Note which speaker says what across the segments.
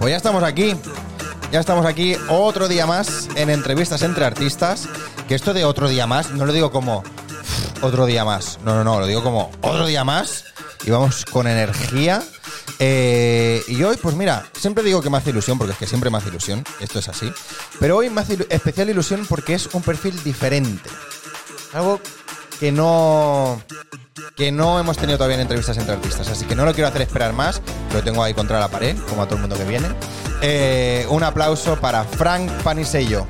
Speaker 1: Pues ya estamos aquí. Ya estamos aquí otro día más en entrevistas entre artistas. Que esto de otro día más, no lo digo como "Uf, otro día más. No, no, no, lo digo como otro día más. Y vamos con energía. Eh, y hoy, pues mira, siempre digo que me hace ilusión, porque es que siempre me hace ilusión, esto es así. Pero hoy me hace ilu- especial ilusión porque es un perfil diferente. Algo que no que no hemos tenido todavía en entrevistas entre artistas, así que no lo quiero hacer esperar más, lo tengo ahí contra la pared, como a todo el mundo que viene. Eh, un aplauso para Frank Panisello.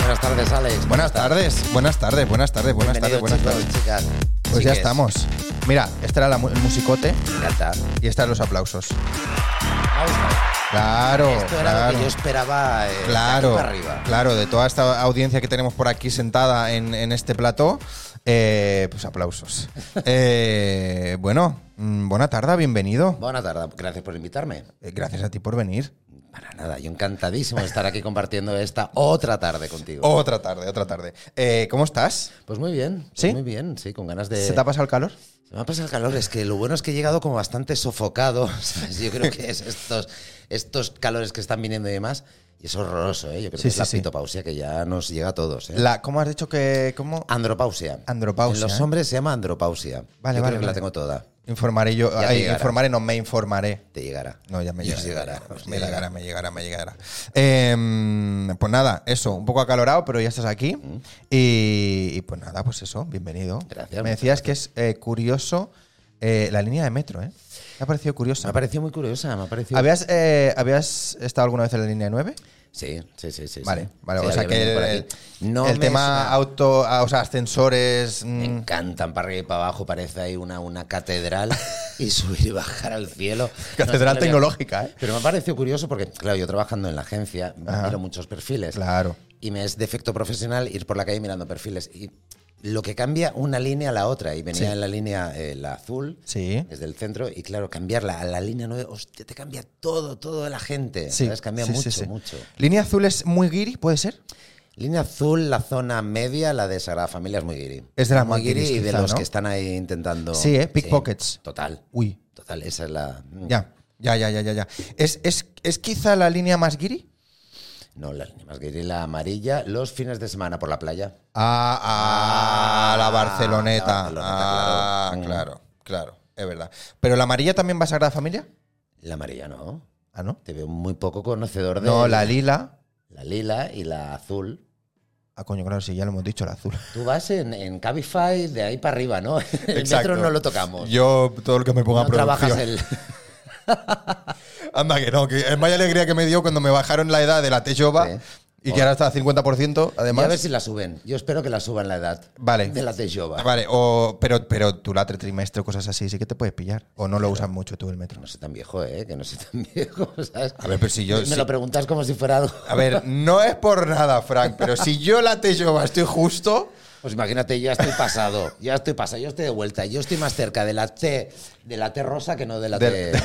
Speaker 2: Buenas tardes, Alex.
Speaker 1: Buenas tardes, buenas tardes, buenas tardes, buenas
Speaker 2: Bienvenido,
Speaker 1: tardes, buenas
Speaker 2: chicos,
Speaker 1: tardes.
Speaker 2: chicas.
Speaker 1: Pues ya
Speaker 2: Chiques.
Speaker 1: estamos. Mira, este era la mu- el musicote
Speaker 2: Me encanta.
Speaker 1: y están los aplausos.
Speaker 2: Me ha gustado.
Speaker 1: Claro,
Speaker 2: Esto era lo
Speaker 1: claro.
Speaker 2: que yo esperaba eh, de aquí
Speaker 1: Claro,
Speaker 2: para arriba.
Speaker 1: claro, de toda esta audiencia que tenemos por aquí sentada en, en este plató, eh, pues aplausos. Eh, bueno, mm, buena tarde, bienvenido.
Speaker 2: Buenas tardes, gracias por invitarme.
Speaker 1: Eh, Gracias a ti por venir.
Speaker 2: Para nada, yo encantadísimo de estar aquí compartiendo esta otra tarde contigo.
Speaker 1: Otra tarde, otra tarde. Eh, ¿Cómo estás?
Speaker 2: Pues muy bien, pues
Speaker 1: ¿Sí?
Speaker 2: muy bien, sí, con ganas de...
Speaker 1: ¿Se te ha pasado el calor?
Speaker 2: Se me ha pasado el calor, es que lo bueno es que he llegado como bastante sofocado, ¿sabes? Yo creo que es estos, estos calores que están viniendo y demás, y es horroroso, ¿eh? Yo creo
Speaker 1: Sí,
Speaker 2: que es
Speaker 1: sí,
Speaker 2: la
Speaker 1: sí.
Speaker 2: pitopausia que ya nos llega a todos, ¿eh?
Speaker 1: La, ¿Cómo has dicho que.? ¿Cómo?
Speaker 2: Ah, Andropausia.
Speaker 1: Andropausia,
Speaker 2: En los
Speaker 1: ¿eh?
Speaker 2: hombres se llama andropausia.
Speaker 1: Vale,
Speaker 2: Yo
Speaker 1: vale,
Speaker 2: creo que
Speaker 1: vale.
Speaker 2: la tengo toda.
Speaker 1: Informaré yo.
Speaker 2: Ya te
Speaker 1: ay,
Speaker 2: llegará.
Speaker 1: informaré, no, me informaré.
Speaker 2: Te llegará.
Speaker 1: No, ya me
Speaker 2: Ya
Speaker 1: llegará.
Speaker 2: llegará,
Speaker 1: pues
Speaker 2: ya
Speaker 1: me llegará,
Speaker 2: llegará.
Speaker 1: me llegará, me llegará. Eh, pues nada, eso, un poco acalorado, pero ya estás aquí. Y, y pues nada, pues eso, bienvenido.
Speaker 2: Mm.
Speaker 1: Me
Speaker 2: Gracias, muchas
Speaker 1: decías que es eh, curioso eh, la línea de metro, ¿eh? Me ha parecido
Speaker 2: Me
Speaker 1: curiosa.
Speaker 2: ha parecido muy curiosa, me ha parecido...
Speaker 1: ¿Habías, eh, ¿Habías estado alguna vez en la línea 9?
Speaker 2: Sí, sí, sí, sí.
Speaker 1: Vale,
Speaker 2: sí.
Speaker 1: vale.
Speaker 2: Sí,
Speaker 1: o sea
Speaker 2: había
Speaker 1: que
Speaker 2: venido
Speaker 1: el,
Speaker 2: por aquí. No
Speaker 1: el
Speaker 2: me
Speaker 1: tema
Speaker 2: suena-
Speaker 1: auto, ah, o sea, ascensores.
Speaker 2: Me
Speaker 1: mm,
Speaker 2: encantan para arriba y para abajo, parece ahí una, una catedral y subir y bajar al cielo.
Speaker 1: Catedral
Speaker 2: No, no, no, no.
Speaker 1: tecnológica, ¿eh?
Speaker 2: Pero me ha parecido curioso porque, claro, yo trabajando en la agencia
Speaker 1: Ajá.
Speaker 2: miro muchos perfiles.
Speaker 1: Claro.
Speaker 2: Y me es defecto profesional ir por la calle mirando perfiles. Y lo que cambia una línea a la otra. Y venía
Speaker 1: Sí.
Speaker 2: en la línea eh, la azul,
Speaker 1: Sí.
Speaker 2: desde el centro. Y claro, cambiarla a la línea 9, hostia, te cambia todo, todo de la gente. ¿sabes? Cambia
Speaker 1: sí, sí,
Speaker 2: mucho,
Speaker 1: sí.
Speaker 2: mucho.
Speaker 1: ¿Línea azul es muy guiri, puede ser?
Speaker 2: Línea azul, la zona media, la de Sagrada Familia es muy guiri.
Speaker 1: Es de las
Speaker 2: muy
Speaker 1: más guiris,
Speaker 2: y de
Speaker 1: quizá,
Speaker 2: los
Speaker 1: ¿no?
Speaker 2: que están ahí intentando.
Speaker 1: Sí, ¿eh? Pickpockets.
Speaker 2: total.
Speaker 1: Uy.
Speaker 2: Total, esa es la. mm,
Speaker 1: Ya, ya, ya, ya, ya. ya. ¿Es, es, es quizá la línea más guiri?
Speaker 2: No, la línea más guiri, la amarilla, los fines de semana por la playa.
Speaker 1: Ah, ah, la
Speaker 2: Ah,
Speaker 1: Barceloneta.
Speaker 2: la Barceloneta, Mm.
Speaker 1: ah,
Speaker 2: claro.
Speaker 1: claro. claro, es verdad. ¿Pero la amarilla también va a Sagrada Familia?
Speaker 2: La amarilla no.
Speaker 1: Ah, ¿no?
Speaker 2: Te veo muy poco conocedor de.
Speaker 1: No, la lila.
Speaker 2: la lila y la azul.
Speaker 1: Ah, coño, claro, sí, ya lo hemos dicho, la azul.
Speaker 2: Tú vas en, en Cabify de ahí para arriba, ¿no? El
Speaker 1: Exacto.
Speaker 2: metro no lo tocamos.
Speaker 1: Yo, todo lo que me ponga
Speaker 2: no trabajas el.
Speaker 1: Anda que no, que es más alegría que me dio cuando me bajaron la edad de la Tejova
Speaker 2: Sí.
Speaker 1: y que ahora está a 50%,
Speaker 2: Y
Speaker 1: además.
Speaker 2: a ver si la suben. Yo espero que la suban la edad.
Speaker 1: Vale.
Speaker 2: De la Tejova.
Speaker 1: Vale, o, pero, pero tu latre trimestre o cosas así sí que te puedes pillar. O no lo usas mucho tú el metro.
Speaker 2: No soy tan viejo, ¿eh? Que no soy tan viejo, ¿sabes?
Speaker 1: A ver, pero si yo-
Speaker 2: Me
Speaker 1: si-
Speaker 2: lo preguntas como si fuera algo.
Speaker 1: A ver, no es por nada, Frank, pero si yo la Tejova estoy justo,
Speaker 2: Pues imagínate, yo ya estoy pasado. Ya estoy pasado, yo estoy de vuelta. Yo estoy más cerca de la T, de la T rosa que no de la
Speaker 1: De-
Speaker 2: T.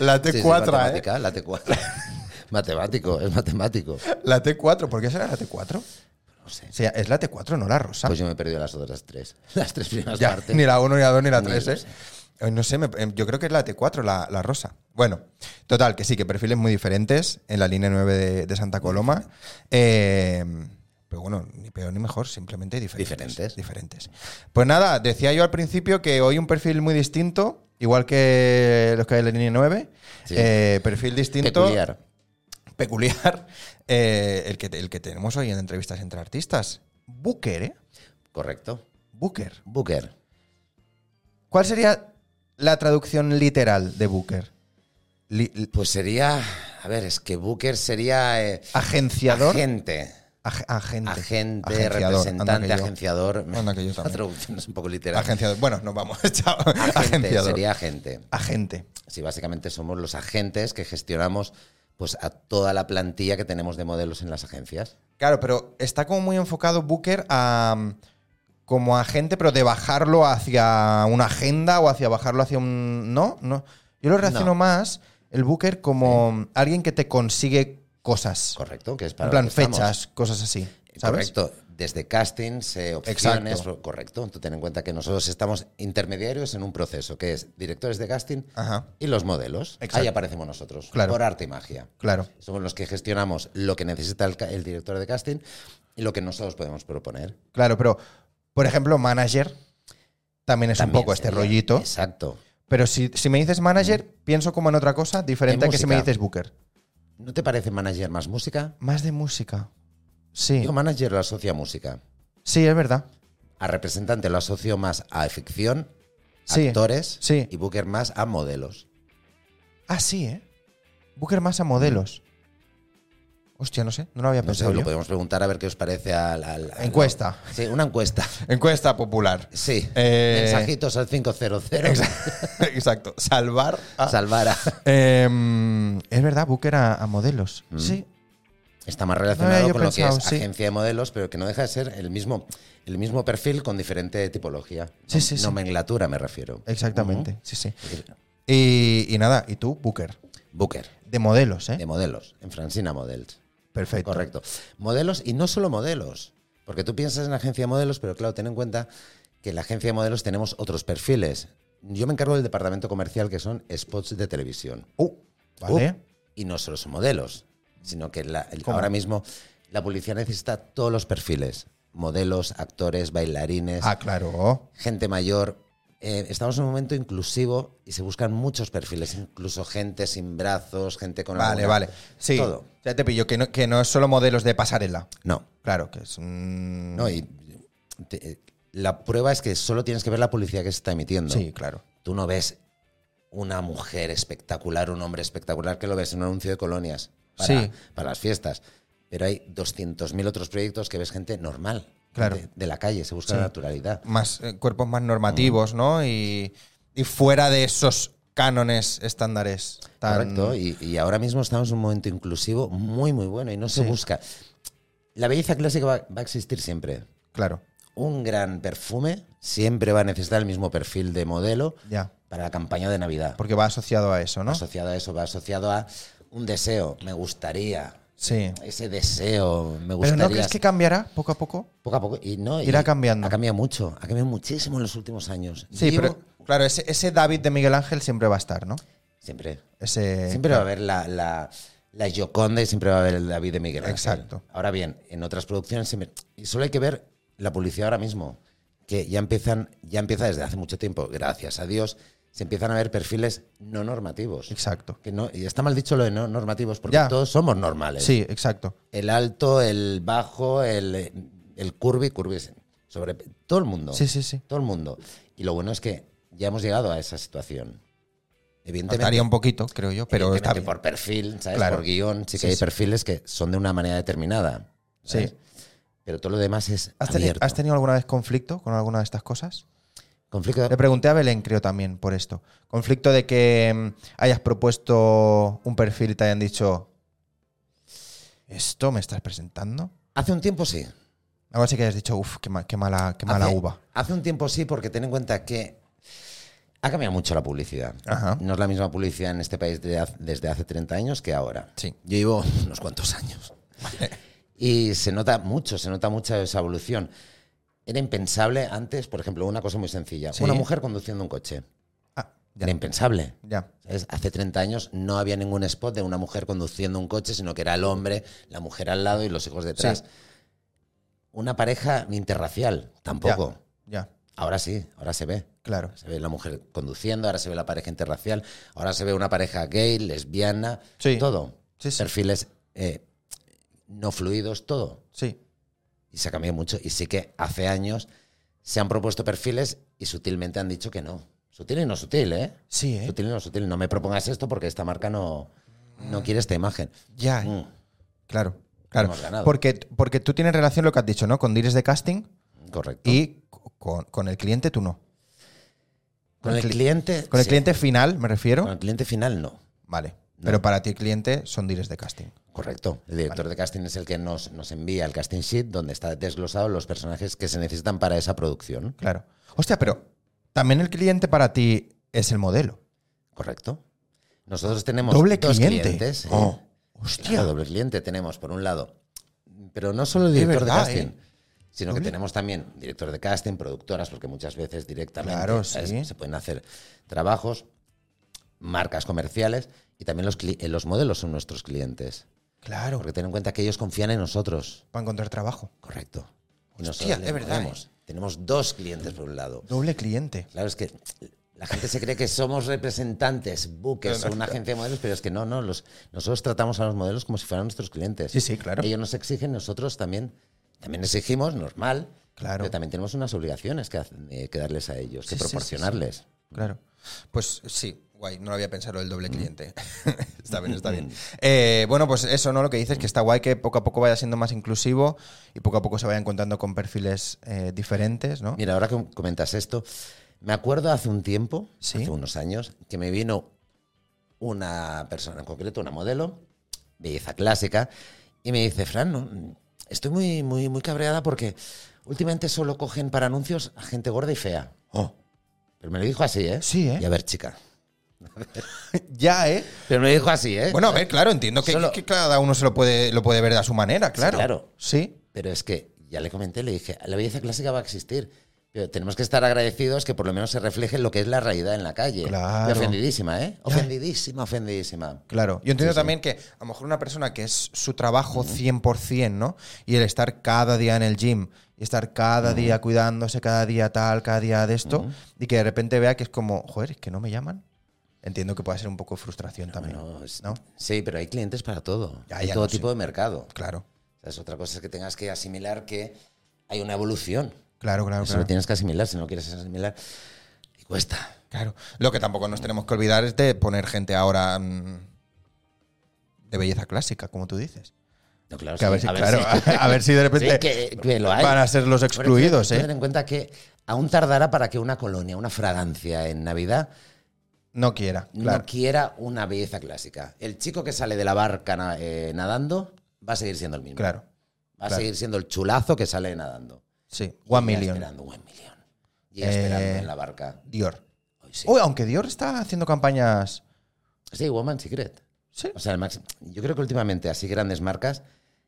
Speaker 1: la
Speaker 2: Sí,
Speaker 1: T4,
Speaker 2: sí,
Speaker 1: ¿eh?
Speaker 2: matemática, La T4. matemático, es matemático.
Speaker 1: La T4, ¿por qué será la T4?
Speaker 2: No sé.
Speaker 1: O sea, es la T4, no la rosa.
Speaker 2: Pues yo me he perdido las otras tres. Las tres primeras
Speaker 1: Ya,
Speaker 2: partes.
Speaker 1: ni la 1, ni la 2, ni la
Speaker 2: Ni
Speaker 1: 3,
Speaker 2: la
Speaker 1: ¿eh? Ay, No sé, me- em, yo creo que es la T4, la, la rosa. Bueno, total, que sí, que perfiles muy diferentes en la línea 9 de, de Santa Coloma. Eh, pero bueno, ni peor ni mejor, simplemente diferentes.
Speaker 2: Diferentes.
Speaker 1: Diferentes. Pues nada, decía yo al principio que hoy un perfil muy distinto, igual que los que hay en la línea 9.
Speaker 2: Sí.
Speaker 1: eh, perfil distinto
Speaker 2: Peculiar.
Speaker 1: peculiar eh, el, que, el que tenemos hoy en entrevistas entre artistas. Booker, ¿eh?
Speaker 2: Correcto.
Speaker 1: Booker.
Speaker 2: Booker.
Speaker 1: ¿Cuál sería la traducción literal de Booker? Li- li-
Speaker 2: Pues sería. A ver, es que Booker sería. eh,
Speaker 1: agenciador.
Speaker 2: agente.
Speaker 1: Ag- agente.
Speaker 2: Agente,
Speaker 1: Agenciador, anda que
Speaker 2: representante,
Speaker 1: yo.
Speaker 2: agenciador.
Speaker 1: Anda que yo
Speaker 2: La
Speaker 1: también.
Speaker 2: traducción es un poco literal.
Speaker 1: Agenciador. Bueno, nos vamos. Chao.
Speaker 2: Agente,
Speaker 1: agenciador.
Speaker 2: sería agente.
Speaker 1: Agente.
Speaker 2: Sí, básicamente somos los agentes que gestionamos pues a toda la plantilla que tenemos de modelos en las agencias.
Speaker 1: Claro, pero está como muy enfocado Booker a mm, como agente, pero de bajarlo hacia una agenda o hacia bajarlo hacia un. No, no. Yo lo relaciono
Speaker 2: No.
Speaker 1: más el Booker como alguien que te consigue cosas.
Speaker 2: Correcto, que es para
Speaker 1: en
Speaker 2: lo
Speaker 1: plan,
Speaker 2: que estamos.
Speaker 1: fechas, cosas así. ¿sabes?
Speaker 2: Correcto. Desde castings, eh, opciones,
Speaker 1: Exacto.
Speaker 2: correcto. Tú ten en cuenta que nosotros estamos intermediarios en un proceso que es directores de casting
Speaker 1: Ajá.
Speaker 2: y los modelos.
Speaker 1: Exacto.
Speaker 2: Ahí aparecemos nosotros,
Speaker 1: Claro.
Speaker 2: por arte y magia.
Speaker 1: Claro.
Speaker 2: Somos los que gestionamos lo que necesita el, ca- el director de casting y lo que nosotros podemos proponer.
Speaker 1: Claro, pero, por ejemplo, manager también es
Speaker 2: También
Speaker 1: un poco este
Speaker 2: sería-
Speaker 1: rollito.
Speaker 2: Exacto.
Speaker 1: Pero si, si me dices manager, pienso como en otra cosa diferente
Speaker 2: En
Speaker 1: a que si me
Speaker 2: música.
Speaker 1: dices booker.
Speaker 2: ¿No te parece manager más música?
Speaker 1: Más de música. Sí.
Speaker 2: Yo manager lo asocio a música.
Speaker 1: Sí, es verdad.
Speaker 2: A representante lo asocio más a ficción,
Speaker 1: Sí.
Speaker 2: actores
Speaker 1: Sí.
Speaker 2: y Booker más a modelos.
Speaker 1: Ah, sí, ¿eh? Booker más a modelos. Hostia, no sé. No lo había
Speaker 2: Mm. No sé,
Speaker 1: pensado.
Speaker 2: lo
Speaker 1: yo.
Speaker 2: podemos preguntar a ver qué os parece al... al- al-
Speaker 1: Encuesta.
Speaker 2: Sí, una encuesta.
Speaker 1: Encuesta popular.
Speaker 2: Sí.
Speaker 1: Eh,
Speaker 2: Mensajitos al 500.
Speaker 1: Exacto. Exacto. Salvar a.
Speaker 2: Salvar a-
Speaker 1: Em, es verdad, Booker a, a modelos.
Speaker 2: Mm.
Speaker 1: Sí.
Speaker 2: Está más
Speaker 1: No,
Speaker 2: relacionado
Speaker 1: yo
Speaker 2: con lo
Speaker 1: pensaba,
Speaker 2: que es
Speaker 1: sí.
Speaker 2: agencia de modelos, pero que no deja de ser el mismo, el mismo perfil con diferente tipología.
Speaker 1: Sí, sí, sí.
Speaker 2: Nomenclatura me refiero.
Speaker 1: Exactamente.
Speaker 2: Mm.
Speaker 1: Sí, sí.
Speaker 2: Ujú.
Speaker 1: Y, y nada, ¿y tú, Booker?
Speaker 2: Booker,
Speaker 1: De modelos, ¿eh?
Speaker 2: de modelos, en Francina Models.
Speaker 1: Perfecto.
Speaker 2: Correcto. Modelos y no solo modelos. Porque tú piensas en la agencia de modelos, pero claro, ten en cuenta que en la agencia de modelos tenemos otros perfiles. Yo me encargo del departamento comercial que son spots de televisión.
Speaker 1: Uh, vale.
Speaker 2: Uh, y no solo son modelos, sino que la- el-
Speaker 1: ¿Cómo?
Speaker 2: ahora mismo la publicidad necesita todos los perfiles. Modelos, actores, bailarines,
Speaker 1: Ah, claro.
Speaker 2: gente mayor. Eh, estamos en un momento inclusivo y se buscan muchos perfiles, incluso gente sin brazos, gente con
Speaker 1: Vale,
Speaker 2: alguna-
Speaker 1: vale. Sí.
Speaker 2: Todo.
Speaker 1: Ya te pillo, que no, que no es solo modelos de pasarela.
Speaker 2: No,
Speaker 1: Claro, que es. mm,
Speaker 2: no, y te- eh, la prueba es que solo tienes que ver la publicidad que se está emitiendo.
Speaker 1: Sí, claro.
Speaker 2: Tú no ves una mujer espectacular, un hombre espectacular, que lo ves en un anuncio de colonias para,
Speaker 1: Sí.
Speaker 2: para las fiestas. Pero hay 200.000 otros proyectos que ves gente normal,
Speaker 1: Claro.
Speaker 2: de, de la calle, se busca
Speaker 1: Sí.
Speaker 2: la naturalidad.
Speaker 1: Más, eh, cuerpos más normativos, ¿no? Y, y fuera de esos cánones estándares. tan-
Speaker 2: Correcto, y, y ahora mismo estamos en un momento inclusivo muy, muy bueno y no se
Speaker 1: Sí.
Speaker 2: busca. La belleza clásica va- va a existir siempre.
Speaker 1: Claro,
Speaker 2: Un gran perfume siempre va a necesitar el mismo perfil de modelo
Speaker 1: ya.
Speaker 2: para la campaña de Navidad.
Speaker 1: Porque va asociado a eso, ¿no?
Speaker 2: asociado a eso, va asociado a un deseo, me gustaría,
Speaker 1: Sí.
Speaker 2: ese deseo, me
Speaker 1: Pero
Speaker 2: gustaría.
Speaker 1: ¿no crees que cambiará poco a poco?
Speaker 2: poco a poco y no y
Speaker 1: irá cambiando?
Speaker 2: Ha cambiado mucho, ha cambiado muchísimo en los últimos años.
Speaker 1: Sí,
Speaker 2: Vivo-
Speaker 1: pero claro, ese, ese David de Miguel Ángel siempre va a estar, ¿no?
Speaker 2: siempre
Speaker 1: Ese,
Speaker 2: siempre va a haber la la la Gioconda y siempre va a haber el David de Miguel Ángel.
Speaker 1: Exacto.
Speaker 2: Ahora bien, en otras producciones siempre y solo hay que ver la publicidad ahora mismo que ya empiezan ya empieza desde hace mucho tiempo, gracias a Dios, se empiezan a ver perfiles no normativos.
Speaker 1: Exacto.
Speaker 2: Que no, y está mal dicho lo de no normativos porque
Speaker 1: Ya.
Speaker 2: todos somos normales.
Speaker 1: Sí, exacto.
Speaker 2: el alto, el bajo, el, el curvy, curvy, es sobre todo el mundo.
Speaker 1: Sí, sí, sí.
Speaker 2: Todo el mundo. Y lo bueno es que ya hemos llegado a esa situación. Evidentemente,
Speaker 1: Faltaría un poquito, creo yo, pero está
Speaker 2: evidentemente
Speaker 1: bien.
Speaker 2: por perfil, ¿sabes?
Speaker 1: Claro.
Speaker 2: Por guión, sí que
Speaker 1: Sí,
Speaker 2: hay
Speaker 1: sí.
Speaker 2: perfiles que son de una manera determinada. ¿sabes?
Speaker 1: Sí.
Speaker 2: Pero todo lo demás es
Speaker 1: ¿Has, teni-
Speaker 2: abierto.
Speaker 1: has tenido alguna vez conflicto con alguna de estas cosas?
Speaker 2: Conflicto.
Speaker 1: Le pregunté a Belén, creo también, por esto. Conflicto de que mm, hayas propuesto un perfil y te hayan dicho, ¿esto me estás presentando?
Speaker 2: Hace un tiempo sí.
Speaker 1: Algo así que hayas dicho, uff, qué, ma- qué mala, qué mala
Speaker 2: hace,
Speaker 1: uva.
Speaker 2: Hace un tiempo sí, porque ten en cuenta que ha cambiado mucho la publicidad.
Speaker 1: Ajá.
Speaker 2: No es la misma publicidad en este país de haz- desde hace 30 años que ahora.
Speaker 1: Sí.
Speaker 2: Yo llevo unos cuantos años. Y se nota mucho, se nota mucha esa evolución. Era impensable antes, por ejemplo, una cosa muy sencilla.
Speaker 1: Sí.
Speaker 2: Una mujer conduciendo un coche.
Speaker 1: Ah,
Speaker 2: Era
Speaker 1: ya,
Speaker 2: impensable.
Speaker 1: ya.
Speaker 2: ¿Sabes? Hace 30 años no había ningún spot de una mujer conduciendo un coche, sino que era el hombre, la mujer al lado y los hijos detrás.
Speaker 1: Sí.
Speaker 2: Una pareja interracial, tampoco.
Speaker 1: Ya,
Speaker 2: Ahora sí, ahora se ve.
Speaker 1: claro.
Speaker 2: Se ve la mujer conduciendo, ahora se ve la pareja interracial, ahora se ve una pareja gay, lesbiana,
Speaker 1: Sí.
Speaker 2: todo.
Speaker 1: Sí, sí.
Speaker 2: Perfiles eh, no fluidos, todo.
Speaker 1: Sí,
Speaker 2: Y se ha cambiado mucho. Y sí que hace años se han propuesto perfiles y sutilmente han dicho que no. Sutil y no sutil, ¿eh?
Speaker 1: sí, ¿eh?
Speaker 2: Sutil y no sutil. No me propongas esto porque esta marca no, no
Speaker 1: Mm.
Speaker 2: quiere esta imagen.
Speaker 1: Ya,
Speaker 2: Mm.
Speaker 1: claro. Claro,
Speaker 2: Hemos ganado.
Speaker 1: porque, porque tú tienes relación lo que has dicho, ¿no? Con deals de casting
Speaker 2: Correcto.
Speaker 1: y co- con, con el cliente tú no.
Speaker 2: con el
Speaker 1: cli-
Speaker 2: cliente.
Speaker 1: Con el
Speaker 2: sí.
Speaker 1: cliente final, me refiero.
Speaker 2: Con el cliente final, no.
Speaker 1: Vale. Pero para ti el cliente son deals de casting.
Speaker 2: Correcto. El director de casting es el que nos, nos envía el casting sheet donde está desglosados los personajes que se necesitan para esa producción.
Speaker 1: Claro. Hostia, pero también el cliente para ti es el modelo.
Speaker 2: Correcto. Nosotros tenemos
Speaker 1: Doble
Speaker 2: dos
Speaker 1: cliente.
Speaker 2: clientes. ¿eh? sí.
Speaker 1: Oh,
Speaker 2: Claro, doble cliente. Tenemos, por un lado, pero no solo el director
Speaker 1: verdad,
Speaker 2: de casting,
Speaker 1: ¿eh?
Speaker 2: sino
Speaker 1: ¿No
Speaker 2: que
Speaker 1: vi?
Speaker 2: tenemos también director de casting, productoras, porque muchas veces directamente
Speaker 1: Claro,
Speaker 2: ¿sabes?
Speaker 1: sí.
Speaker 2: se pueden hacer trabajos, marcas comerciales y también los, cli- eh, los modelos son nuestros clientes.
Speaker 1: Claro,
Speaker 2: Porque ten en cuenta que ellos confían en nosotros.
Speaker 1: para encontrar trabajo.
Speaker 2: Correcto. Y
Speaker 1: Hostia,
Speaker 2: nosotros les
Speaker 1: es verdad, ¿eh?
Speaker 2: movemos. Tenemos dos clientes por un lado.
Speaker 1: Doble cliente.
Speaker 2: Claro, es que la gente se cree que somos representantes, buques o una agencia de modelos, pero es que no, no. Los, nosotros tratamos a los modelos como si fueran nuestros clientes.
Speaker 1: Sí, sí, claro.
Speaker 2: Ellos nos exigen, nosotros también. También exigimos, normal.
Speaker 1: Claro.
Speaker 2: Pero también tenemos unas obligaciones que, hace- eh, que darles a ellos,
Speaker 1: Sí,
Speaker 2: que
Speaker 1: sí, sí, sí.
Speaker 2: proporcionarles.
Speaker 1: Claro. Pues sí, guay, no lo había pensado el
Speaker 2: Mm.
Speaker 1: doble cliente. está bien, está bien. Eh, bueno, pues eso, ¿no? Lo que dices que está guay que poco a poco vaya siendo más inclusivo y poco a poco se vayan contando con perfiles eh, diferentes, ¿no?
Speaker 2: Mira, ahora que comentas esto, me acuerdo hace un tiempo,
Speaker 1: Sí.
Speaker 2: hace unos años, que me vino una persona en concreto, una modelo, belleza clásica, y me dice, Fran, no, estoy muy, muy, muy cabreada porque últimamente solo cogen para anuncios a gente gorda y fea.
Speaker 1: Oh.
Speaker 2: Pero me lo dijo así, ¿eh?
Speaker 1: Sí, ¿eh?
Speaker 2: Y a ver, chica.
Speaker 1: Ya, ¿eh?
Speaker 2: Pero me lo dijo así, ¿eh?
Speaker 1: Bueno, a ver, claro, entiendo que,
Speaker 2: Solo-
Speaker 1: que cada uno se lo puede, lo puede ver de a su manera, claro.
Speaker 2: claro.
Speaker 1: Sí.
Speaker 2: Pero es que ya le comenté, le dije, la belleza clásica va a existir. Pero tenemos que estar agradecidos que por lo menos se refleje lo que es la realidad en la calle.
Speaker 1: Claro.
Speaker 2: Y ofendidísima, ¿eh? Ofendidísima, ofendidísima.
Speaker 1: Claro, yo entiendo
Speaker 2: Sí, sí.
Speaker 1: también que a lo mejor una persona que es su trabajo 100%, ¿no? Y el estar cada día en el gym, y estar cada día cuidándose, cada día tal, cada día de esto, y que de repente vea que es como, joder, es que no me llaman. Entiendo que puede ser un poco frustración también, ¿no?
Speaker 2: Bueno, es- Sí, pero hay clientes para todo.
Speaker 1: Ya,
Speaker 2: hay
Speaker 1: ya
Speaker 2: todo
Speaker 1: lo
Speaker 2: tipo
Speaker 1: sé.
Speaker 2: de mercado.
Speaker 1: Claro,
Speaker 2: ¿Sabes? Otra cosa es que tengas que asimilar que hay una evolución.
Speaker 1: claro, claro,
Speaker 2: Eso
Speaker 1: claro.
Speaker 2: lo tienes que asimilar. Si no quieres asimilar, y cuesta.
Speaker 1: Claro. Lo que tampoco nos tenemos que olvidar es de poner gente ahora mm, de belleza clásica, como tú dices.
Speaker 2: No, claro,
Speaker 1: Que a
Speaker 2: Pues sí,
Speaker 1: ver si,
Speaker 2: a ver
Speaker 1: claro,
Speaker 2: si-
Speaker 1: a ver si de repente
Speaker 2: Sí, que- que lo hay.
Speaker 1: van a ser los
Speaker 2: Pero hay que
Speaker 1: excluidos,
Speaker 2: Tener
Speaker 1: ¿eh?
Speaker 2: en cuenta que aún tardará para que una colonia, una fragancia en Navidad
Speaker 1: No quiera, claro.
Speaker 2: no quiera una belleza clásica. El chico que sale de la barca na- eh, nadando va a seguir siendo el mismo.
Speaker 1: Claro,
Speaker 2: va a
Speaker 1: claro.
Speaker 2: seguir siendo el chulazo que sale nadando.
Speaker 1: sí. One
Speaker 2: Llega
Speaker 1: million.
Speaker 2: Esperando, one million. Llega
Speaker 1: Eh,
Speaker 2: esperando en la barca.
Speaker 1: Dior.
Speaker 2: Hoy sí.
Speaker 1: Uy, aunque Dior está haciendo campañas.
Speaker 2: Sí, Woman Secret.
Speaker 1: Sí.
Speaker 2: O sea, el máximo- yo creo que últimamente así grandes marcas,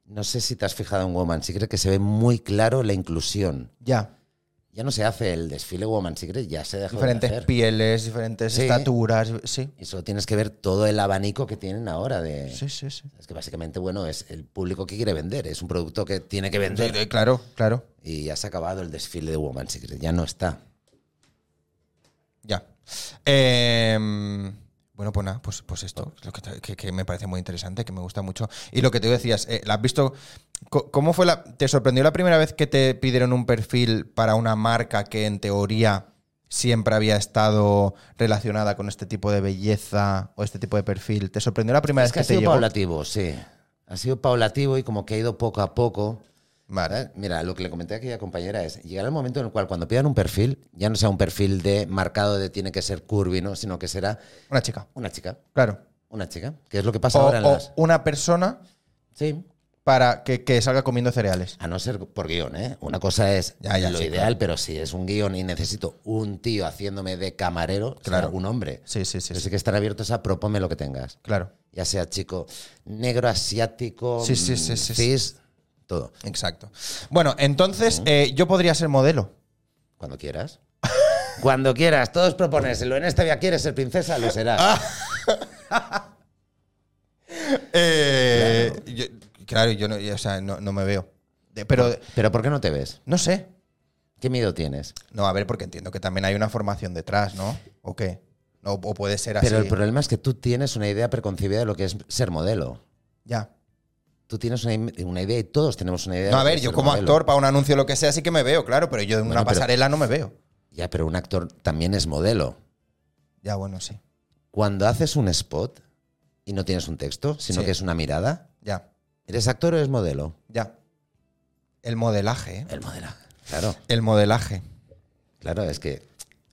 Speaker 2: no sé si te has fijado en Woman Secret, que se ve muy claro la inclusión.
Speaker 1: Ya.
Speaker 2: Ya no se hace el desfile Woman Secret, ya se deja
Speaker 1: Diferentes
Speaker 2: de hacer.
Speaker 1: pieles, diferentes
Speaker 2: Sí.
Speaker 1: estaturas. Sí.
Speaker 2: Y solo tienes que ver todo el abanico que tienen ahora de...
Speaker 1: Sí, sí, sí.
Speaker 2: Es que básicamente, bueno, es el público que quiere vender, es un producto que tiene que
Speaker 1: Sí,
Speaker 2: vender.
Speaker 1: sí, Claro, claro.
Speaker 2: Y ya se ha acabado el desfile de Woman Secret, ya no está.
Speaker 1: Ya. Em, bueno, pues nada, pues, pues esto, es lo que, te- que- que me parece muy interesante, que me gusta mucho. Y lo que te decías, eh, ¿la has visto? Co- ¿Cómo fue la. ¿Te sorprendió la primera vez que te pidieron un perfil para una marca que en teoría siempre había estado relacionada con este tipo de belleza o este tipo de perfil? ¿Te sorprendió la primera
Speaker 2: Es que ha
Speaker 1: vez que,
Speaker 2: sido
Speaker 1: te llegó?
Speaker 2: paulativo, sí. Ha sido paulativo y como que ha ido poco a poco.
Speaker 1: Vale.
Speaker 2: ¿Verdad? Mira, lo que le comenté a aquella compañera es, llegará el momento en el cual cuando pidan un perfil, ya no sea un perfil de marcado de tiene que ser curvy, ¿no? sino que será
Speaker 1: Una chica,
Speaker 2: una chica,
Speaker 1: claro.
Speaker 2: una chica, que es lo que
Speaker 1: O,
Speaker 2: pasa ahora en
Speaker 1: o
Speaker 2: las...
Speaker 1: una persona
Speaker 2: Sí,
Speaker 1: para que, que salga comiendo cereales.
Speaker 2: a no ser por guión, ¿eh? Una cosa es
Speaker 1: Ya, ya,
Speaker 2: lo
Speaker 1: sí,
Speaker 2: ideal, pero si es un guión y necesito un tío haciéndome de camarero,
Speaker 1: Claro.
Speaker 2: claro. un hombre.
Speaker 1: Sí, sí, sí.
Speaker 2: Pero
Speaker 1: sí.
Speaker 2: sí que estar abiertos a propónme lo que tengas.
Speaker 1: Claro.
Speaker 2: Ya sea chico negro, asiático,
Speaker 1: Sí, sí, sí,
Speaker 2: mm,
Speaker 1: sí, sí.
Speaker 2: cis, todo.
Speaker 1: Exacto. Bueno, entonces eh, yo podría ser modelo.
Speaker 2: Cuando quieras. Cuando quieras, todos proponérselo. En esta vida quieres ser princesa, lo serás.
Speaker 1: Eh, yo- claro, yo, no, yo, o sea, no, no me veo. De- pero
Speaker 2: Pero ¿por qué no te ves?
Speaker 1: no sé.
Speaker 2: ¿Qué miedo tienes?
Speaker 1: No, a ver, porque entiendo que también hay una formación detrás, ¿no? ¿O qué? No, o puede ser así.
Speaker 2: Pero el problema es que tú tienes una idea preconcebida de lo que es ser modelo.
Speaker 1: ya.
Speaker 2: Tú tieienes una, im- una idea y todos tenemos una idea. de
Speaker 1: No, a
Speaker 2: lo que
Speaker 1: ver,
Speaker 2: es
Speaker 1: yo
Speaker 2: ser
Speaker 1: como
Speaker 2: modelo.
Speaker 1: actor para un anuncio o lo que sea sí que me veo, claro, pero yo en una
Speaker 2: Bueno, pero-
Speaker 1: pasarela no me veo.
Speaker 2: Ya, pero un actor también es modelo.
Speaker 1: Ya, bueno, sí.
Speaker 2: Cuando haces un spot y no tienes un texto, sino
Speaker 1: Sí.
Speaker 2: que es una mirada,
Speaker 1: Ya,
Speaker 2: ¿eres actor o eres modelo?
Speaker 1: ya. El modelaje, ¿eh?
Speaker 2: El modelaje. Claro,
Speaker 1: El modelaje.
Speaker 2: claro, es que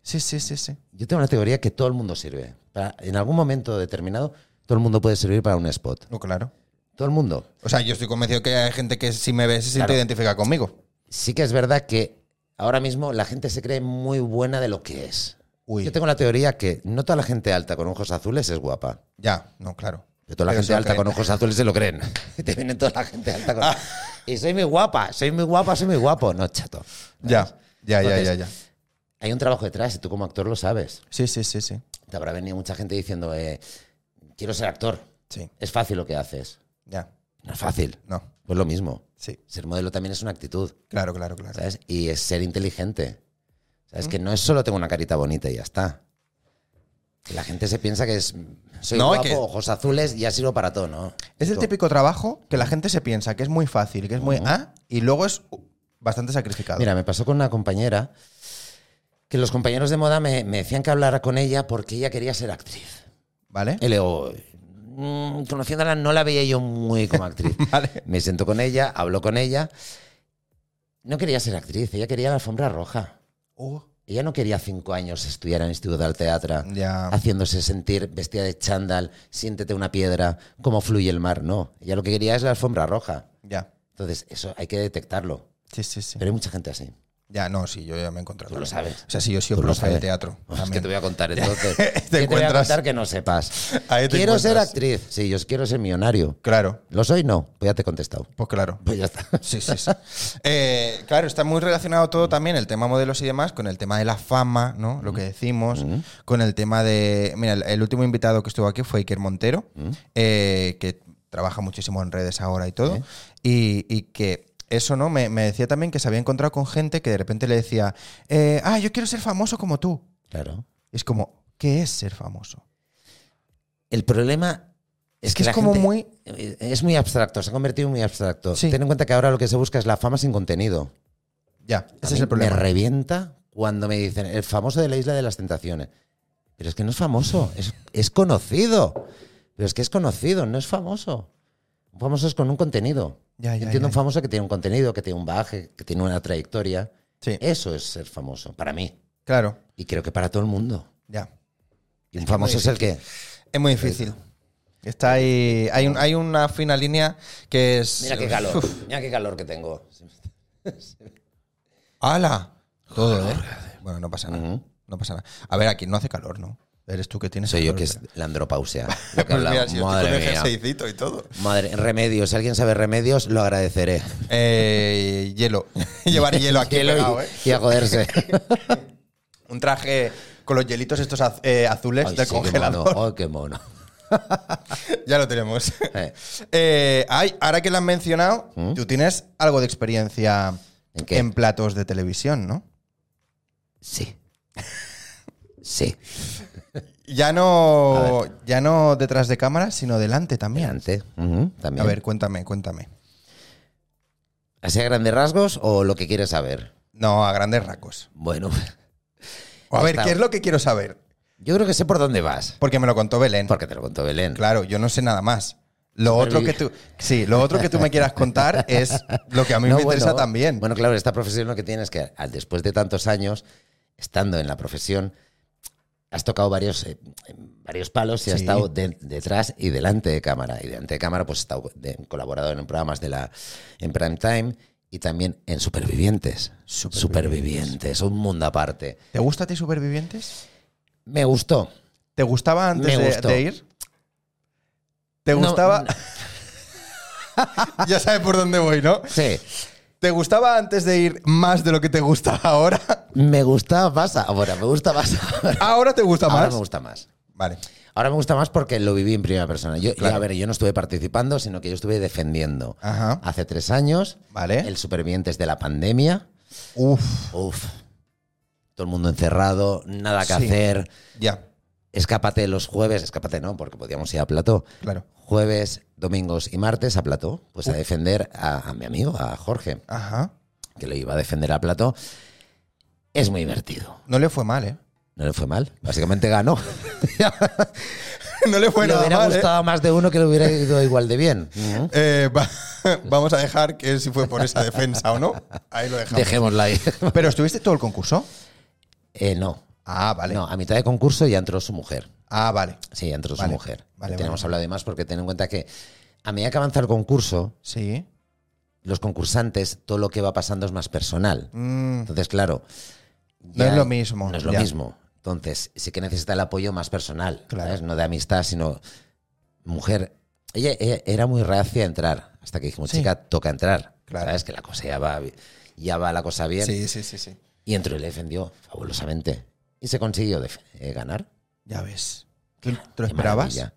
Speaker 1: Sí, sí, sí, sí.
Speaker 2: yo tengo una teoría que todo el mundo sirve. Para- en algún momento determinado, todo el mundo puede servir para un spot.
Speaker 1: No, Oh, claro.
Speaker 2: Todo el mundo.
Speaker 1: O sea, yo estoy convencido que hay gente que si me ve se siente
Speaker 2: Claro.
Speaker 1: identifica conmigo.
Speaker 2: sí que es verdad que ahora mismo la gente se cree muy buena de lo que es.
Speaker 1: Uy.
Speaker 2: Yo tengo la teoría que no toda la gente alta con ojos azules es guapa.
Speaker 1: Ya, no, claro.
Speaker 2: Pero toda la
Speaker 1: Pero
Speaker 2: gente
Speaker 1: eso Ah.
Speaker 2: alta
Speaker 1: creen.
Speaker 2: con ojos azules se lo creen. Te viene toda la gente alta con... Y soy muy guapa, soy muy guapa, soy muy guapo. No, chato.
Speaker 1: Ya,
Speaker 2: ¿sabes?
Speaker 1: ya, ya,
Speaker 2: Entonces,
Speaker 1: ya, ya.
Speaker 2: Hay un trabajo detrás y tú como actor lo sabes.
Speaker 1: Sí, sí, sí, sí.
Speaker 2: Te habrá venido mucha gente diciendo, eh, quiero ser actor.
Speaker 1: Sí,
Speaker 2: Es fácil lo que haces.
Speaker 1: ya.
Speaker 2: No es fácil.
Speaker 1: No,
Speaker 2: Pues lo mismo.
Speaker 1: sí.
Speaker 2: Ser modelo también es una actitud,
Speaker 1: Claro, claro, claro.
Speaker 2: ¿sabes? Y es ser inteligente. ¿Sabes? Que no es solo tengo una carita bonita y ya está. Que la gente se piensa que es soy
Speaker 1: No, y
Speaker 2: guapo,
Speaker 1: que-
Speaker 2: ojos azules y ya sirvo para todo, ¿no?
Speaker 1: Es el
Speaker 2: Tú-
Speaker 1: típico trabajo que la gente se piensa que es muy fácil, que es muy... Ah, y luego es uh, bastante sacrificado.
Speaker 2: Mira, me pasó con una compañera que los compañeros de moda me, me decían que hablara con ella porque ella quería ser actriz.
Speaker 1: ¿Vale?
Speaker 2: Y luego, mm, conociéndola, no la veía yo muy como actriz.
Speaker 1: Vale.
Speaker 2: Me sentó con ella, habló con ella. No quería ser actriz, ella quería la alfombra roja. Ella no quería cinco años estudiar en el Instituto del Teatro,
Speaker 1: ya.
Speaker 2: haciéndose sentir vestida de chándal, siéntete una piedra, cómo fluye el mar. No, ella lo que quería es la alfombra roja.
Speaker 1: Ya.
Speaker 2: Entonces, eso hay que detectarlo.
Speaker 1: Sí, sí, sí.
Speaker 2: Pero hay mucha gente así.
Speaker 1: Ya, no, sí, yo ya me he encontrado.
Speaker 2: Tú lo
Speaker 1: también.
Speaker 2: sabes.
Speaker 1: O sea, sí, yo he sido
Speaker 2: Tú lo
Speaker 1: profe de
Speaker 2: sabes. Pues
Speaker 1: teatro.
Speaker 2: Es
Speaker 1: también.
Speaker 2: que te voy a contar entonces. ¿Qué te voy a
Speaker 1: encuentras.
Speaker 2: contar que no sepas.
Speaker 1: Ahí te
Speaker 2: Quiero ser
Speaker 1: encuentras.
Speaker 2: actriz. Sí, yo quiero ser millonario.
Speaker 1: Claro,
Speaker 2: ¿Lo soy? No. Pues ya te he contestado.
Speaker 1: pues claro.
Speaker 2: Pues ya está.
Speaker 1: Sí, sí, sí. Eh, claro, está muy relacionado
Speaker 2: Mm.
Speaker 1: todo también el tema modelos y demás con el tema de la fama, ¿no? Lo que decimos,
Speaker 2: Mm.
Speaker 1: con el tema de. Mira, el, el último invitado que estuvo aquí fue Iker Montero,
Speaker 2: ¿Mm?
Speaker 1: eh, que trabaja muchísimo en redes ahora y todo, y, y que. Eso, ¿no? Me, me decía también que se había encontrado con gente que de repente le decía, eh, ah, yo quiero ser famoso como tú.
Speaker 2: Claro.
Speaker 1: Y es como, ¿qué es ser famoso?
Speaker 2: El problema es,
Speaker 1: Es que es
Speaker 2: la
Speaker 1: como
Speaker 2: gente-
Speaker 1: muy-
Speaker 2: Es muy abstracto. Se ha convertido en muy abstracto.
Speaker 1: Sí.
Speaker 2: Ten en cuenta que ahora lo que se busca es la fama sin contenido.
Speaker 1: Ya,
Speaker 2: A
Speaker 1: ese
Speaker 2: mí
Speaker 1: es el problema.
Speaker 2: Me revienta cuando me dicen el famoso de la isla de las tentaciones. Pero es que no es famoso, es, es conocido. Pero es que es conocido, no es famoso. Un famoso es con un contenido.
Speaker 1: Ya, ya, ya,
Speaker 2: Entiendo un
Speaker 1: ya.
Speaker 2: famoso que tiene un contenido, que tiene un baje, que tiene una trayectoria.
Speaker 1: Sí,
Speaker 2: Eso es ser famoso, para mí.
Speaker 1: claro,
Speaker 2: Y creo que para todo el mundo.
Speaker 1: ya.
Speaker 2: Y un
Speaker 1: que
Speaker 2: famoso
Speaker 1: muy
Speaker 2: es el que.
Speaker 1: Es muy difícil. Está ahí. Hay, un- hay una fina línea que es.
Speaker 2: Mira qué calor, mira qué calor que tengo.
Speaker 1: ¡Hala! Todo, ¿eh? Bueno, no pasa nada.
Speaker 2: Ujú.
Speaker 1: No pasa nada. A ver, aquí no hace calor, ¿no? Eres tú que tienes.
Speaker 2: Soy yo
Speaker 1: calor,
Speaker 2: que es
Speaker 1: pero-
Speaker 2: la andropausia. lo que
Speaker 1: Pues mira,
Speaker 2: hablamos.
Speaker 1: si yo estoy con
Speaker 2: Madre
Speaker 1: el
Speaker 2: mía.
Speaker 1: jerseycito y todo.
Speaker 2: Madre, remedios, si alguien sabe remedios, lo agradeceré.
Speaker 1: Eh, hielo. Llevar hielo aquí
Speaker 2: Hielo y-
Speaker 1: pegado, ¿eh?
Speaker 2: y a joderse.
Speaker 1: Un traje con los hielitos estos az- eh, azules
Speaker 2: Ay,
Speaker 1: del
Speaker 2: sí, qué
Speaker 1: congelador.
Speaker 2: mono, ay, qué mono.
Speaker 1: Ya lo tenemos.
Speaker 2: Eh,
Speaker 1: Eh, ay, ahora que lo han mencionado,
Speaker 2: ¿Mm?
Speaker 1: tú tienes algo de experiencia
Speaker 2: ¿En qué?
Speaker 1: en platos de televisión, ¿no?
Speaker 2: sí. Sí.
Speaker 1: Ya no, ya no detrás de cámara, sino delante también.
Speaker 2: Delante. ujú, también.
Speaker 1: A ver, cuéntame, cuéntame.
Speaker 2: ¿Así a grandes rasgos o lo que quieres saber?
Speaker 1: No, a grandes racos.
Speaker 2: Bueno,
Speaker 1: O a
Speaker 2: Ya
Speaker 1: ver,
Speaker 2: está.
Speaker 1: ¿qué es lo que quiero saber?
Speaker 2: yo creo que sé por dónde vas.
Speaker 1: Porque me lo contó Belén.
Speaker 2: Porque te lo contó Belén.
Speaker 1: Claro, yo no sé nada más. Lo otro
Speaker 2: Supervi-
Speaker 1: que tú, sí, lo otro que tú me quieras contar es lo que a mí
Speaker 2: No,
Speaker 1: me interesa
Speaker 2: bueno,
Speaker 1: también.
Speaker 2: Bueno, claro, esta profesión lo que tienes es que al- después de tantos años estando en la profesión, has tocado varios, eh, varios palos y has
Speaker 1: Sí.
Speaker 2: estado de- detrás y delante de cámara. Y delante de cámara, pues he estado de- colaborado en programas de la, en prime time y también en Supervivientes.
Speaker 1: Supervivientes.
Speaker 2: Supervivientes, un mundo aparte.
Speaker 1: ¿Te gusta a ti Supervivientes?
Speaker 2: Me gustó.
Speaker 1: ¿Te gustaba antes
Speaker 2: Me
Speaker 1: de- de,
Speaker 2: gustó.
Speaker 1: ir? ¿Te
Speaker 2: No,
Speaker 1: gustaba?
Speaker 2: no.
Speaker 1: ya sabes por dónde voy, ¿no?
Speaker 2: Sí.
Speaker 1: ¿Te gustaba antes de ir más de lo que te gusta ahora?
Speaker 2: Me gusta más ahora, me gusta más ahora.
Speaker 1: ¿Ahora te gusta
Speaker 2: Ahora
Speaker 1: más?
Speaker 2: me gusta más.
Speaker 1: Vale.
Speaker 2: Ahora me gusta más porque lo viví en primera persona. Yo,
Speaker 1: Claro.
Speaker 2: a ver, yo no estuve participando, sino que yo estuve defendiendo.
Speaker 1: Ajá.
Speaker 2: Hace tres años,
Speaker 1: Vale.
Speaker 2: el Supervivientes de la pandemia.
Speaker 1: Uf,
Speaker 2: Uf. Todo el mundo encerrado, nada que
Speaker 1: Sí.
Speaker 2: hacer.
Speaker 1: ya,
Speaker 2: Escápate los jueves, escápate no, porque podíamos ir a plató.
Speaker 1: claro.
Speaker 2: Jueves, domingos y martes a plató, pues a defender a, a mi amigo, a Jorge,
Speaker 1: Ajá.
Speaker 2: que le iba a defender a plató. Es muy divertido.
Speaker 1: No le fue mal, ¿eh?
Speaker 2: No le fue mal. Básicamente ganó.
Speaker 1: no le fue
Speaker 2: le
Speaker 1: nada
Speaker 2: hubiera
Speaker 1: mal. ¿eh?
Speaker 2: gustado más de uno que le hubiera ido igual de bien. Ujú.
Speaker 1: Eh, va- vamos a dejar que si fue por esa defensa o no. Ahí lo dejamos.
Speaker 2: Dejémosla ahí.
Speaker 1: Pero estuviste todo el concurso.
Speaker 2: Eh, no.
Speaker 1: Ah, vale.
Speaker 2: No, a mitad de concurso ya entró su mujer.
Speaker 1: Ah, vale.
Speaker 2: Sí, ya entró
Speaker 1: Vale,
Speaker 2: su mujer.
Speaker 1: vale,
Speaker 2: No tenemos
Speaker 1: vale.
Speaker 2: hablado de más porque ten en cuenta que a medida que avanza el concurso,
Speaker 1: Sí.
Speaker 2: los concursantes, todo lo que va pasando es más personal.
Speaker 1: Mm,
Speaker 2: Entonces, claro.
Speaker 1: No
Speaker 2: ya
Speaker 1: es lo mismo,
Speaker 2: No es lo
Speaker 1: ya.
Speaker 2: mismo. Entonces, sí que necesita el apoyo más personal.
Speaker 1: Claro.
Speaker 2: ¿sabes? No de amistad, sino mujer. Ella, ella era muy reacia a entrar. Hasta que dijimos,
Speaker 1: Sí.
Speaker 2: chica, toca entrar.
Speaker 1: Claro.
Speaker 2: ¿Sabes? Que la cosa ya va, ya va la cosa bien.
Speaker 1: Sí, sí, sí, sí.
Speaker 2: Y entró y le defendió fabulosamente. Y se consiguió def- eh, ganar.
Speaker 1: Ya ves. ¿Tú te lo
Speaker 2: Qué
Speaker 1: esperabas?
Speaker 2: maravilla.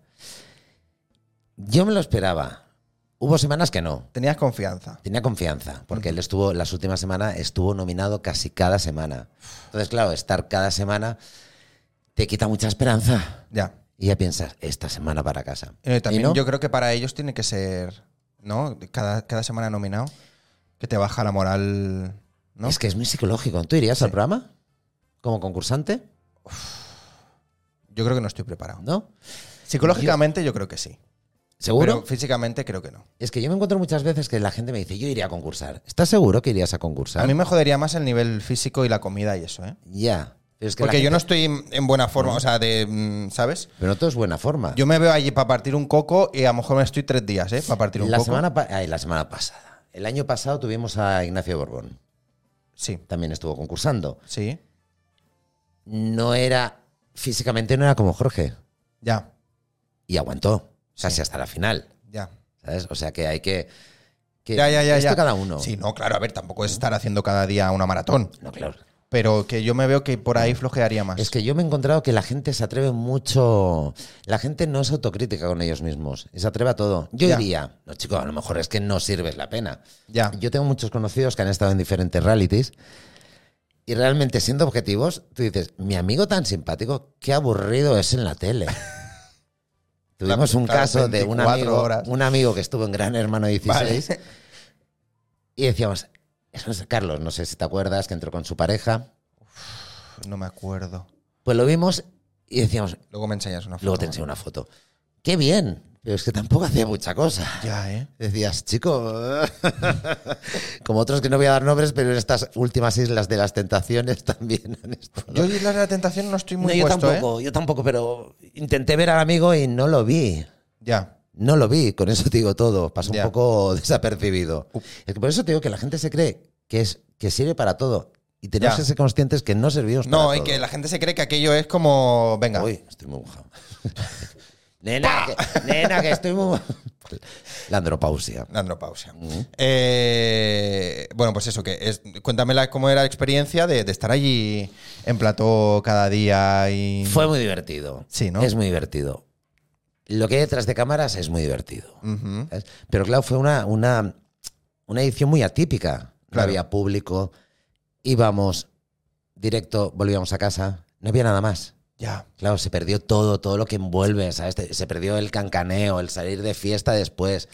Speaker 2: Yo me lo esperaba. Hubo semanas que no.
Speaker 1: Tenías confianza.
Speaker 2: Tenía confianza, porque él estuvo, las últimas semanas, estuvo nominado casi cada semana. Entonces, claro, estar cada semana te quita mucha esperanza.
Speaker 1: Ya.
Speaker 2: Y ya piensas, esta semana para casa.
Speaker 1: Eh, también
Speaker 2: no?
Speaker 1: yo creo que para ellos tiene que ser, ¿no? Cada, cada semana nominado, que te baja la moral, ¿no?
Speaker 2: Es que es muy psicológico. ¿Tú irías al programa? ¿Como concursante?
Speaker 1: Yo creo que no estoy preparado.
Speaker 2: ¿No?
Speaker 1: Psicológicamente yo creo que sí.
Speaker 2: ¿Seguro?
Speaker 1: Pero físicamente creo que no.
Speaker 2: es que yo me encuentro muchas veces que la gente me dice, yo iría a concursar. ¿Estás seguro que irías a concursar?
Speaker 1: A mí me jodería más el nivel físico y la comida y eso, ¿eh?
Speaker 2: Ya. Pero es que la
Speaker 1: Porque yo
Speaker 2: gente-
Speaker 1: no estoy en en buena forma, o sea, de, mm, ¿sabes?
Speaker 2: Pero no todo es buena forma.
Speaker 1: Yo me veo allí para partir un coco y a lo mejor me estoy tres días, ¿eh? Para partir un
Speaker 2: la,
Speaker 1: coco.
Speaker 2: semana pa- ay, la semana pasada. El año pasado tuvimos a Ignacio Borbón.
Speaker 1: Sí,
Speaker 2: También estuvo concursando.
Speaker 1: sí,
Speaker 2: No era... Físicamente no era como Jorge.
Speaker 1: ya,
Speaker 2: Y aguantó. Casi hasta la final.
Speaker 1: ya.
Speaker 2: ¿Sabes? O sea que hay que... que
Speaker 1: Ya, ya, ya.
Speaker 2: esto
Speaker 1: ya.
Speaker 2: cada uno.
Speaker 1: Sí, no, claro, a ver, tampoco es estar haciendo cada día una maratón.
Speaker 2: No, claro.
Speaker 1: Pero que yo me veo que por ahí flojearía más.
Speaker 2: Es que yo me he encontrado que la gente se atreve mucho. La gente no es autocrítica con ellos mismos. y Se atreve a todo. Yo
Speaker 1: Ya.
Speaker 2: diría, no, chico, a lo mejor es que no sirves la pena.
Speaker 1: ya.
Speaker 2: Yo tengo muchos conocidos que han estado en diferentes realities. Y realmente, siendo objetivos, tú dices, mi amigo tan simpático, qué aburrido es en la tele. Tuvimos un
Speaker 1: Claro,
Speaker 2: caso de un
Speaker 1: 24
Speaker 2: amigo,
Speaker 1: horas.
Speaker 2: un amigo que estuvo en Gran Hermano 16
Speaker 1: Vale.
Speaker 2: y decíamos, eso es Carlos, no sé si te acuerdas, que entró con su pareja.
Speaker 1: No me acuerdo.
Speaker 2: Pues lo vimos y decíamos,
Speaker 1: Luego me enseñas una foto.
Speaker 2: Luego te enseño una foto. ¡Qué bien! Pero es que tampoco hacía mucha cosa.
Speaker 1: Ya, ¿eh?
Speaker 2: Decías, chico, como otros que no voy a dar nombres, pero en estas últimas islas de las tentaciones también han estado.
Speaker 1: Yo Islas de la Tentación no estoy muy
Speaker 2: No, yo
Speaker 1: puesto, ¿eh?
Speaker 2: tampoco, yo tampoco, pero intenté ver al amigo y no lo vi.
Speaker 1: Ya.
Speaker 2: No lo vi, con eso te digo todo. Pasó
Speaker 1: Ya.
Speaker 2: un poco desapercibido.
Speaker 1: Uf.
Speaker 2: Es que por eso te digo que la gente se cree que, es, que sirve para todo. Y tenemos
Speaker 1: Ya.
Speaker 2: que ser conscientes que no servimos para
Speaker 1: No, y
Speaker 2: todo.
Speaker 1: que la gente se cree que aquello es como. Venga.
Speaker 2: Uy, estoy muy mojado. nena, que, nena, que estoy muy mojado. La andropausia.
Speaker 1: La andropausia. Eh, bueno, pues eso, que es, cuéntame la- cómo era la experiencia de, de estar allí en plató cada día y.
Speaker 2: Fue muy divertido.
Speaker 1: Sí, ¿no?
Speaker 2: Es muy divertido. Lo que hay detrás de cámaras es muy divertido.
Speaker 1: Ujú.
Speaker 2: ¿sabes? Pero claro, fue una, una, una edición muy atípica. No
Speaker 1: Claro.
Speaker 2: había público, íbamos directo, volvíamos a casa, no había nada más.
Speaker 1: Ya.
Speaker 2: Claro, se perdió todo, todo lo que envuelve, ¿sabes? Te- Se perdió el cancaneo, el salir de fiesta después,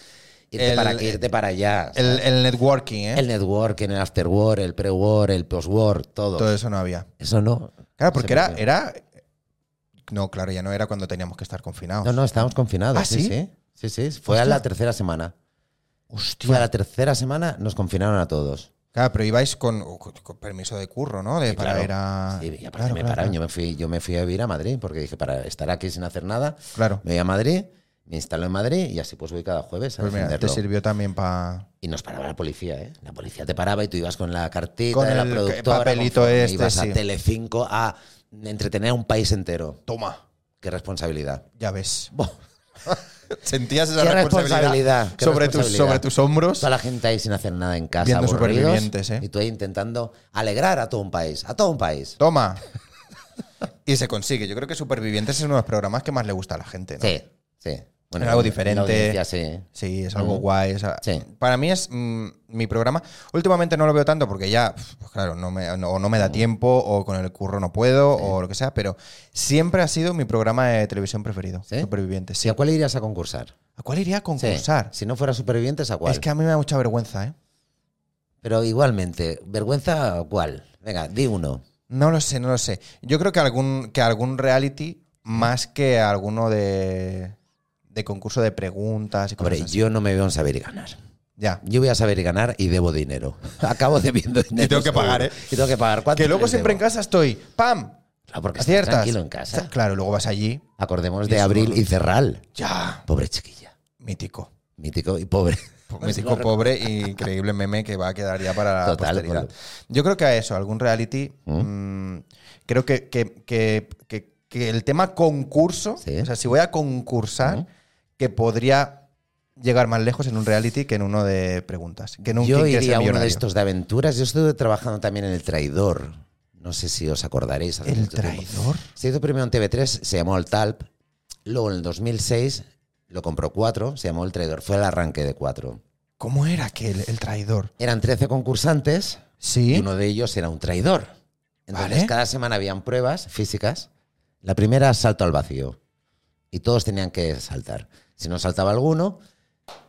Speaker 2: irte
Speaker 1: El-
Speaker 2: para aquí, irte para allá. ¿sabes?
Speaker 1: El, el networking, ¿eh?
Speaker 2: El networking, el after war, el pre war, el post war, todo.
Speaker 1: Todo eso no había.
Speaker 2: Eso no.
Speaker 1: Claro, porque
Speaker 2: Se
Speaker 1: era,
Speaker 2: perdió.
Speaker 1: era. No, claro, ya no era cuando teníamos que estar confinados.
Speaker 2: No, no, estábamos confinados.
Speaker 1: ¿Ah, sí?
Speaker 2: sí, sí. Sí, sí, Fue a
Speaker 1: Hostia.
Speaker 2: la tercera semana. Fue a
Speaker 1: Hostia.
Speaker 2: la tercera semana, nos confinaron a todos.
Speaker 1: Claro, pero ibais con, con permiso de curro, ¿no? De,
Speaker 2: Sí,
Speaker 1: para
Speaker 2: claro.
Speaker 1: ir a.
Speaker 2: Sí, y aparte
Speaker 1: Ah, Claro,
Speaker 2: me
Speaker 1: claro,
Speaker 2: pararon.
Speaker 1: claro.
Speaker 2: Yo me, fui, yo me fui a vivir a Madrid porque dije, para estar aquí sin hacer nada,
Speaker 1: Claro.
Speaker 2: me voy a Madrid, me instalo en Madrid y así pues voy cada jueves a
Speaker 1: Pues mira, te
Speaker 2: defenderlo.
Speaker 1: sirvió también para.
Speaker 2: Y nos paraba la policía, ¿eh? La policía te paraba y tú ibas con la cartita
Speaker 1: Con
Speaker 2: de la
Speaker 1: el
Speaker 2: productora.
Speaker 1: papelito
Speaker 2: conforme
Speaker 1: este,
Speaker 2: Ibas
Speaker 1: sí.
Speaker 2: a Telecinco a entretener a un país entero.
Speaker 1: Toma.
Speaker 2: Qué responsabilidad.
Speaker 1: Ya ves.
Speaker 2: Buah.
Speaker 1: Sentías esa
Speaker 2: Qué
Speaker 1: responsabilidad,
Speaker 2: responsabilidad, qué
Speaker 1: sobre, Tus,
Speaker 2: responsabilidad.
Speaker 1: sobre tus hombros.
Speaker 2: Toda la gente ahí sin hacer nada en casa.
Speaker 1: Viendo
Speaker 2: aburridos,
Speaker 1: supervivientes, ¿eh?
Speaker 2: Y tú ahí intentando alegrar a todo un país. A todo un país.
Speaker 1: Toma. y se consigue. Yo creo que Supervivientes es uno de los programas que más le gusta a la gente, ¿no?
Speaker 2: Sí, sí.
Speaker 1: Era algo
Speaker 2: la
Speaker 1: diferente.
Speaker 2: audiencia, sí.
Speaker 1: Sí, es algo guay. es a-
Speaker 2: Sí.
Speaker 1: Para mí es mm, mi programa. Últimamente no lo veo tanto porque ya, pues claro, no me, no, o no me da tiempo, o con el curro no puedo, o lo que sea, pero siempre ha sido mi programa de televisión preferido,
Speaker 2: ¿Sí?
Speaker 1: Supervivientes.
Speaker 2: ¿Y
Speaker 1: sí.
Speaker 2: a cuál irías a concursar?
Speaker 1: ¿A cuál iría a
Speaker 2: Sí.
Speaker 1: concursar?
Speaker 2: Si no fuera supervivientes, ¿a cuál?
Speaker 1: Es que a mí me da mucha vergüenza, ¿eh?
Speaker 2: Pero igualmente, ¿vergüenza a cuál? Venga, di uno.
Speaker 1: No lo sé, no lo sé. Yo creo que algún, que algún reality más que alguno de, de concurso de preguntas y cosas
Speaker 2: Hombre,
Speaker 1: así.
Speaker 2: yo no me veo en saber y ganar.
Speaker 1: Ya.
Speaker 2: Yo voy a saber y ganar y debo dinero. Acabo debiendo dinero.
Speaker 1: tengo que
Speaker 2: seguro.
Speaker 1: pagar, ¿eh?
Speaker 2: Y tengo que pagar. ¿Cuánto
Speaker 1: Que luego
Speaker 2: les
Speaker 1: siempre en
Speaker 2: debo?
Speaker 1: casa estoy. ¡Pam!
Speaker 2: Claro, porque estoy
Speaker 1: Aciertas.
Speaker 2: tranquilo en casa.
Speaker 1: Claro, luego vas allí.
Speaker 2: Acordémonos
Speaker 1: Y
Speaker 2: de
Speaker 1: eso
Speaker 2: Abril
Speaker 1: no-
Speaker 2: y Cerral.
Speaker 1: Ya.
Speaker 2: Pobre chiquilla.
Speaker 1: Mítico.
Speaker 2: Mítico y pobre.
Speaker 1: Mítico Pues pobre y increíble meme que va a quedar ya para la
Speaker 2: Total,
Speaker 1: posteridad.
Speaker 2: bueno.
Speaker 1: Yo creo que a eso, algún reality. mm, creo que, que- que- que- que el tema concurso,
Speaker 2: Sí. ¿Mm?
Speaker 1: o sea, si voy a concursar, que podría llegar más lejos en un reality que en uno de preguntas. Que en un
Speaker 2: Yo
Speaker 1: ¿Quién quiere ser
Speaker 2: iría a uno de
Speaker 1: millonario?
Speaker 2: estos de aventuras. Yo estuve trabajando también en El Traidor. No sé si os acordaréis. hace
Speaker 1: ¿El
Speaker 2: mucho tiempo.
Speaker 1: traidor?
Speaker 2: Se hizo primero en TV3, se llamó El Talp. Luego en el 2006 lo compró Cuatro, se llamó El Traidor. Fue el arranque de Cuatro.
Speaker 1: ¿Cómo era aquel, el traidor?
Speaker 2: Eran 13 concursantes y
Speaker 1: Sí.
Speaker 2: uno de ellos era un traidor. Entonces
Speaker 1: Vale.
Speaker 2: cada semana habían pruebas físicas. La primera, salto al vacío. Y todos tenían que saltar. Si no saltaba alguno,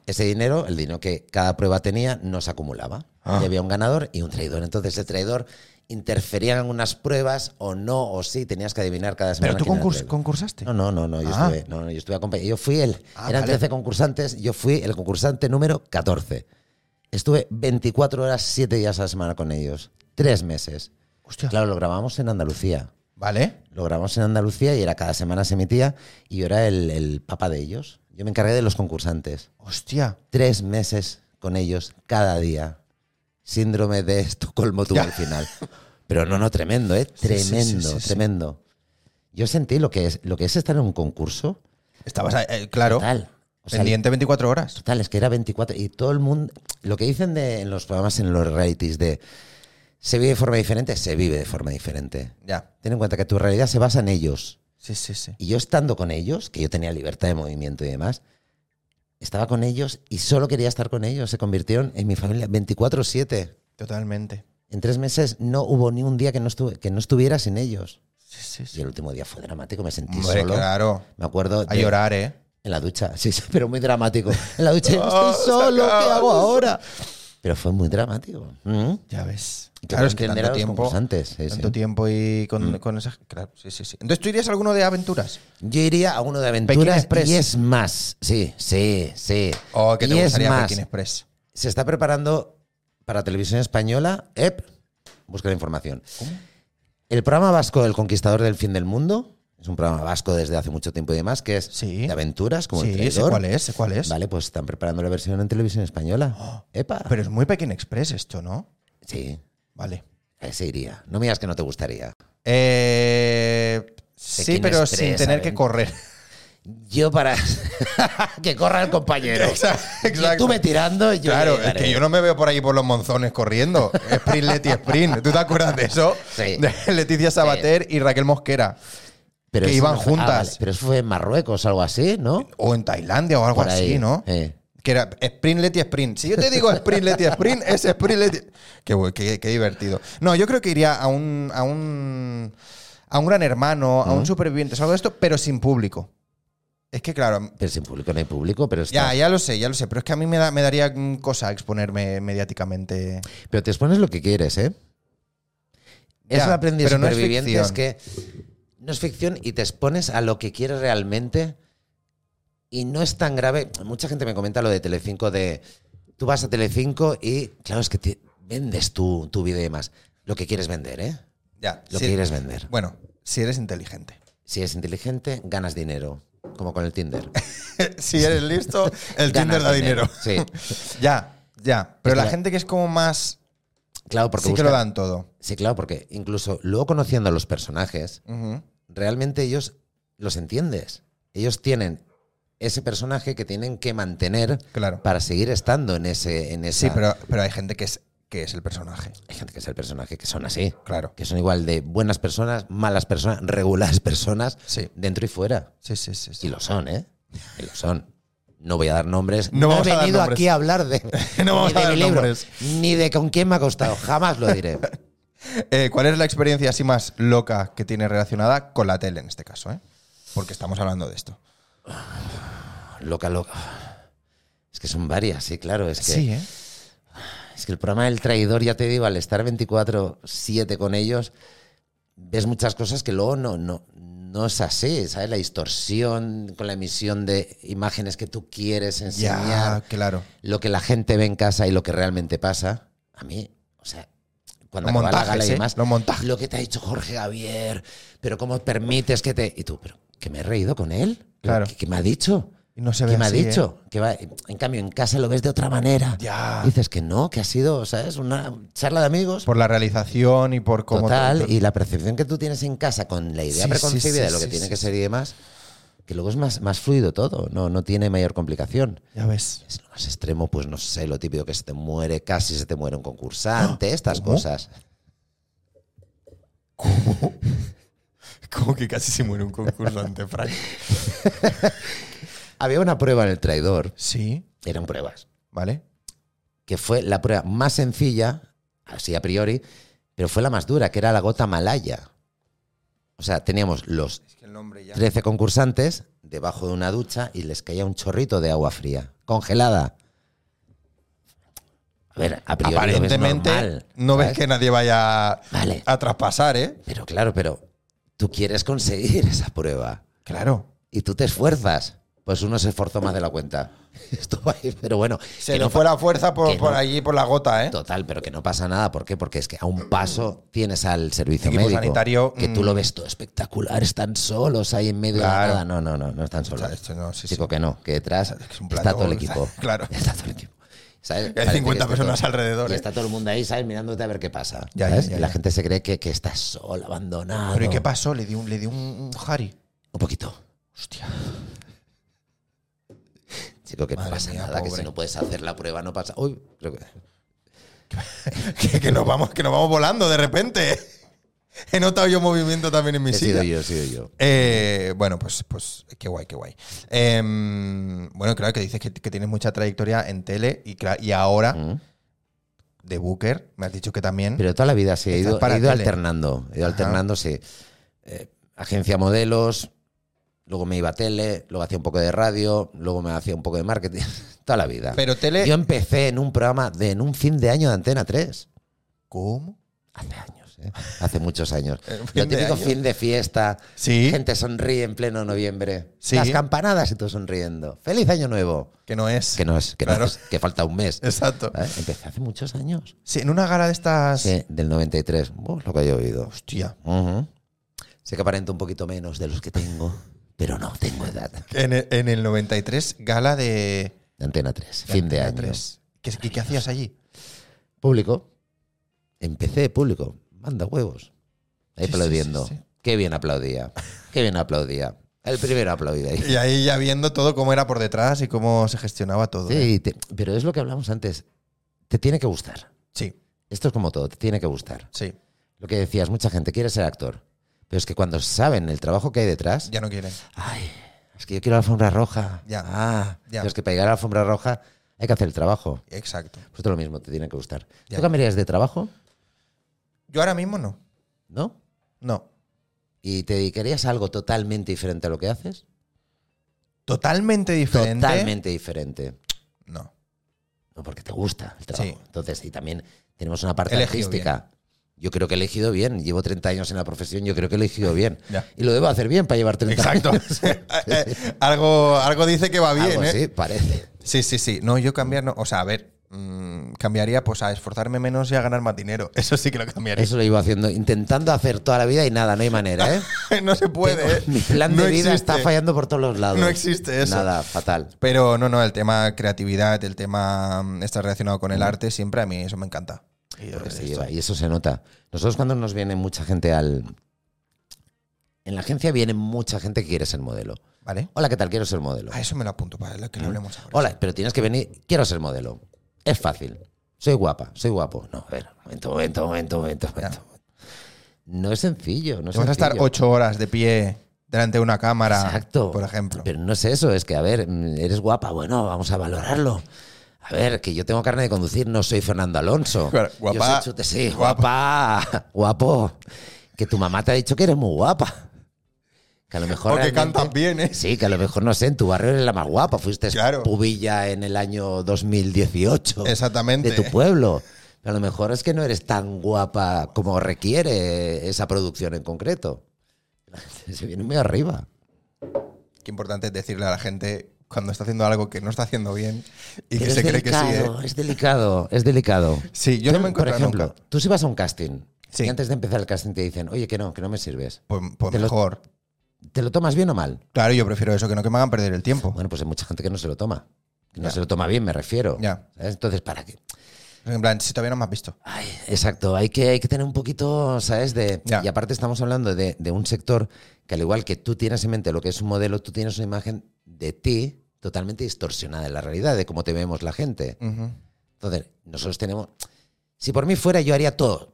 Speaker 2: ese dinero, el dinero que cada prueba tenía, no se acumulaba.
Speaker 1: Ah.
Speaker 2: Y había un ganador y un traidor. Entonces el traidor interfería en algunas pruebas o no, o sí, tenías que adivinar cada semana.
Speaker 1: Pero tú
Speaker 2: quién era el
Speaker 1: concurs-
Speaker 2: traidor.
Speaker 1: concursaste.
Speaker 2: No, no, no, no, yo
Speaker 1: Ah.
Speaker 2: estuve, no, no, yo estuve acompañado. Yo fui el,
Speaker 1: Ah,
Speaker 2: eran
Speaker 1: vale.
Speaker 2: 13 concursantes, yo fui el concursante número 14. Estuve 24 horas, 7 días a la semana con ellos, 3 meses.
Speaker 1: Hostia.
Speaker 2: Claro, lo grabamos en Andalucía.
Speaker 1: Vale.
Speaker 2: Lo grabamos en Andalucía y era cada semana se emitía y yo era el, el papa de ellos. Yo me encargué de los concursantes.
Speaker 1: Hostia.
Speaker 2: Tres meses con ellos cada día. Síndrome de Estocolmo tuvo al final. Pero no, no, tremendo, ¿eh?
Speaker 1: Sí, sí, sí,
Speaker 2: Tremendo,
Speaker 1: sí, sí.
Speaker 2: tremendo. Yo sentí lo que es, lo que es estar en un concurso.
Speaker 1: Estabas, ahí, eh, claro,
Speaker 2: Total. O sea,
Speaker 1: pendiente 24 horas.
Speaker 2: total, es que era 24. Y todo el mundo. Lo que dicen de, en los programas, en los realities, de. Se vive de forma diferente, se vive de forma diferente.
Speaker 1: Ya.
Speaker 2: Ten en cuenta que tu realidad se basa en ellos.
Speaker 1: Sí, sí, sí.
Speaker 2: Y yo estando con ellos, que yo tenía libertad de movimiento y demás, estaba con ellos y solo quería estar con ellos. Se convirtieron en mi familia 24-7.
Speaker 1: Totalmente.
Speaker 2: En tres meses no hubo ni un día que no, estuve, que no estuviera sin ellos.
Speaker 1: Sí, sí,
Speaker 2: Y el último día fue dramático, me sentí
Speaker 1: Hombre,
Speaker 2: solo.
Speaker 1: claro.
Speaker 2: Me acuerdo
Speaker 1: A
Speaker 2: de-
Speaker 1: llorar, ¿eh?
Speaker 2: en la ducha, sí, sí, pero muy dramático. En la ducha,
Speaker 1: Oh,
Speaker 2: estoy solo,
Speaker 1: se acabó.
Speaker 2: ¿qué hago ahora? Pero fue muy dramático. Mm.
Speaker 1: Ya ves.
Speaker 2: Y
Speaker 1: Claro, es que
Speaker 2: entender a
Speaker 1: tanto
Speaker 2: los
Speaker 1: tiempo.
Speaker 2: concursantes, sí,
Speaker 1: Tanto
Speaker 2: sí. Mm.
Speaker 1: tiempo y con, con esas. Claro, sí, sí, sí. Entonces tú irías a alguno de aventuras.
Speaker 2: Yo iría a uno de
Speaker 1: Pekín
Speaker 2: aventuras
Speaker 1: Express.
Speaker 2: y es más. Sí, sí, sí.
Speaker 1: O que te
Speaker 2: Y es
Speaker 1: gustaría
Speaker 2: más,
Speaker 1: Pekín Express.
Speaker 2: Se está preparando para televisión española. EP, busca la información. El programa vasco El Conquistador del Fin del Mundo es un programa vasco desde hace mucho tiempo y demás que es
Speaker 1: Sí.
Speaker 2: de aventuras como el
Speaker 1: Sí, sé
Speaker 2: traidor.
Speaker 1: cuál es, sé cuál es.
Speaker 2: Vale, pues están preparando la versión en televisión española.
Speaker 1: Oh.
Speaker 2: Epa.
Speaker 1: Pero es muy Pekín Express esto, ¿no?
Speaker 2: sí,
Speaker 1: Vale.
Speaker 2: ese iría. No me digas que no te gustaría.
Speaker 1: Eh, sí,
Speaker 2: Pekín
Speaker 1: pero
Speaker 2: Express,
Speaker 1: sin tener
Speaker 2: a
Speaker 1: que
Speaker 2: ver.
Speaker 1: correr.
Speaker 2: Yo para que corra el compañero.
Speaker 1: Exacto, exacto.
Speaker 2: Y Tú me tirando, yo
Speaker 1: Claro,
Speaker 2: le
Speaker 1: es que
Speaker 2: daré.
Speaker 1: yo no me veo por ahí por los monzones corriendo. Sprint, Leti, Sprint. ¿Tú te acuerdas de eso?
Speaker 2: Sí.
Speaker 1: De Leticia Sabater y Raquel Mosquera.
Speaker 2: Pero
Speaker 1: que
Speaker 2: eso
Speaker 1: iban
Speaker 2: no fue- ah,
Speaker 1: juntas.
Speaker 2: vale, pero eso fue en Marruecos, algo así, ¿no?
Speaker 1: O en Tailandia o algo
Speaker 2: Por ahí,
Speaker 1: así, ¿no?
Speaker 2: eh.
Speaker 1: Que era sprint, leti, sprint. Si yo te digo sprint, leti, sprint, es sprint, leti. Qué, bu- qué, qué divertido. No, yo creo que iría a un, a un, a un gran hermano, a un superviviente, algo de esto, pero sin público. Es que, claro,
Speaker 2: Pero sin público no hay público, pero está.
Speaker 1: ya, ya lo sé, ya lo sé, pero es que a mí me, da, me daría mm, cosa exponerme mediáticamente.
Speaker 2: Pero te expones lo que quieres, ¿eh? Eso
Speaker 1: Ya,
Speaker 2: aprendí en
Speaker 1: pero no es
Speaker 2: Supervivientes
Speaker 1: ficción.
Speaker 2: que no es ficción y te expones a lo que quieres realmente y no es tan grave. Mucha gente me comenta lo de Telecinco de tú vas a Telecinco y claro, es que te- vendes tu, tu vida y demás. Lo que quieres vender, ¿eh?
Speaker 1: Ya,
Speaker 2: Lo
Speaker 1: si-
Speaker 2: que quieres vender.
Speaker 1: Bueno, si eres inteligente.
Speaker 2: Si eres inteligente, ganas dinero, como con el Tinder.
Speaker 1: si eres listo, el
Speaker 2: Ganas
Speaker 1: Tinder da dinero.
Speaker 2: Sí,
Speaker 1: Ya, ya. Pero la
Speaker 2: Espera.
Speaker 1: gente que es como más.
Speaker 2: claro, porque
Speaker 1: sí que
Speaker 2: buscan-
Speaker 1: lo dan todo.
Speaker 2: Sí, claro, porque incluso luego conociendo a los personajes,
Speaker 1: Ujú.
Speaker 2: realmente ellos los entiendes. Ellos tienen ese personaje que tienen que mantener
Speaker 1: Claro.
Speaker 2: para seguir estando en ese en esa
Speaker 1: Sí, pero, pero hay gente que es, que es el personaje.
Speaker 2: hay gente que es el personaje que son así,
Speaker 1: Claro.
Speaker 2: que son igual de buenas personas, malas personas, regulares personas eh,
Speaker 1: Sí.
Speaker 2: dentro y fuera.
Speaker 1: Sí, sí, sí. sí.
Speaker 2: Y lo son, ¿eh? Y lo son. No voy a dar nombres.
Speaker 1: No vamos
Speaker 2: he
Speaker 1: a dar
Speaker 2: venido
Speaker 1: nombres.
Speaker 2: aquí a hablar de,
Speaker 1: No vamos
Speaker 2: ni de
Speaker 1: a dar
Speaker 2: mi libro,
Speaker 1: nombres.
Speaker 2: ni de con quién me ha costado. Jamás lo diré.
Speaker 1: Eh, ¿Cuál es la experiencia así más loca que tiene relacionada con la tele en este caso? eh? Porque estamos hablando de esto.
Speaker 2: Loca, loca. Es que son varias, sí, claro. Es que
Speaker 1: ¿eh?
Speaker 2: Es que el programa del traidor, ya te digo, al estar 24-7 con ellos, ves muchas cosas que luego no, no, no es así, ¿sabes? La distorsión con la emisión de imágenes que tú quieres
Speaker 1: Ya,
Speaker 2: enseñar,
Speaker 1: claro.
Speaker 2: lo que la gente ve en casa y lo que realmente pasa. A mí, o sea, cuando
Speaker 1: Los
Speaker 2: acaba la
Speaker 1: montajes,
Speaker 2: gala y
Speaker 1: ¿eh?
Speaker 2: demás,
Speaker 1: Los montajes.
Speaker 2: lo que te ha dicho Jorge Javier, pero cómo permites que te... Y tú, pero que me he reído con él, ¿Pero
Speaker 1: Claro.
Speaker 2: ¿Qué, qué me ha dicho?
Speaker 1: Y no se
Speaker 2: ¿Qué
Speaker 1: ve
Speaker 2: me ha
Speaker 1: así, ¿eh?
Speaker 2: dicho? Que va, en cambio, en casa lo ves de otra manera.
Speaker 1: Ya.
Speaker 2: Dices que no, que ha sido, ¿sabes? Una charla de amigos.
Speaker 1: Por la realización y por cómo.
Speaker 2: total. Y la percepción que tú tienes en casa con la idea
Speaker 1: Sí, sí, sí,
Speaker 2: preconcebida de lo que
Speaker 1: sí,
Speaker 2: tiene
Speaker 1: sí,
Speaker 2: que
Speaker 1: sí.
Speaker 2: ser y demás, que luego es más, más fluido todo, no, no tiene mayor complicación.
Speaker 1: Ya ves.
Speaker 2: Es lo más extremo, pues no sé, lo típico que se te muere, casi se te muere un concursante, estas
Speaker 1: Ah, ¿Cómo?
Speaker 2: cosas.
Speaker 1: Como que casi se muere un concursante, Frank.
Speaker 2: Había una prueba en el traidor,
Speaker 1: Sí.
Speaker 2: eran pruebas,
Speaker 1: ¿Vale?
Speaker 2: que fue la prueba más sencilla, así a priori, pero fue la más dura, que era la gota malaya. O sea, teníamos los
Speaker 1: Es que el nombre ya.
Speaker 2: 13 concursantes debajo de una ducha y les caía un chorrito de agua fría, congelada. A ver, a priori lo ves
Speaker 1: Aparentemente,
Speaker 2: normal,
Speaker 1: no ves
Speaker 2: ¿sabes?
Speaker 1: que nadie vaya
Speaker 2: Vale.
Speaker 1: a traspasar, ¿eh?
Speaker 2: Pero claro, pero tú quieres conseguir esa prueba
Speaker 1: Claro.
Speaker 2: y tú te esfuerzas. Pues uno se esforzó más de la cuenta. Esto va ahí, pero bueno.
Speaker 1: Se
Speaker 2: que
Speaker 1: le
Speaker 2: no
Speaker 1: fue la fuerza por,
Speaker 2: que
Speaker 1: por
Speaker 2: no.
Speaker 1: allí, por la gota, ¿eh?
Speaker 2: Total, pero que no pasa nada. ¿Por qué? Porque es que a un paso tienes al servicio
Speaker 1: Mm. Equipo
Speaker 2: médico.
Speaker 1: sanitario,
Speaker 2: que
Speaker 1: mm.
Speaker 2: tú lo ves todo espectacular, están solos ahí en medio
Speaker 1: Claro.
Speaker 2: de la nada. No, no, no, no están
Speaker 1: O
Speaker 2: solos.
Speaker 1: sea, esto no, sí, sí.
Speaker 2: Chico, que no, que detrás
Speaker 1: Es un
Speaker 2: está
Speaker 1: platón,
Speaker 2: todo el equipo.
Speaker 1: claro.
Speaker 2: Está todo el equipo. ¿Sabes?
Speaker 1: Hay
Speaker 2: Parece
Speaker 1: 50
Speaker 2: que está
Speaker 1: personas
Speaker 2: todo-
Speaker 1: alrededor,
Speaker 2: Y
Speaker 1: ¿eh?
Speaker 2: está todo el mundo ahí, ¿sabes? Mirándote a ver qué pasa.
Speaker 1: Ya,
Speaker 2: ¿sabes?
Speaker 1: ya, ya,
Speaker 2: Y la
Speaker 1: ya.
Speaker 2: gente se cree que, que está sola, abandonado.
Speaker 1: Pero ¿y qué pasó? Le dio un, le dio un, un Harry.
Speaker 2: Un poquito.
Speaker 1: Hostia.
Speaker 2: Chico, que
Speaker 1: Madre
Speaker 2: no pasa
Speaker 1: mía,
Speaker 2: nada, que
Speaker 1: pobre.
Speaker 2: si no puedes hacer la prueba, no pasa. Uy, creo que.
Speaker 1: que, que nos vamos, que nos vamos volando de repente. He notado yo movimiento también en mi
Speaker 2: He sido
Speaker 1: silla.
Speaker 2: yo, he sido yo.
Speaker 1: Eh, bueno, pues, pues qué guay, qué guay. Em, bueno, claro que dices que, que tienes mucha trayectoria en tele y, cla- y ahora
Speaker 2: Mm.
Speaker 1: de Booker, me has dicho que también.
Speaker 2: Pero toda la vida sí, he
Speaker 1: Estás
Speaker 2: ido,
Speaker 1: para
Speaker 2: he ido
Speaker 1: tele.
Speaker 2: alternando. He ido
Speaker 1: Ajá.
Speaker 2: alternando, sí. Eh, agencia modelos, luego me iba a tele, luego hacía un poco de radio, luego me hacía un poco de marketing. Toda la vida.
Speaker 1: Pero tele.
Speaker 2: Yo empecé en un programa de en un fin de año de Antena 3.
Speaker 1: ¿Cómo?
Speaker 2: Hace años, ¿eh? Hace muchos años.
Speaker 1: Eh, fin
Speaker 2: Lo
Speaker 1: de
Speaker 2: típico
Speaker 1: año.
Speaker 2: fin de fiesta.
Speaker 1: Sí.
Speaker 2: Gente sonríe en pleno noviembre.
Speaker 1: Sí.
Speaker 2: Las campanadas y tú sonriendo. ¡Feliz año nuevo!
Speaker 1: Que no es.
Speaker 2: Que no es, que no
Speaker 1: Claro.
Speaker 2: es, que falta un mes.
Speaker 1: Exacto.
Speaker 2: ¿Eh? Empecé hace muchos años.
Speaker 1: Sí, en una gala de estas.
Speaker 2: Sí, del 93. Uf, lo que he oído.
Speaker 1: Hostia.
Speaker 2: Ujú. Sé que aparento un poquito menos de los que tengo, pero no, tengo edad.
Speaker 1: En el, en el 93, gala de.
Speaker 2: De Antena 3, fin de
Speaker 1: Antena
Speaker 2: año.
Speaker 1: 3. ¿Qué, y qué hacías allí?
Speaker 2: Público. Empecé de público. Manda huevos. Ahí
Speaker 1: Sí, sí,
Speaker 2: aplaudiendo.
Speaker 1: sí, sí.
Speaker 2: Qué bien aplaudía. Qué bien aplaudía. El primero aplaudía. ahí.
Speaker 1: Y ahí ya viendo todo cómo era por detrás y cómo se gestionaba todo. ¿eh?
Speaker 2: Sí, te- pero es lo que hablamos antes. Te tiene que gustar.
Speaker 1: Sí,
Speaker 2: Esto es como todo, te tiene que gustar.
Speaker 1: sí.
Speaker 2: Lo que decías, mucha gente quiere ser actor. Pero es que cuando saben el trabajo que hay detrás,
Speaker 1: Ya no quieren.
Speaker 2: Ay, es que yo quiero la alfombra roja.
Speaker 1: Ya,
Speaker 2: Ah,
Speaker 1: ya.
Speaker 2: pero es que para llegar a la alfombra roja hay que hacer el trabajo.
Speaker 1: Exacto.
Speaker 2: Pues todo lo mismo, te tiene que gustar.
Speaker 1: Ya.
Speaker 2: ¿Tú cambiarías de trabajo?
Speaker 1: Yo ahora mismo no.
Speaker 2: ¿No?
Speaker 1: No.
Speaker 2: ¿Y te dedicarías a algo totalmente diferente a lo que haces?
Speaker 1: Totalmente diferente.
Speaker 2: Totalmente diferente.
Speaker 1: No.
Speaker 2: No, porque te gusta el trabajo.
Speaker 1: Sí.
Speaker 2: Entonces, y también tenemos una parte
Speaker 1: Elegido
Speaker 2: artística. Yo creo que he elegido bien. Llevo 30 años en la profesión, yo creo que he elegido bien.
Speaker 1: Ya.
Speaker 2: Y lo debo hacer bien para llevar 30
Speaker 1: Exacto.
Speaker 2: años.
Speaker 1: Eh, eh, algo, algo dice que va bien,
Speaker 2: Algo
Speaker 1: ¿eh?
Speaker 2: así, parece.
Speaker 1: Sí, sí, sí. No, yo cambiar no. O sea, a ver, mm, cambiaría pues a esforzarme menos y a ganar más dinero. Eso sí que lo cambiaría.
Speaker 2: Eso lo iba haciendo, intentando hacer toda la vida y nada, no hay manera, ¿eh?
Speaker 1: no se puede. ¿eh?
Speaker 2: Mi plan de
Speaker 1: No
Speaker 2: vida
Speaker 1: existe.
Speaker 2: está fallando por todos los lados.
Speaker 1: No existe eso.
Speaker 2: Nada, fatal.
Speaker 1: Pero no, no, el tema creatividad, el tema mm, está relacionado con el arte, siempre a mí eso me encanta. Y yo,
Speaker 2: Porque se
Speaker 1: esto-
Speaker 2: lleva, y eso se nota. Nosotros cuando nos viene mucha gente al... En la agencia viene mucha gente que quiere ser modelo.
Speaker 1: ¿Vale?
Speaker 2: Hola, ¿qué tal? Quiero ser modelo.
Speaker 1: A eso me lo apunto para lo que lo hablemos ahora.
Speaker 2: Hola, pero tienes que venir, quiero ser modelo. Es fácil. Soy guapa, soy guapo. No, a ver, momento, momento, momento, momento. momento. No es sencillo, no es
Speaker 1: Vamos a estar
Speaker 2: sencillo.
Speaker 1: ocho horas de pie delante de una cámara,
Speaker 2: Exacto.
Speaker 1: Ah, por ejemplo.
Speaker 2: Pero no es eso, es que, a ver, mm, eres guapa, bueno, vamos a valorarlo. A ver, que yo tengo carne de conducir, no soy Fernando Alonso.
Speaker 1: Claro,
Speaker 2: Yo
Speaker 1: guapa,
Speaker 2: soy chute- sí,
Speaker 1: guapa.
Speaker 2: guapa, guapo. Que tu mamá te ha dicho que eres muy guapa. Que a lo mejor.
Speaker 1: O que
Speaker 2: realmente-
Speaker 1: cantas bien, ¿eh?
Speaker 2: Sí, que a lo mejor, no sé, en tu barrio eres la más guapa. Fuiste
Speaker 1: Claro.
Speaker 2: pubilla en el año 2018.
Speaker 1: Exactamente.
Speaker 2: De tu pueblo. A lo mejor es que no eres tan guapa como requiere esa producción en concreto. La gente se viene muy arriba.
Speaker 1: Qué importante es decirle a la gente cuando está haciendo algo que no está haciendo bien y que
Speaker 2: Pero
Speaker 1: se
Speaker 2: es
Speaker 1: cree que sí.
Speaker 2: delicado,
Speaker 1: ¿eh?
Speaker 2: Es delicado, es delicado.
Speaker 1: Sí, yo no
Speaker 2: Tú,
Speaker 1: me he
Speaker 2: Por
Speaker 1: encontrado
Speaker 2: ejemplo,
Speaker 1: nunca.
Speaker 2: tú si vas a un casting
Speaker 1: Sí.
Speaker 2: y antes de empezar el casting te dicen, oye, que no, que no me sirves.
Speaker 1: Pues, pues
Speaker 2: Te lo-
Speaker 1: mejor.
Speaker 2: ¿Te lo tomas bien o mal?
Speaker 1: Claro, yo prefiero eso, que no que me hagan perder el tiempo.
Speaker 2: Bueno, pues hay mucha gente que no se lo toma. Que no
Speaker 1: Ya.
Speaker 2: se lo toma bien, me refiero.
Speaker 1: Ya.
Speaker 2: ¿Sabes? Entonces, ¿para qué?
Speaker 1: En plan, si todavía no me has visto.
Speaker 2: Ay, exacto, hay que, hay que tener un poquito, ¿sabes? De,
Speaker 1: Ya.
Speaker 2: Y aparte estamos hablando de, de un sector que al igual que tú tienes en mente lo que es un modelo, tú tienes una imagen de ti totalmente distorsionada en la realidad, de cómo te vemos la gente.
Speaker 1: Ujú.
Speaker 2: Entonces, nosotros tenemos... Si por mí fuera, yo haría todo.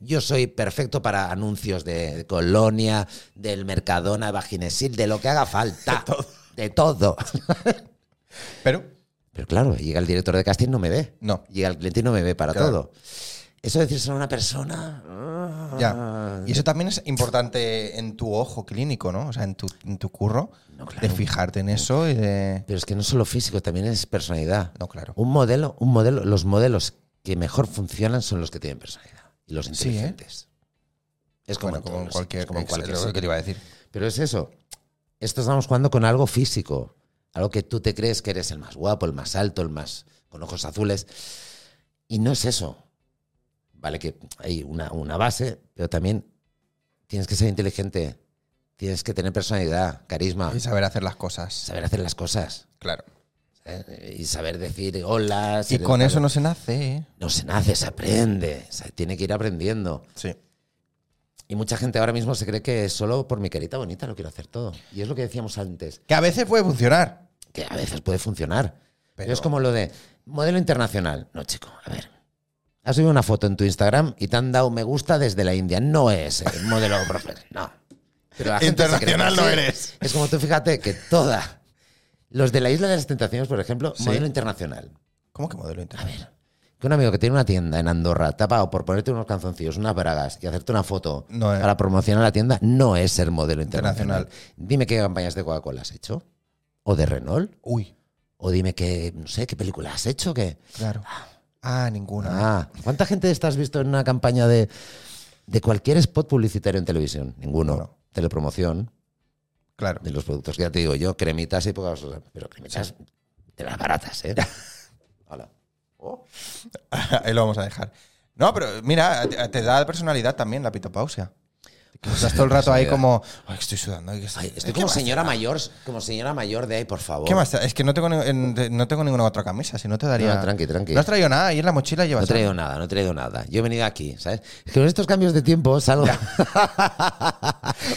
Speaker 2: Yo soy perfecto para anuncios de Colonia, del Mercadona, Vaginesil, de lo que haga falta. De todo.
Speaker 1: Pero,
Speaker 2: Pero claro, llega el director de casting no me ve.
Speaker 1: no.
Speaker 2: Llega el cliente y no me ve para
Speaker 1: Claro.
Speaker 2: todo. Eso decirse a una persona... ah,
Speaker 1: Ya. Y eso también es importante en tu ojo clínico, ¿no? O sea, en tu, en tu curro.
Speaker 2: No, claro.
Speaker 1: De fijarte en eso y de.
Speaker 2: Pero es que no solo físico, también es personalidad.
Speaker 1: No, claro.
Speaker 2: Un modelo, un modelo, los modelos que mejor funcionan son los que tienen personalidad y los
Speaker 1: Sí, ¿eh?
Speaker 2: inteligentes. Es como,
Speaker 1: Bueno,
Speaker 2: en todos, es
Speaker 1: cualquier.
Speaker 2: como en cualquier
Speaker 1: es lo que
Speaker 2: sitio.
Speaker 1: te iba a decir.
Speaker 2: Pero es eso. Esto estamos jugando con algo físico. Algo que tú te crees que eres el más guapo, el más alto, el más con ojos azules. Y no es eso. Vale, que hay una, una base, pero también tienes que ser inteligente. Tienes que tener personalidad, carisma,
Speaker 1: Y saber hacer las cosas.
Speaker 2: saber hacer las cosas.
Speaker 1: Claro.
Speaker 2: ¿eh? Y saber decir hola.
Speaker 1: Y
Speaker 2: ser
Speaker 1: con eso
Speaker 2: educado.
Speaker 1: no se nace, ¿eh?
Speaker 2: no se nace, se aprende. Se tiene que ir aprendiendo.
Speaker 1: Sí.
Speaker 2: Y mucha gente ahora mismo se cree que solo por mi carita bonita lo quiero hacer todo. Y es lo que decíamos antes.
Speaker 1: Que a veces puede funcionar.
Speaker 2: que a veces puede funcionar. Pero
Speaker 1: Pero-
Speaker 2: es como lo de modelo internacional. No, chico, a ver. Has subido una foto en tu Instagram y te han dado me gusta desde la India. No es el modelo profesional, no. Pero la gente se cree que
Speaker 1: Internacional no
Speaker 2: sí.
Speaker 1: eres.
Speaker 2: Es como tú fíjate que toda. Los de la Isla de las Tentaciones, por ejemplo,
Speaker 1: Sí.
Speaker 2: modelo internacional.
Speaker 1: ¿Cómo que modelo internacional?
Speaker 2: Que un amigo que tiene una tienda en Andorra te ha pagado por ponerte unos calzoncillos, unas bragas y hacerte una foto
Speaker 1: No es.
Speaker 2: para promocionar la tienda, no es ser modelo
Speaker 1: Internacional.
Speaker 2: internacional. Dime qué campañas de Coca-Cola has hecho. O de Renault.
Speaker 1: Uy,
Speaker 2: O dime qué, no sé, qué película has hecho, qué.
Speaker 1: claro. Ah, ninguna.
Speaker 2: Ah, ¿cuánta gente de esta has visto en una campaña de, de cualquier spot publicitario en televisión? Ninguno.
Speaker 1: Ninguno.
Speaker 2: Telepromoción
Speaker 1: Claro.
Speaker 2: de los productos que ya te digo yo, cremitas y pocas cosas. Pero cremitas de las baratas, ¿eh? Hola. Oh.
Speaker 1: Ahí lo vamos a dejar. No, pero mira, te te da personalidad también la pitopausia. Que Estás todo el rato ahí como, ay, estoy sudando. ay, que
Speaker 2: Pues Ay,
Speaker 1: ¿qué
Speaker 2: estoy como
Speaker 1: más
Speaker 2: señora
Speaker 1: te da?
Speaker 2: mayor, como señora mayor de ahí, por favor.
Speaker 1: ¿Qué más? te da? Es que no tengo, ni- en- de- no tengo ninguna otra camisa, si no te daría.
Speaker 2: No, tranqui, tranqui.
Speaker 1: No has traído nada, ahí en la mochila
Speaker 2: No
Speaker 1: llevas.
Speaker 2: he traído nada, no he traído nada. Yo he venido aquí, ¿sabes? Es que con estos cambios de tiempo salgo.
Speaker 1: algo.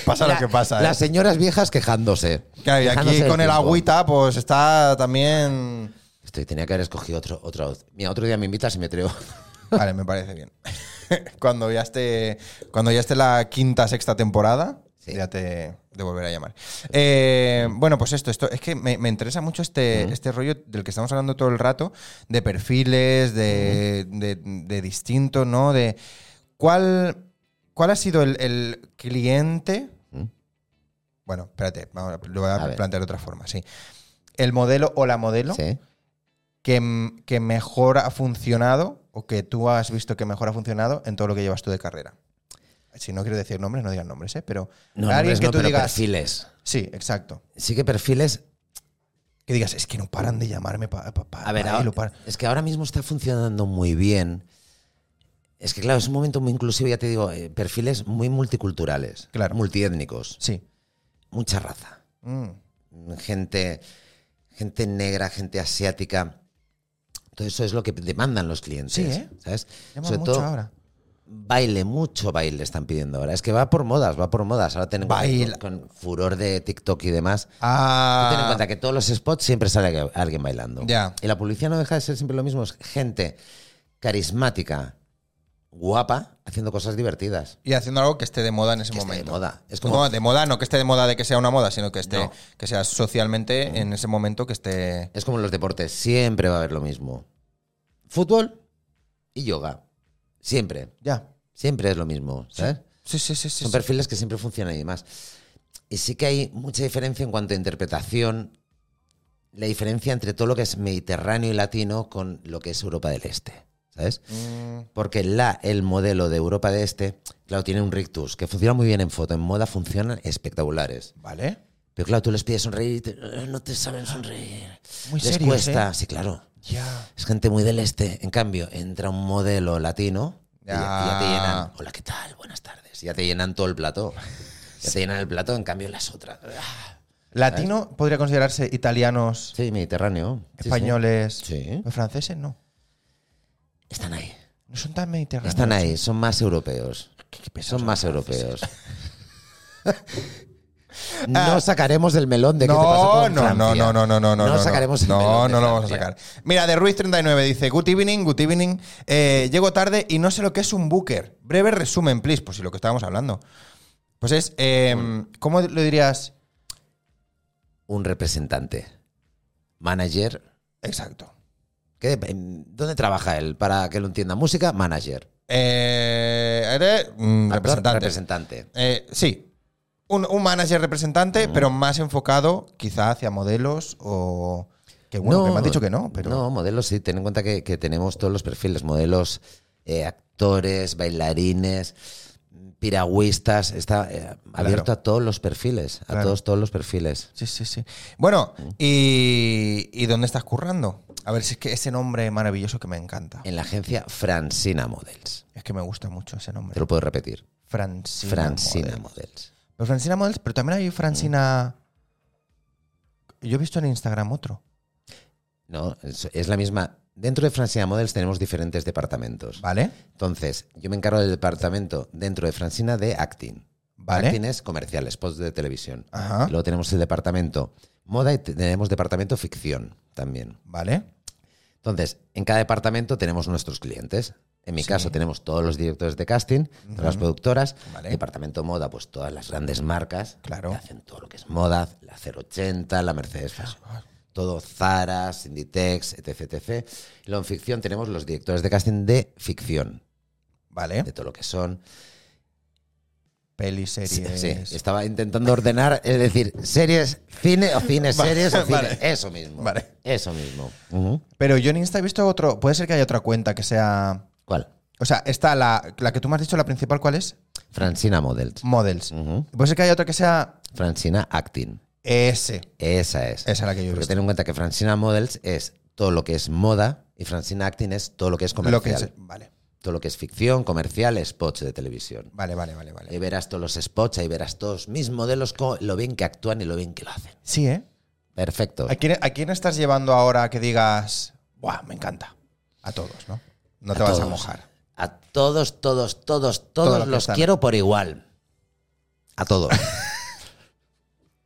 Speaker 1: Pasa lo
Speaker 2: La-
Speaker 1: que pasa. ¿eh?
Speaker 2: Las señoras viejas quejándose.
Speaker 1: Claro, y
Speaker 2: Quejándose
Speaker 1: aquí
Speaker 2: del
Speaker 1: con el
Speaker 2: tiempo.
Speaker 1: agüita, pues está también.
Speaker 2: Estoy, tenía que haber escogido otro, otra voz. Mira, otro día me invitas y me traigo.
Speaker 1: Vale, me parece bien. cuando ya esté. Cuando ya esté la quinta, sexta temporada,
Speaker 2: Sí.
Speaker 1: ya te, te volveré a llamar. Eh, bueno, pues esto, esto. Es que me, me interesa mucho este, este rollo del que estamos hablando todo el rato, de perfiles, de, de, de distinto, ¿no? De. ¿Cuál. ¿Cuál ha sido el, el cliente?
Speaker 2: ¿Mm?
Speaker 1: Bueno, espérate, vamos, a- lo voy a,
Speaker 2: A ver.
Speaker 1: plantear de otra forma, sí. El modelo o la modelo
Speaker 2: Sí.
Speaker 1: que, m- que mejor ha funcionado o que tú has visto que mejor ha funcionado en todo lo que llevas tú de carrera? Si no quiero decir nombres, no digas nombres, ¿eh? Pero
Speaker 2: No,
Speaker 1: alguien
Speaker 2: nombres
Speaker 1: que
Speaker 2: no,
Speaker 1: tú
Speaker 2: pero
Speaker 1: digas.
Speaker 2: perfiles.
Speaker 1: Sí, exacto.
Speaker 2: Sí que perfiles.
Speaker 1: Que digas, es que no paran de llamarme para.
Speaker 2: A ver, ahora- es que ahora mismo está funcionando muy bien. Es que, claro, es un momento muy inclusivo, ya te digo, eh, perfiles muy multiculturales,
Speaker 1: Claro.
Speaker 2: multiétnicos,
Speaker 1: Sí.
Speaker 2: mucha raza.
Speaker 1: Mm,
Speaker 2: gente, gente negra, gente asiática. Todo eso es lo que demandan los clientes.
Speaker 1: Sí, ¿eh?
Speaker 2: ¿Sabes?
Speaker 1: llaman
Speaker 2: Sobre
Speaker 1: mucho
Speaker 2: todo,
Speaker 1: ahora.
Speaker 2: baile, mucho baile están pidiendo ahora. Es que va por modas, va por modas. Ahora tienen
Speaker 1: Baila.
Speaker 2: con, con furor de TikTok y demás. Tú Ten en
Speaker 1: Ah.
Speaker 2: cuenta que todos los spots siempre sale que- alguien bailando.
Speaker 1: Ya.
Speaker 2: Y la publicidad no deja de ser siempre lo mismo. Es gente carismática, guapa, haciendo cosas divertidas.
Speaker 1: Y haciendo algo que esté de moda en ese
Speaker 2: Que esté de
Speaker 1: momento.
Speaker 2: moda. Es
Speaker 1: No,
Speaker 2: como-
Speaker 1: de moda, no que esté de moda de que sea una moda, sino que esté
Speaker 2: No. Mm.
Speaker 1: que sea socialmente en ese momento que esté.
Speaker 2: Es como en los deportes, siempre va a haber lo mismo. Fútbol y yoga. Siempre.
Speaker 1: Ya.
Speaker 2: Siempre es lo mismo, ¿sabes?
Speaker 1: Sí, sí, sí, sí.
Speaker 2: Son
Speaker 1: sí.
Speaker 2: perfiles que siempre funcionan y demás. Y sí que hay mucha diferencia en cuanto a interpretación, la diferencia entre todo lo que es mediterráneo y latino con lo que es Europa del Este, ¿sabes?
Speaker 1: Mm,
Speaker 2: Porque la, el modelo de Europa del Este, claro, tiene un rictus, que funciona muy bien en foto, en moda funcionan espectaculares.
Speaker 1: vale.
Speaker 2: Pero claro, tú les pides sonreír y te- "Eh, no te saben sonreír.
Speaker 1: Muy
Speaker 2: les
Speaker 1: serios, ¿eh?
Speaker 2: cuesta, sí, claro.
Speaker 1: Ya.
Speaker 2: Es gente muy del este. En cambio, entra un modelo latino y ya, y ya te
Speaker 1: Ya.
Speaker 2: llenan. Hola, ¿qué tal? Buenas tardes. Y Ya te llenan todo el plato. Ya te llenan el plato, en cambio las otras. ah.
Speaker 1: Latino podría considerarse italianos,
Speaker 2: Sí, Mediterráneo. Sí, sí.
Speaker 1: españoles,
Speaker 2: Sí.
Speaker 1: los franceses no.
Speaker 2: Están ahí.
Speaker 1: No son tan mediterráneos.
Speaker 2: Están ahí, son más europeos.
Speaker 1: Qué- qué pesados
Speaker 2: Son más
Speaker 1: los
Speaker 2: europeos. Ah.
Speaker 1: franceses.
Speaker 2: No sacaremos el melón de qué te pasó
Speaker 1: No,
Speaker 2: con
Speaker 1: no, no,
Speaker 2: Francia.
Speaker 1: no, no, no, no, no.
Speaker 2: No sacaremos el
Speaker 1: No,
Speaker 2: melón. de
Speaker 1: no lo vamos a
Speaker 2: Francia.
Speaker 1: sacar. Mira, de Ruiz 39 dice, good evening, good evening. Eh, llego tarde y no sé lo que es un booker. Breve resumen, please, por si lo que estábamos hablando. Pues es, eh, ¿cómo lo dirías?
Speaker 2: Un representante. Manager.
Speaker 1: Exacto.
Speaker 2: ¿Qué- en- ¿Dónde trabaja él? Para que lo entienda. Música, manager.
Speaker 1: Eh, eres, mm,
Speaker 2: Actor,
Speaker 1: representante.
Speaker 2: representante.
Speaker 1: Eh, sí. Un, un manager representante, pero más enfocado quizá hacia modelos o... Que bueno, que me han dicho que no, pero...
Speaker 2: No, modelos sí, ten en cuenta que, que tenemos todos los perfiles, modelos, eh, actores, bailarines, piragüistas, está eh, abierto a todos los perfiles, a
Speaker 1: Claro.
Speaker 2: todos, todos los perfiles.
Speaker 1: Sí, sí, sí. Bueno, y, ¿y dónde estás currando? A ver si es que ese nombre maravilloso que me encanta.
Speaker 2: En la agencia Francina Models,
Speaker 1: Es que me gusta mucho ese nombre.
Speaker 2: te lo puedo repetir,
Speaker 1: Francina.
Speaker 2: Francina
Speaker 1: Models.
Speaker 2: Models.
Speaker 1: Pero Francina Models, pero también hay Francina. Yo he visto en Instagram otro.
Speaker 2: No, es, es la misma. Dentro de Francina Models tenemos diferentes departamentos.
Speaker 1: ¿Vale?
Speaker 2: Entonces, yo me encargo del departamento dentro de Francina de acting.
Speaker 1: ¿Vale?
Speaker 2: Acting es comerciales, spots de televisión.
Speaker 1: Ajá.
Speaker 2: Y Luego tenemos el departamento moda y te- tenemos departamento ficción también.
Speaker 1: ¿Vale?
Speaker 2: Entonces, en cada departamento tenemos nuestros clientes. En mi caso tenemos todos los directores de casting, todas las productoras.
Speaker 1: Vale.
Speaker 2: Departamento moda, pues todas las grandes marcas
Speaker 1: Claro.
Speaker 2: que hacen todo lo que es moda, la 080, la Mercedes Fashion. Todo Zara, Inditex, etc, etc. Y Luego en ficción tenemos los directores de casting de ficción,
Speaker 1: ¿Vale?
Speaker 2: de todo lo que son
Speaker 1: Pelis,
Speaker 2: Sí,
Speaker 1: series.
Speaker 2: sí, estaba intentando ordenar, es decir, series, cine o cine,
Speaker 1: Vale,
Speaker 2: series o cine.
Speaker 1: vale.
Speaker 2: Eso mismo.
Speaker 1: Vale.
Speaker 2: Eso mismo. Ujú.
Speaker 1: Pero yo en Insta he visto otro. Puede ser que haya otra cuenta que sea.
Speaker 2: ¿Cuál?
Speaker 1: O sea, está la, la que tú me has dicho, la principal, ¿cuál es?
Speaker 2: Francina Models.
Speaker 1: Models.
Speaker 2: Ujú.
Speaker 1: Puede ser que haya otra que sea.
Speaker 2: Francina Acting.
Speaker 1: Ese.
Speaker 2: Esa es.
Speaker 1: Esa es la que yo he
Speaker 2: Porque
Speaker 1: visto.
Speaker 2: ten en cuenta que Francina Models es todo lo que es moda y Francina Acting es todo lo que es
Speaker 1: Lo
Speaker 2: comercial.
Speaker 1: que es- vale,
Speaker 2: Todo lo que es ficción, comercial, spots de televisión.
Speaker 1: vale, vale, vale, vale.
Speaker 2: Ahí verás todos los spots, ahí verás todos mis modelos, co- lo bien que actúan y lo bien que lo hacen.
Speaker 1: Sí, ¿eh?
Speaker 2: Perfecto.
Speaker 1: ¿A quién, a quién estás llevando ahora que digas, ¡buah, me encanta? A todos, ¿no? No te
Speaker 2: A
Speaker 1: vas a
Speaker 2: todos.
Speaker 1: mojar.
Speaker 2: A todos, todos, todos,
Speaker 1: Todos
Speaker 2: todos
Speaker 1: los que
Speaker 2: los
Speaker 1: están.
Speaker 2: quiero por igual. A todos.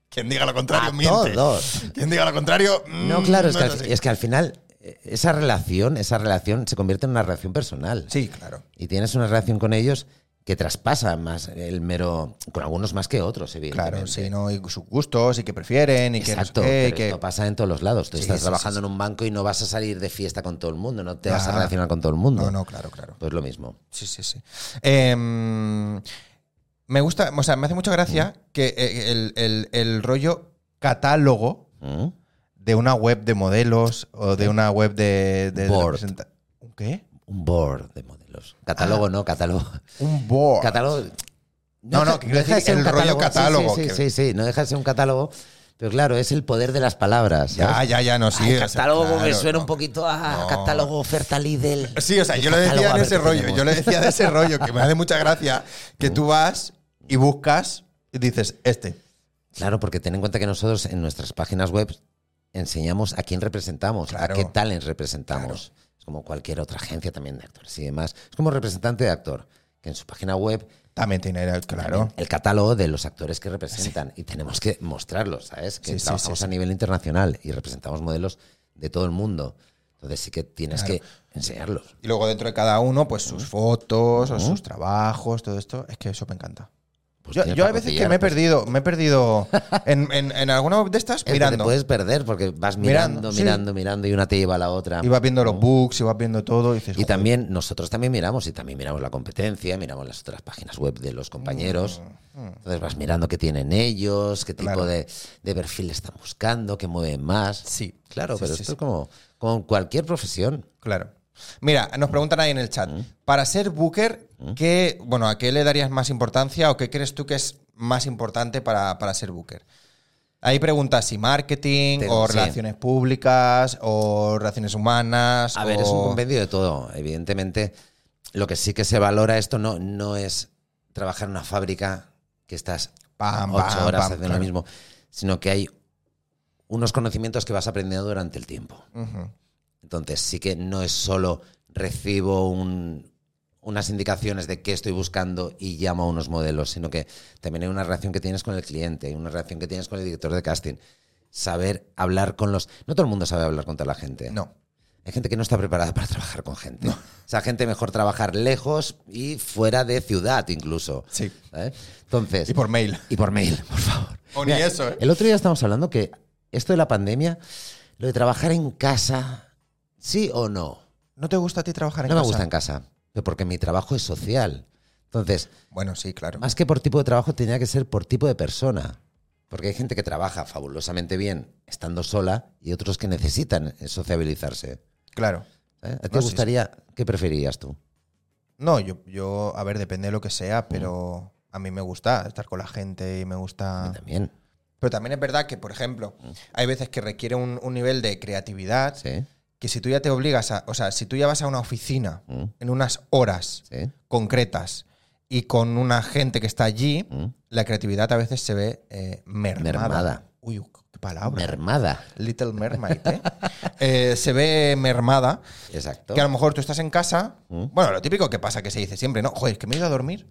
Speaker 1: Quien diga lo
Speaker 2: a
Speaker 1: contrario,
Speaker 2: todos.
Speaker 1: Quien diga lo contrario, mm,
Speaker 2: No, claro, es que, al, es que al final eh, esa relación, esa relación se convierte en una relación personal.
Speaker 1: Sí, claro.
Speaker 2: Y tienes una relación con ellos que traspasa más el mero. con algunos más que otros, evidentemente.
Speaker 1: Claro, sí, ¿no? Y sus gustos, y que prefieren, y que
Speaker 2: Exacto,
Speaker 1: no sé qué, y
Speaker 2: pero
Speaker 1: que-
Speaker 2: esto pasa en todos los lados. Tú
Speaker 1: Sí,
Speaker 2: estás
Speaker 1: sí,
Speaker 2: trabajando
Speaker 1: sí, sí.
Speaker 2: en un banco y no vas a salir de fiesta con todo el mundo, no te vas a
Speaker 1: Ah.
Speaker 2: relacionar con todo el mundo.
Speaker 1: No, no, claro, claro.
Speaker 2: Pues lo mismo.
Speaker 1: Sí, sí, sí. Em, me gusta, o sea, me hace mucha gracia que eh, el, el- el rollo catálogo
Speaker 2: ¿Mm?
Speaker 1: de una web de modelos o de una web de... de
Speaker 2: Board.
Speaker 1: representa- ¿Un qué?
Speaker 2: Un board de modelos. Catálogo, no, catálogo.
Speaker 1: Un board.
Speaker 2: catálogo.
Speaker 1: Ah. No, no, que quiero
Speaker 2: deja de
Speaker 1: decir
Speaker 2: ser
Speaker 1: el
Speaker 2: un
Speaker 1: rollo catálogo,
Speaker 2: Sí, sí,
Speaker 1: que-
Speaker 2: sí, sí, no deja de ser un catálogo. Pero claro, es el poder de las palabras.
Speaker 1: Ya,
Speaker 2: ¿sabes?
Speaker 1: ya, ya, no, sí.
Speaker 2: Ay,
Speaker 1: o sea,
Speaker 2: catálogo me
Speaker 1: claro,
Speaker 2: suena
Speaker 1: no.
Speaker 2: un poquito a
Speaker 1: No.
Speaker 2: catálogo oferta Lidl.
Speaker 1: Sí, o sea,
Speaker 2: El
Speaker 1: yo le
Speaker 2: catálogo,
Speaker 1: decía
Speaker 2: a
Speaker 1: en
Speaker 2: ver
Speaker 1: ese
Speaker 2: qué
Speaker 1: rollo,
Speaker 2: tenemos.
Speaker 1: yo le decía de ese rollo, que me hace mucha gracia, que tú vas y buscas y dices, este.
Speaker 2: Claro, porque ten en cuenta que nosotros en nuestras páginas web enseñamos a quién representamos,
Speaker 1: Claro.
Speaker 2: a qué talent representamos. Es como cualquier otra agencia también de actores y demás. Es como representante de actor, que en su página web
Speaker 1: También tiene, claro.
Speaker 2: el catálogo de los actores que representan y tenemos que mostrarlos, ¿sabes? Que
Speaker 1: Sí, sí,
Speaker 2: trabajamos
Speaker 1: sí, sí.
Speaker 2: a nivel internacional y representamos modelos de todo el mundo. Entonces sí que tienes que enseñarlos.
Speaker 1: Y luego dentro de cada uno, pues sus fotos o sus trabajos, todo esto. Es que eso me encanta.
Speaker 2: Pues
Speaker 1: Yo,
Speaker 2: tienes
Speaker 1: yo
Speaker 2: para
Speaker 1: hay veces que
Speaker 2: cotillear,
Speaker 1: me he
Speaker 2: pues,
Speaker 1: perdido, me he perdido en, en- en alguna de estas
Speaker 2: es que Te
Speaker 1: mirando.
Speaker 2: puedes perder porque vas
Speaker 1: Mirando,
Speaker 2: mirando, mirando,
Speaker 1: sí.
Speaker 2: mirando, y una te lleva a la otra.
Speaker 1: Y vas viendo los books, y vas viendo todo. Y, dices,
Speaker 2: Y
Speaker 1: "Joder".
Speaker 2: también nosotros también miramos y también miramos la competencia, miramos las otras páginas web de los compañeros. Entonces vas mirando qué tienen ellos, qué tipo
Speaker 1: Mm, Claro.
Speaker 2: de, de perfil están buscando, qué mueven más.
Speaker 1: Sí.
Speaker 2: Claro,
Speaker 1: Sí,
Speaker 2: pero
Speaker 1: sí, sí.
Speaker 2: esto es como con cualquier profesión.
Speaker 1: Claro. Mira, nos preguntan ahí en el chat. Para ser Booker, ¿qué, bueno, ¿a qué le darías más importancia o qué crees tú que es más importante para, para ser Booker? Ahí preguntas si marketing
Speaker 2: Te-
Speaker 1: o
Speaker 2: sí.
Speaker 1: relaciones públicas o relaciones humanas.
Speaker 2: A ver,
Speaker 1: o-
Speaker 2: es un compendio de todo. Evidentemente, lo que sí que se valora esto no, no es trabajar en una fábrica que estás
Speaker 1: Pam,
Speaker 2: ocho
Speaker 1: pam,
Speaker 2: horas
Speaker 1: pam,
Speaker 2: haciendo
Speaker 1: claro.
Speaker 2: lo mismo, sino que hay unos conocimientos que vas aprendiendo durante el tiempo.
Speaker 1: Ujú.
Speaker 2: Entonces sí que no es solo recibo un- unas indicaciones de qué estoy buscando y llamo a unos modelos, sino que también hay una relación que tienes con el cliente, hay una relación que tienes con el director de casting. Saber hablar con los... No todo el mundo sabe hablar con toda la gente.
Speaker 1: Este, No.
Speaker 2: Hay gente que no está preparada para trabajar con gente. O sea, gente mejor trabajar lejos y fuera de ciudad incluso.
Speaker 1: Sí.
Speaker 2: ¿sabes? Entonces...
Speaker 1: Y por mail.
Speaker 2: y por mail, por favor.
Speaker 1: O ni eso, ¿eh?
Speaker 2: El otro día estábamos hablando que esto de la pandemia, lo de trabajar en casa, sí o no.
Speaker 1: ¿No te gusta a ti trabajar en
Speaker 2: No me
Speaker 1: casa?
Speaker 2: gusta en casa, pero porque mi trabajo es social. Entonces,
Speaker 1: Bueno, sí, claro.
Speaker 2: más que por tipo de trabajo, tenía que ser por tipo de persona. Porque hay gente que trabaja fabulosamente bien estando sola y otros que necesitan eh, sociabilizarse.
Speaker 1: Claro.
Speaker 2: ¿eh?
Speaker 1: No,
Speaker 2: ¿A ti te
Speaker 1: sí,
Speaker 2: gustaría, qué preferirías tú?
Speaker 1: No, yo, yo, a ver, depende de lo que sea, pero a mí me gusta estar con la gente y me gusta...
Speaker 2: También, Mm.
Speaker 1: Pero también es verdad que, por ejemplo, hay veces que requiere un, un nivel de creatividad
Speaker 2: sí.
Speaker 1: que si tú ya te obligas a... O sea, si tú ya vas a una oficina
Speaker 2: mm,
Speaker 1: en unas horas
Speaker 2: sí,
Speaker 1: concretas y con una gente que está allí,
Speaker 2: mm.
Speaker 1: la creatividad a veces se ve eh, mermada.
Speaker 2: Mermada.
Speaker 1: Uy, qué palabra.
Speaker 2: Mermada.
Speaker 1: Little Mermaid, ¿eh? Eh, Se ve mermada.
Speaker 2: Exacto.
Speaker 1: Que a lo mejor tú estás en casa.
Speaker 2: Mm.
Speaker 1: Bueno, lo típico que pasa que se dice siempre, ¿no? Joder, es que me he ido a dormir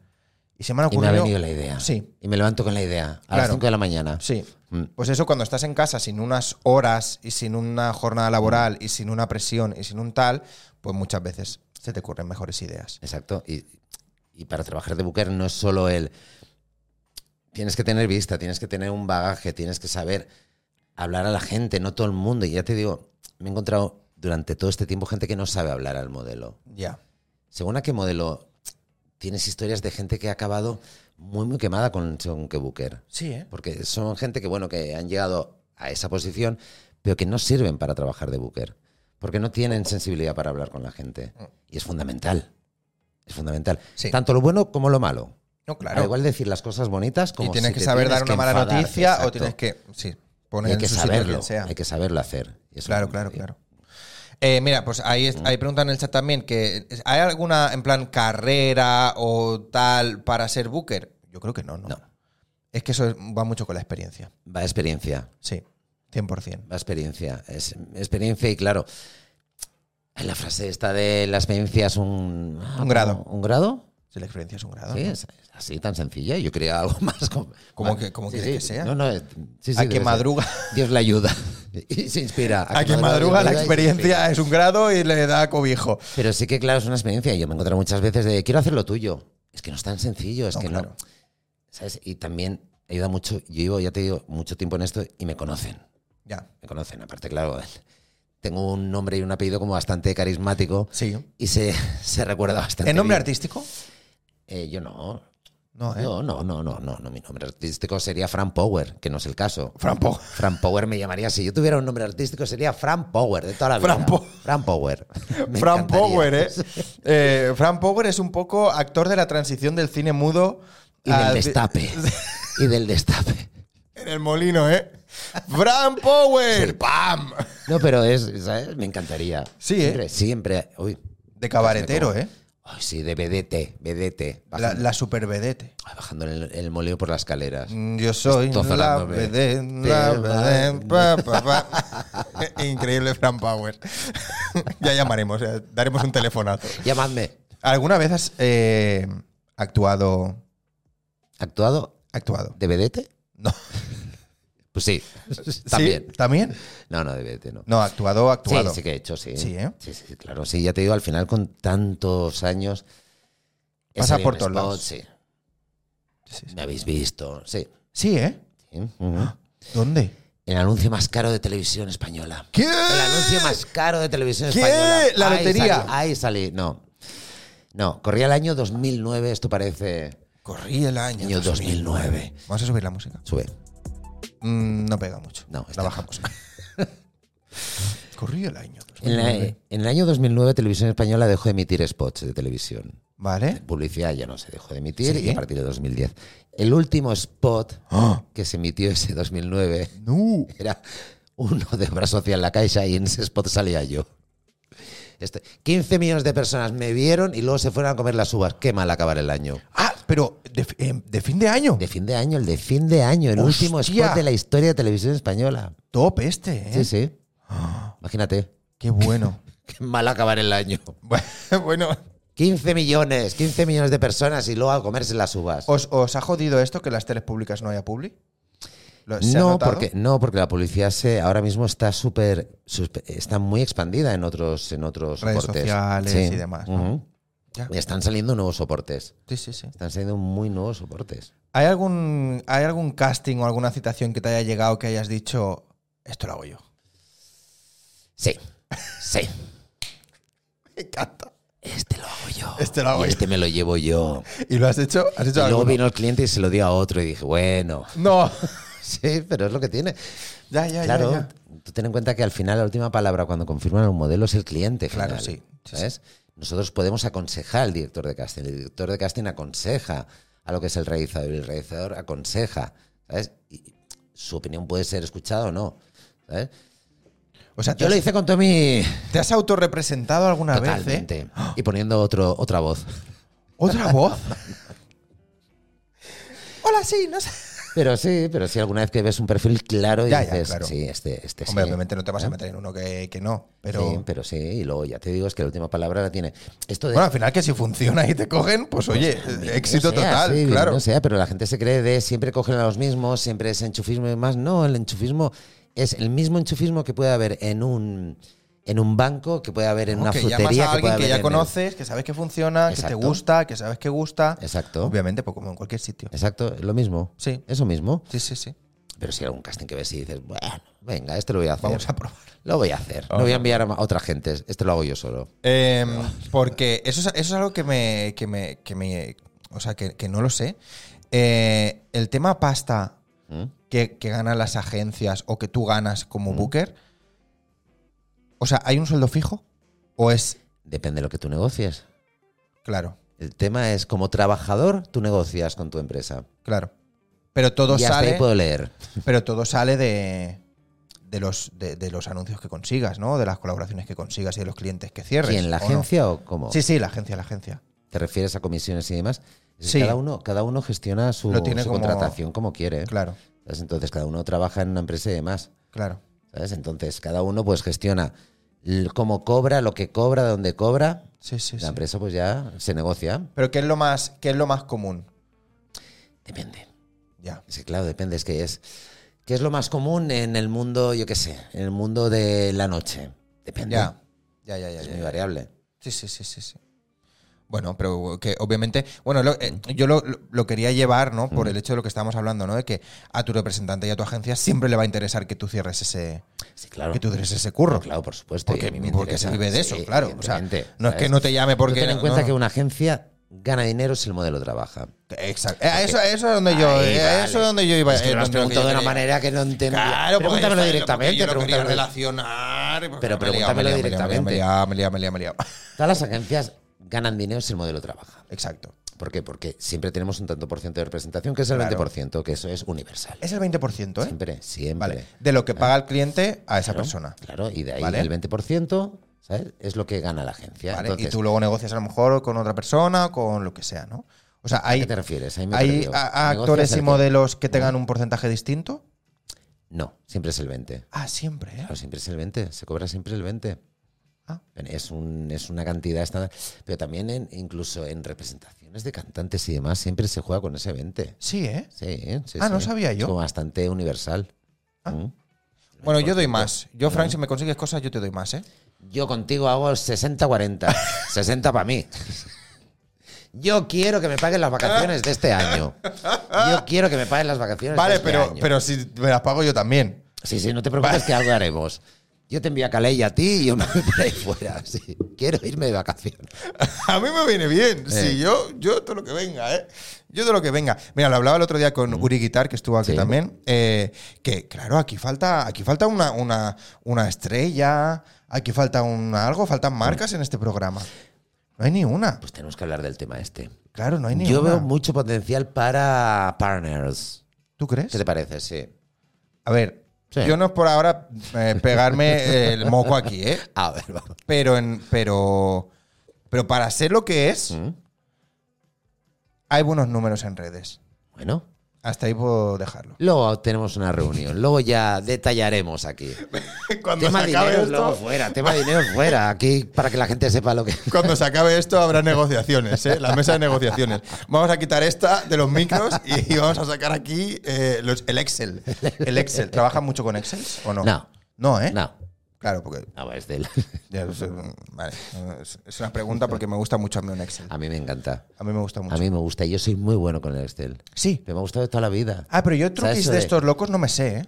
Speaker 1: y se me han
Speaker 2: Y me
Speaker 1: ocurrido.
Speaker 2: ha venido la idea.
Speaker 1: Sí.
Speaker 2: Y me levanto con la idea. A las
Speaker 1: Claro.
Speaker 2: 5 de la mañana.
Speaker 1: Sí.
Speaker 2: Mm.
Speaker 1: Pues eso, cuando estás en casa sin unas horas y sin una
Speaker 2: Mm.
Speaker 1: jornada laboral y sin una presión y sin un tal, pues muchas veces se te ocurren mejores ideas.
Speaker 2: Exacto. Y, y para trabajar de booker no es solo el... Tienes que tener vista, tienes que tener un bagaje, tienes que saber hablar a la gente, no todo el mundo. Y ya te digo, me he encontrado durante todo este tiempo gente que no sabe hablar al modelo.
Speaker 1: Ya.
Speaker 2: Según a qué modelo tienes historias de gente que ha acabado muy, muy quemada con según qué booker.
Speaker 1: Sí, ¿eh?
Speaker 2: Porque son gente que, bueno, que han llegado a esa posición, pero que no sirven para trabajar de booker. Porque no tienen sensibilidad para hablar con la gente. Y es fundamental. Es fundamental.
Speaker 1: Sí.
Speaker 2: Tanto lo bueno como lo malo.
Speaker 1: No,
Speaker 2: Al
Speaker 1: claro.
Speaker 2: igual decir las cosas bonitas como
Speaker 1: y tienes
Speaker 2: si
Speaker 1: que
Speaker 2: te
Speaker 1: saber
Speaker 2: tienes
Speaker 1: dar
Speaker 2: que
Speaker 1: una mala
Speaker 2: enfadar.
Speaker 1: noticia o
Speaker 2: Exacto.
Speaker 1: tienes que sí,
Speaker 2: Y
Speaker 1: poner
Speaker 2: hay
Speaker 1: en
Speaker 2: que
Speaker 1: su sitio a
Speaker 2: saberlo.
Speaker 1: quien sea.
Speaker 2: Hay que saberlo hacer. Y eso-
Speaker 1: Claro, claro, claro. Eh, mira, pues ahí, es- ahí preguntan en el chat también que eh, ¿hay alguna en plan carrera o tal para ser booker? Yo creo que no, ¿no?
Speaker 2: No.
Speaker 1: Es que eso es- va mucho con la experiencia.
Speaker 2: Va a experiencia.
Speaker 1: Sí, 100%.
Speaker 2: La experiencia. Es, experiencia y claro. hay La frase esta de la experiencia es un...
Speaker 1: Un grado. Ah.
Speaker 2: ¿Un grado?
Speaker 1: Si la experiencia es un grado.
Speaker 2: Sí,
Speaker 1: ¿no?
Speaker 2: es es así tan sencilla. Yo quería algo más. Como,
Speaker 1: Como que- como quieres que sea.
Speaker 2: No, no, es- sí, sí,
Speaker 1: a
Speaker 2: debe
Speaker 1: que
Speaker 2: ser.
Speaker 1: madruga,
Speaker 2: Dios le ayuda y se inspira.
Speaker 1: a que madruga la experiencia es un grado y le da cobijo.
Speaker 2: Pero sí que, claro, es una experiencia. Yo me he encontrado muchas veces de quiero hacer lo tuyo. Es que no es tan sencillo, es
Speaker 1: No,
Speaker 2: que
Speaker 1: claro.
Speaker 2: no. ¿Sabes? Y también ayuda mucho. Yo llevo, ya te digo, mucho tiempo en esto y me conocen.
Speaker 1: Ya.
Speaker 2: Me conocen. Aparte, claro, tengo un nombre y un apellido como bastante carismático
Speaker 1: Sí.
Speaker 2: y se, se recuerda bastante.
Speaker 1: ¿El nombre
Speaker 2: bien.
Speaker 1: artístico?
Speaker 2: Eh, yo no.
Speaker 1: No, ¿eh?
Speaker 2: No, no, no, no, no, no. Mi nombre artístico sería Fran Power, que no es el caso.
Speaker 1: Fran Power.
Speaker 2: Fran Power me llamaría. Si yo tuviera un nombre artístico sería Fran Power, de toda la vida.
Speaker 1: Fran Po-
Speaker 2: Fran Power. Me
Speaker 1: Fran
Speaker 2: encantaría.
Speaker 1: Power, ¿eh? Eh, Fran Power es un poco actor de la transición del cine mudo
Speaker 2: Y
Speaker 1: a-
Speaker 2: del destape. y del destape.
Speaker 1: En el molino, ¿eh? ¡Fran Power! ¡Pam!
Speaker 2: No, pero es, ¿sabes? Me encantaría.
Speaker 1: Sí, ¿eh?
Speaker 2: siempre, Siempre. Uy.
Speaker 1: De cabaretero, ¿eh?
Speaker 2: Ay, sí, de vedete, vedete.
Speaker 1: La,
Speaker 2: Bajando,
Speaker 1: la super vedete.
Speaker 2: ay, bajando en el, en el moleo por las escaleras.
Speaker 1: Mm, Yo soy
Speaker 2: Estoy
Speaker 1: la
Speaker 2: zonándome.
Speaker 1: vedette,
Speaker 2: Te
Speaker 1: la
Speaker 2: vas.
Speaker 1: vedette, pa, pa, pa. Increíble Fran Power. ya llamaremos, ya daremos un telefonazo.
Speaker 2: Llamadme.
Speaker 1: ¿Alguna vez has eh, actuado?
Speaker 2: ¿Actuado
Speaker 1: Actuado.
Speaker 2: de vedete?
Speaker 1: No.
Speaker 2: Pues sí. También.
Speaker 1: ¿Sí? ¿También?
Speaker 2: No, no, de vedete no.
Speaker 1: No, actuado, actuado.
Speaker 2: Sí, sí que he hecho, sí.
Speaker 1: Sí, ¿eh?
Speaker 2: Sí, sí, claro. Sí, ya te digo, al final con tantos años. he
Speaker 1: Pasa
Speaker 2: salido
Speaker 1: por
Speaker 2: en
Speaker 1: todos
Speaker 2: spots,
Speaker 1: lados.
Speaker 2: Sí,
Speaker 1: Sí, sí.
Speaker 2: me habéis visto, sí.
Speaker 1: Sí, ¿eh?
Speaker 2: Sí, ujú.
Speaker 1: ¿Dónde?
Speaker 2: El anuncio más caro de televisión española.
Speaker 1: ¿Qué?
Speaker 2: El anuncio más caro de televisión
Speaker 1: ¿Qué?
Speaker 2: española.
Speaker 1: La
Speaker 2: Ahí
Speaker 1: lotería.
Speaker 2: salí, ahí salí, no. No, corría el año 2009, esto parece
Speaker 1: Corrí el año.
Speaker 2: año
Speaker 1: 2009.
Speaker 2: 2009.
Speaker 1: Vamos a subir la música.
Speaker 2: Sube.
Speaker 1: Mm, no pega mucho.
Speaker 2: No,
Speaker 1: la
Speaker 2: está-
Speaker 1: bajamos. Corrió el año.
Speaker 2: En, la-
Speaker 1: 2009.
Speaker 2: en el año 2009 Televisión Española dejó de emitir spots de televisión.
Speaker 1: Vale.
Speaker 2: Publicidad ya no se dejó de emitir
Speaker 1: Sí.
Speaker 2: y a partir de 2010. El último spot
Speaker 1: ¡Ah!
Speaker 2: que se emitió ese 2009
Speaker 1: No.
Speaker 2: era uno de brazo hacia la caixa y en ese spot salía yo. Este, 15 millones de personas me vieron y luego se fueron a comer las uvas. Qué mal acabar el año.
Speaker 1: Ah, pero de, fi- em, de fin de año.
Speaker 2: De fin de año, el de fin de año, el último
Speaker 1: Hostia.
Speaker 2: spot de la historia de televisión española.
Speaker 1: Top este, ¿eh?
Speaker 2: Sí, sí. Imagínate.
Speaker 1: Qué bueno.
Speaker 2: Qué mal acabar el año.
Speaker 1: Bueno,
Speaker 2: 15 millones, 15 millones de personas y luego a comerse las uvas.
Speaker 1: ¿os, os ha jodido esto que en las teles públicas no haya publi? ¿Lo- se ha
Speaker 2: No
Speaker 1: notado?
Speaker 2: porque, no, porque la publicidad se, ahora mismo está súper, suspe- está muy expandida en otros, en otros
Speaker 1: Redes
Speaker 2: soportes.
Speaker 1: sociales y demás, ¿no?
Speaker 2: Ujú.
Speaker 1: Ya.
Speaker 2: Y Están saliendo nuevos soportes.
Speaker 1: Sí, sí, sí.
Speaker 2: Están saliendo muy nuevos soportes.
Speaker 1: ¿Hay algún, ¿Hay algún casting o alguna citación que te haya llegado que hayas dicho, esto lo hago yo?
Speaker 2: Sí, sí.
Speaker 1: Me encanta.
Speaker 2: Este lo hago yo.
Speaker 1: Este lo hago
Speaker 2: Y
Speaker 1: yo.
Speaker 2: Este me lo llevo yo.
Speaker 1: ¿Y lo has hecho? ¿Has
Speaker 2: Y
Speaker 1: hecho
Speaker 2: luego
Speaker 1: alguno?
Speaker 2: vino el cliente y se lo dio a otro y dije, bueno,
Speaker 1: No.
Speaker 2: sí, pero es lo que tiene.
Speaker 1: ya, ya,
Speaker 2: claro,
Speaker 1: ya, ya.
Speaker 2: tú ten en cuenta que al final la última palabra cuando confirman un modelo es el cliente. final,
Speaker 1: Claro, sí, sí,
Speaker 2: ¿sabes? Nosotros podemos aconsejar al director de casting. El director de casting aconseja a lo que es el realizador y el realizador aconseja. ¿sabes? Y su opinión puede ser escuchada o no. ¿sabes?
Speaker 1: O sea, ¿te
Speaker 2: Yo lo
Speaker 1: has,
Speaker 2: hice con Tommy
Speaker 1: te has autorrepresentado alguna vez?
Speaker 2: totalmente.
Speaker 1: eh?
Speaker 2: Y poniendo otro, otra voz.
Speaker 1: ¿Otra voz? Hola, sí, no sé.
Speaker 2: Pero sí, pero sí, alguna vez que ves un perfil claro y
Speaker 1: Ya, ya,
Speaker 2: dices,
Speaker 1: claro.
Speaker 2: sí, este, este
Speaker 1: Hombre,
Speaker 2: sí.
Speaker 1: obviamente no te vas a
Speaker 2: ¿Eh?
Speaker 1: meter en uno que, que no, pero...
Speaker 2: Sí, pero sí, y luego ya te digo, es que la última palabra la tiene. Esto de
Speaker 1: Bueno, al final que si funciona y te cogen, pues oye, éxito
Speaker 2: Bienvenido sea,
Speaker 1: total,
Speaker 2: sí,
Speaker 1: claro.
Speaker 2: bienvenido sea, pero la gente se cree de siempre cogen a los mismos, siempre es enchufismo y demás. No, el enchufismo es el mismo enchufismo que puede haber en un en un banco, que puede haber en una
Speaker 1: que
Speaker 2: frutería,
Speaker 1: llamas a
Speaker 2: puede
Speaker 1: alguien que,
Speaker 2: haber en
Speaker 1: ya
Speaker 2: el-
Speaker 1: conoces, que sabes que funciona, que te
Speaker 2: Exacto.
Speaker 1: gusta, que sabes que gusta.
Speaker 2: Exacto.
Speaker 1: Obviamente, pues como en cualquier sitio.
Speaker 2: Exacto, es lo mismo.
Speaker 1: Sí.
Speaker 2: Eso mismo.
Speaker 1: Sí, sí, sí.
Speaker 2: Pero si hay algún casting que ves y dices, bueno, venga, este lo voy a hacer.
Speaker 1: Vamos a probar.
Speaker 2: Lo voy a hacer.
Speaker 1: Vamos
Speaker 2: no voy
Speaker 1: a
Speaker 2: a enviar a ma- a otra gente. Este lo hago yo solo.
Speaker 1: Eh, porque eso es, eso es algo que me, que me, que me- o sea, que, que no lo sé. Eh, el tema pasta
Speaker 2: ¿Mm?
Speaker 1: que, que ganan las agencias o que tú ganas como booker, o sea, ¿hay un sueldo fijo? ¿O es,
Speaker 2: Depende de lo que tú negocies.
Speaker 1: claro,
Speaker 2: El tema es, como trabajador, tú negocias con tu empresa.
Speaker 1: claro. Pero todo
Speaker 2: y hasta
Speaker 1: sale...
Speaker 2: ahí pues. puedo leer.
Speaker 1: Pero todo sale de, de, los, de, de los anuncios que consigas, ¿no? De las colaboraciones que consigas y de los clientes que cierres.
Speaker 2: ¿Quién? ¿La
Speaker 1: ¿o no?
Speaker 2: agencia o cómo?
Speaker 1: Sí, sí, la agencia, la agencia.
Speaker 2: ¿Te refieres a comisiones y demás? Es que
Speaker 1: Sí.
Speaker 2: Cada uno, cada uno gestiona su,
Speaker 1: Lo tiene
Speaker 2: su
Speaker 1: como-
Speaker 2: contratación como quiere.
Speaker 1: Claro,
Speaker 2: ¿sabes? Entonces, cada uno trabaja en una empresa y demás.
Speaker 1: claro.
Speaker 2: ¿sabes? Entonces, cada uno pues gestiona l- cómo cobra, lo que cobra, dónde cobra.
Speaker 1: Sí, sí,
Speaker 2: la
Speaker 1: sí.
Speaker 2: empresa pues ya se negocia.
Speaker 1: Pero ¿qué es lo más, qué es lo más común?
Speaker 2: Depende.
Speaker 1: Ya.
Speaker 2: Sí, claro, depende. Es que es. ¿Qué es lo más común en el mundo, yo qué sé, en el mundo de la noche? Depende.
Speaker 1: Ya. Ya, ya, ya.
Speaker 2: Es
Speaker 1: ya,
Speaker 2: muy
Speaker 1: ya.
Speaker 2: variable.
Speaker 1: Sí, sí, sí, sí, sí. Bueno, pero que obviamente, bueno, lo- eh, yo lo, lo- lo quería llevar, ¿no? Por el hecho de lo que estábamos hablando, ¿no? De que a tu representante y a tu agencia siempre le va a interesar que tú cierres ese,
Speaker 2: Sí, claro. Ah,
Speaker 1: que tú cierres ese curro.
Speaker 2: Claro, por supuesto. y
Speaker 1: Porque,
Speaker 2: a mí me
Speaker 1: porque se
Speaker 2: interesa.
Speaker 1: vive de eso,
Speaker 2: Sí,
Speaker 1: claro. O sea, no
Speaker 2: evidentemente,
Speaker 1: es que
Speaker 2: ¿sabes?
Speaker 1: no te llame porque.
Speaker 2: Tú ten en
Speaker 1: no,
Speaker 2: cuenta
Speaker 1: no.
Speaker 2: que una agencia gana dinero si el modelo trabaja.
Speaker 1: Exacto. Eh, eso, eso es donde yo, eh,
Speaker 2: Ahí, vale.
Speaker 1: eso es donde yo iba.
Speaker 2: Es que
Speaker 1: eh,
Speaker 2: me lo has
Speaker 1: donde lo que yo
Speaker 2: preguntado de una
Speaker 1: quería.
Speaker 2: manera que no entendía.
Speaker 1: Claro, porque
Speaker 2: pregúntamelo
Speaker 1: yo- porque
Speaker 2: directamente.
Speaker 1: Yo lo quería
Speaker 2: pregúntamelo.
Speaker 1: relacionar. porque
Speaker 2: Pero
Speaker 1: me he liado, me he liado,
Speaker 2: pregúntamelo
Speaker 1: me he liado,
Speaker 2: directamente.
Speaker 1: Me he liado, me he liado, me he liado, me he liado.
Speaker 2: Todas las agencias ganan dinero si el modelo trabaja.
Speaker 1: Exacto.
Speaker 2: ¿Por qué? Porque siempre tenemos un tanto por ciento de representación, que es el
Speaker 1: Claro.
Speaker 2: 20%, que eso es universal.
Speaker 1: Es el 20%, ¿eh?
Speaker 2: Siempre, siempre.
Speaker 1: Vale. De lo que paga el cliente a esa
Speaker 2: Eh. Claro,
Speaker 1: persona.
Speaker 2: Claro, y de ahí
Speaker 1: Vale.
Speaker 2: el 20%, ¿sabes? Es lo que gana la agencia.
Speaker 1: ¿vale?
Speaker 2: Entonces,
Speaker 1: y tú luego negocias a lo mejor con otra persona, con lo que sea, ¿no? O sea,
Speaker 2: ¿a
Speaker 1: hay,
Speaker 2: qué te refieres? Ahí me he
Speaker 1: hay
Speaker 2: perdido.
Speaker 1: a- a
Speaker 2: ¿Negocias
Speaker 1: actores y
Speaker 2: el qué? Mm.
Speaker 1: modelos que tengan un porcentaje distinto.
Speaker 2: No, siempre es el 20.
Speaker 1: Ah, siempre, ¿eh?
Speaker 2: Claro, siempre es el 20, se cobra siempre el 20.
Speaker 1: Ah.
Speaker 2: Es, un- es una cantidad estándar. Pero también en- incluso en representaciones de cantantes y demás siempre se juega con ese 20.
Speaker 1: Sí, ¿eh?
Speaker 2: Sí, sí,
Speaker 1: Ah, no
Speaker 2: sí.
Speaker 1: sabía
Speaker 2: Es
Speaker 1: yo.
Speaker 2: como bastante universal. Mm.
Speaker 1: Bueno, yo doy más. Yo, Frank, si me consigues cosas, yo te doy más, ¿eh?
Speaker 2: Yo contigo hago 60-40. 60 para mí. Yo quiero que me paguen las vacaciones de este año. Yo quiero que me paguen las vacaciones de
Speaker 1: Vale,
Speaker 2: este
Speaker 1: pero,
Speaker 2: año.
Speaker 1: pero si me las pago yo también.
Speaker 2: Sí, sí, no te preocupes que algo haremos. Yo te envío a Calais y a ti y yo me voy por ahí fuera. Sí. Quiero irme de vacaciones.
Speaker 1: A mí me viene bien.
Speaker 2: Eh.
Speaker 1: Sí, yo, yo todo lo que venga, ¿eh? Yo todo lo que venga. Mira, lo hablaba el otro día con Uri Guitar, que estuvo aquí
Speaker 2: Sí.
Speaker 1: también. eh, que, claro, aquí falta, aquí falta una, una, una estrella, aquí falta un algo, faltan marcas en este programa. No hay ni una.
Speaker 2: Pues tenemos que hablar del tema este.
Speaker 1: Claro, no hay ni
Speaker 2: Yo
Speaker 1: una.
Speaker 2: veo mucho potencial para partners.
Speaker 1: ¿Tú crees?
Speaker 2: ¿Qué te parece? Sí.
Speaker 1: A ver,
Speaker 2: Sí.
Speaker 1: yo no es por ahora eh, pegarme el moco aquí, ¿eh?
Speaker 2: A ver, vamos.
Speaker 1: Pero en. Pero. Pero para ser lo que es,
Speaker 2: Mm.
Speaker 1: hay buenos números en redes.
Speaker 2: Bueno,
Speaker 1: Hasta ahí puedo dejarlo.
Speaker 2: Luego tenemos una reunión, luego ya detallaremos aquí.
Speaker 1: Cuando
Speaker 2: tema
Speaker 1: se acabe
Speaker 2: dinero
Speaker 1: esto,
Speaker 2: luego fuera, tema dinero fuera, aquí para que la gente sepa lo que...
Speaker 1: Cuando se acabe esto habrá negociaciones, ¿eh? la mesa de negociaciones. Vamos a quitar esta de los micros y vamos a sacar aquí eh, los- el Excel. El Excel. ¿Trabajan mucho con Excel o no?
Speaker 2: No.
Speaker 1: No, ¿eh?
Speaker 2: No,
Speaker 1: Claro, porque...
Speaker 2: no, es del-
Speaker 1: ya, pues, eh, vale. No, es- Es una pregunta porque me gusta mucho a mí un Excel.
Speaker 2: A mí me encanta.
Speaker 1: A mí me gusta mucho.
Speaker 2: A mí me gusta, yo soy muy bueno con el Excel.
Speaker 1: Sí.
Speaker 2: Me ha gustado toda la vida.
Speaker 1: Ah, pero yo
Speaker 2: ¿Sabes
Speaker 1: truquis
Speaker 2: eso
Speaker 1: de
Speaker 2: de-
Speaker 1: estos locos no me sé, ¿eh?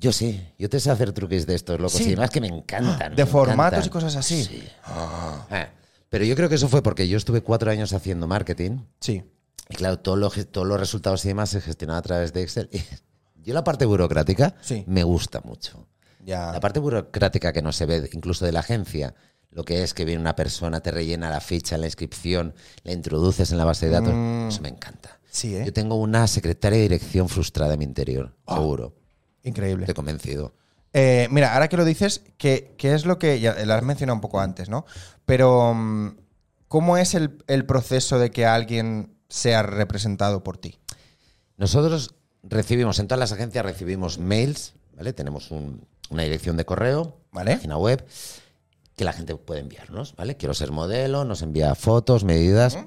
Speaker 2: Yo sí, yo te sé hacer truques de estos locos
Speaker 1: Sí.
Speaker 2: y además que me encantan.
Speaker 1: De
Speaker 2: me
Speaker 1: formatos
Speaker 2: encantan.
Speaker 1: y cosas así.
Speaker 2: Sí. Ah, Pero yo creo que eso fue porque yo estuve cuatro años haciendo marketing
Speaker 1: Sí.
Speaker 2: y claro, todos los, todos los resultados y demás se gestionaban a través de Excel. Y yo la parte burocrática
Speaker 1: Sí. Ah.
Speaker 2: me gusta mucho.
Speaker 1: Ya.
Speaker 2: La parte burocrática que no se ve, incluso de la agencia, lo que es que viene una persona, te rellena la ficha, la inscripción, la introduces en la base de datos,
Speaker 1: Mm.
Speaker 2: eso me encanta.
Speaker 1: Sí, ¿eh? Ah.
Speaker 2: Yo tengo una secretaria de dirección frustrada en mi interior, seguro.
Speaker 1: Increíble.
Speaker 2: Estoy convencido.
Speaker 1: Eh, mira, ahora que lo dices, ¿qué, qué es lo que. Ya lo has mencionado un poco antes, ¿no? Pero. mm, ¿Cómo es el, el proceso de que alguien sea representado por ti?
Speaker 2: Nosotros recibimos, en todas las agencias recibimos mails, ¿vale? Tenemos un- una dirección de correo,
Speaker 1: ¿Vale?
Speaker 2: página web, que la gente puede enviarnos, ¿vale? Quiero ser modelo, nos envía fotos, medidas,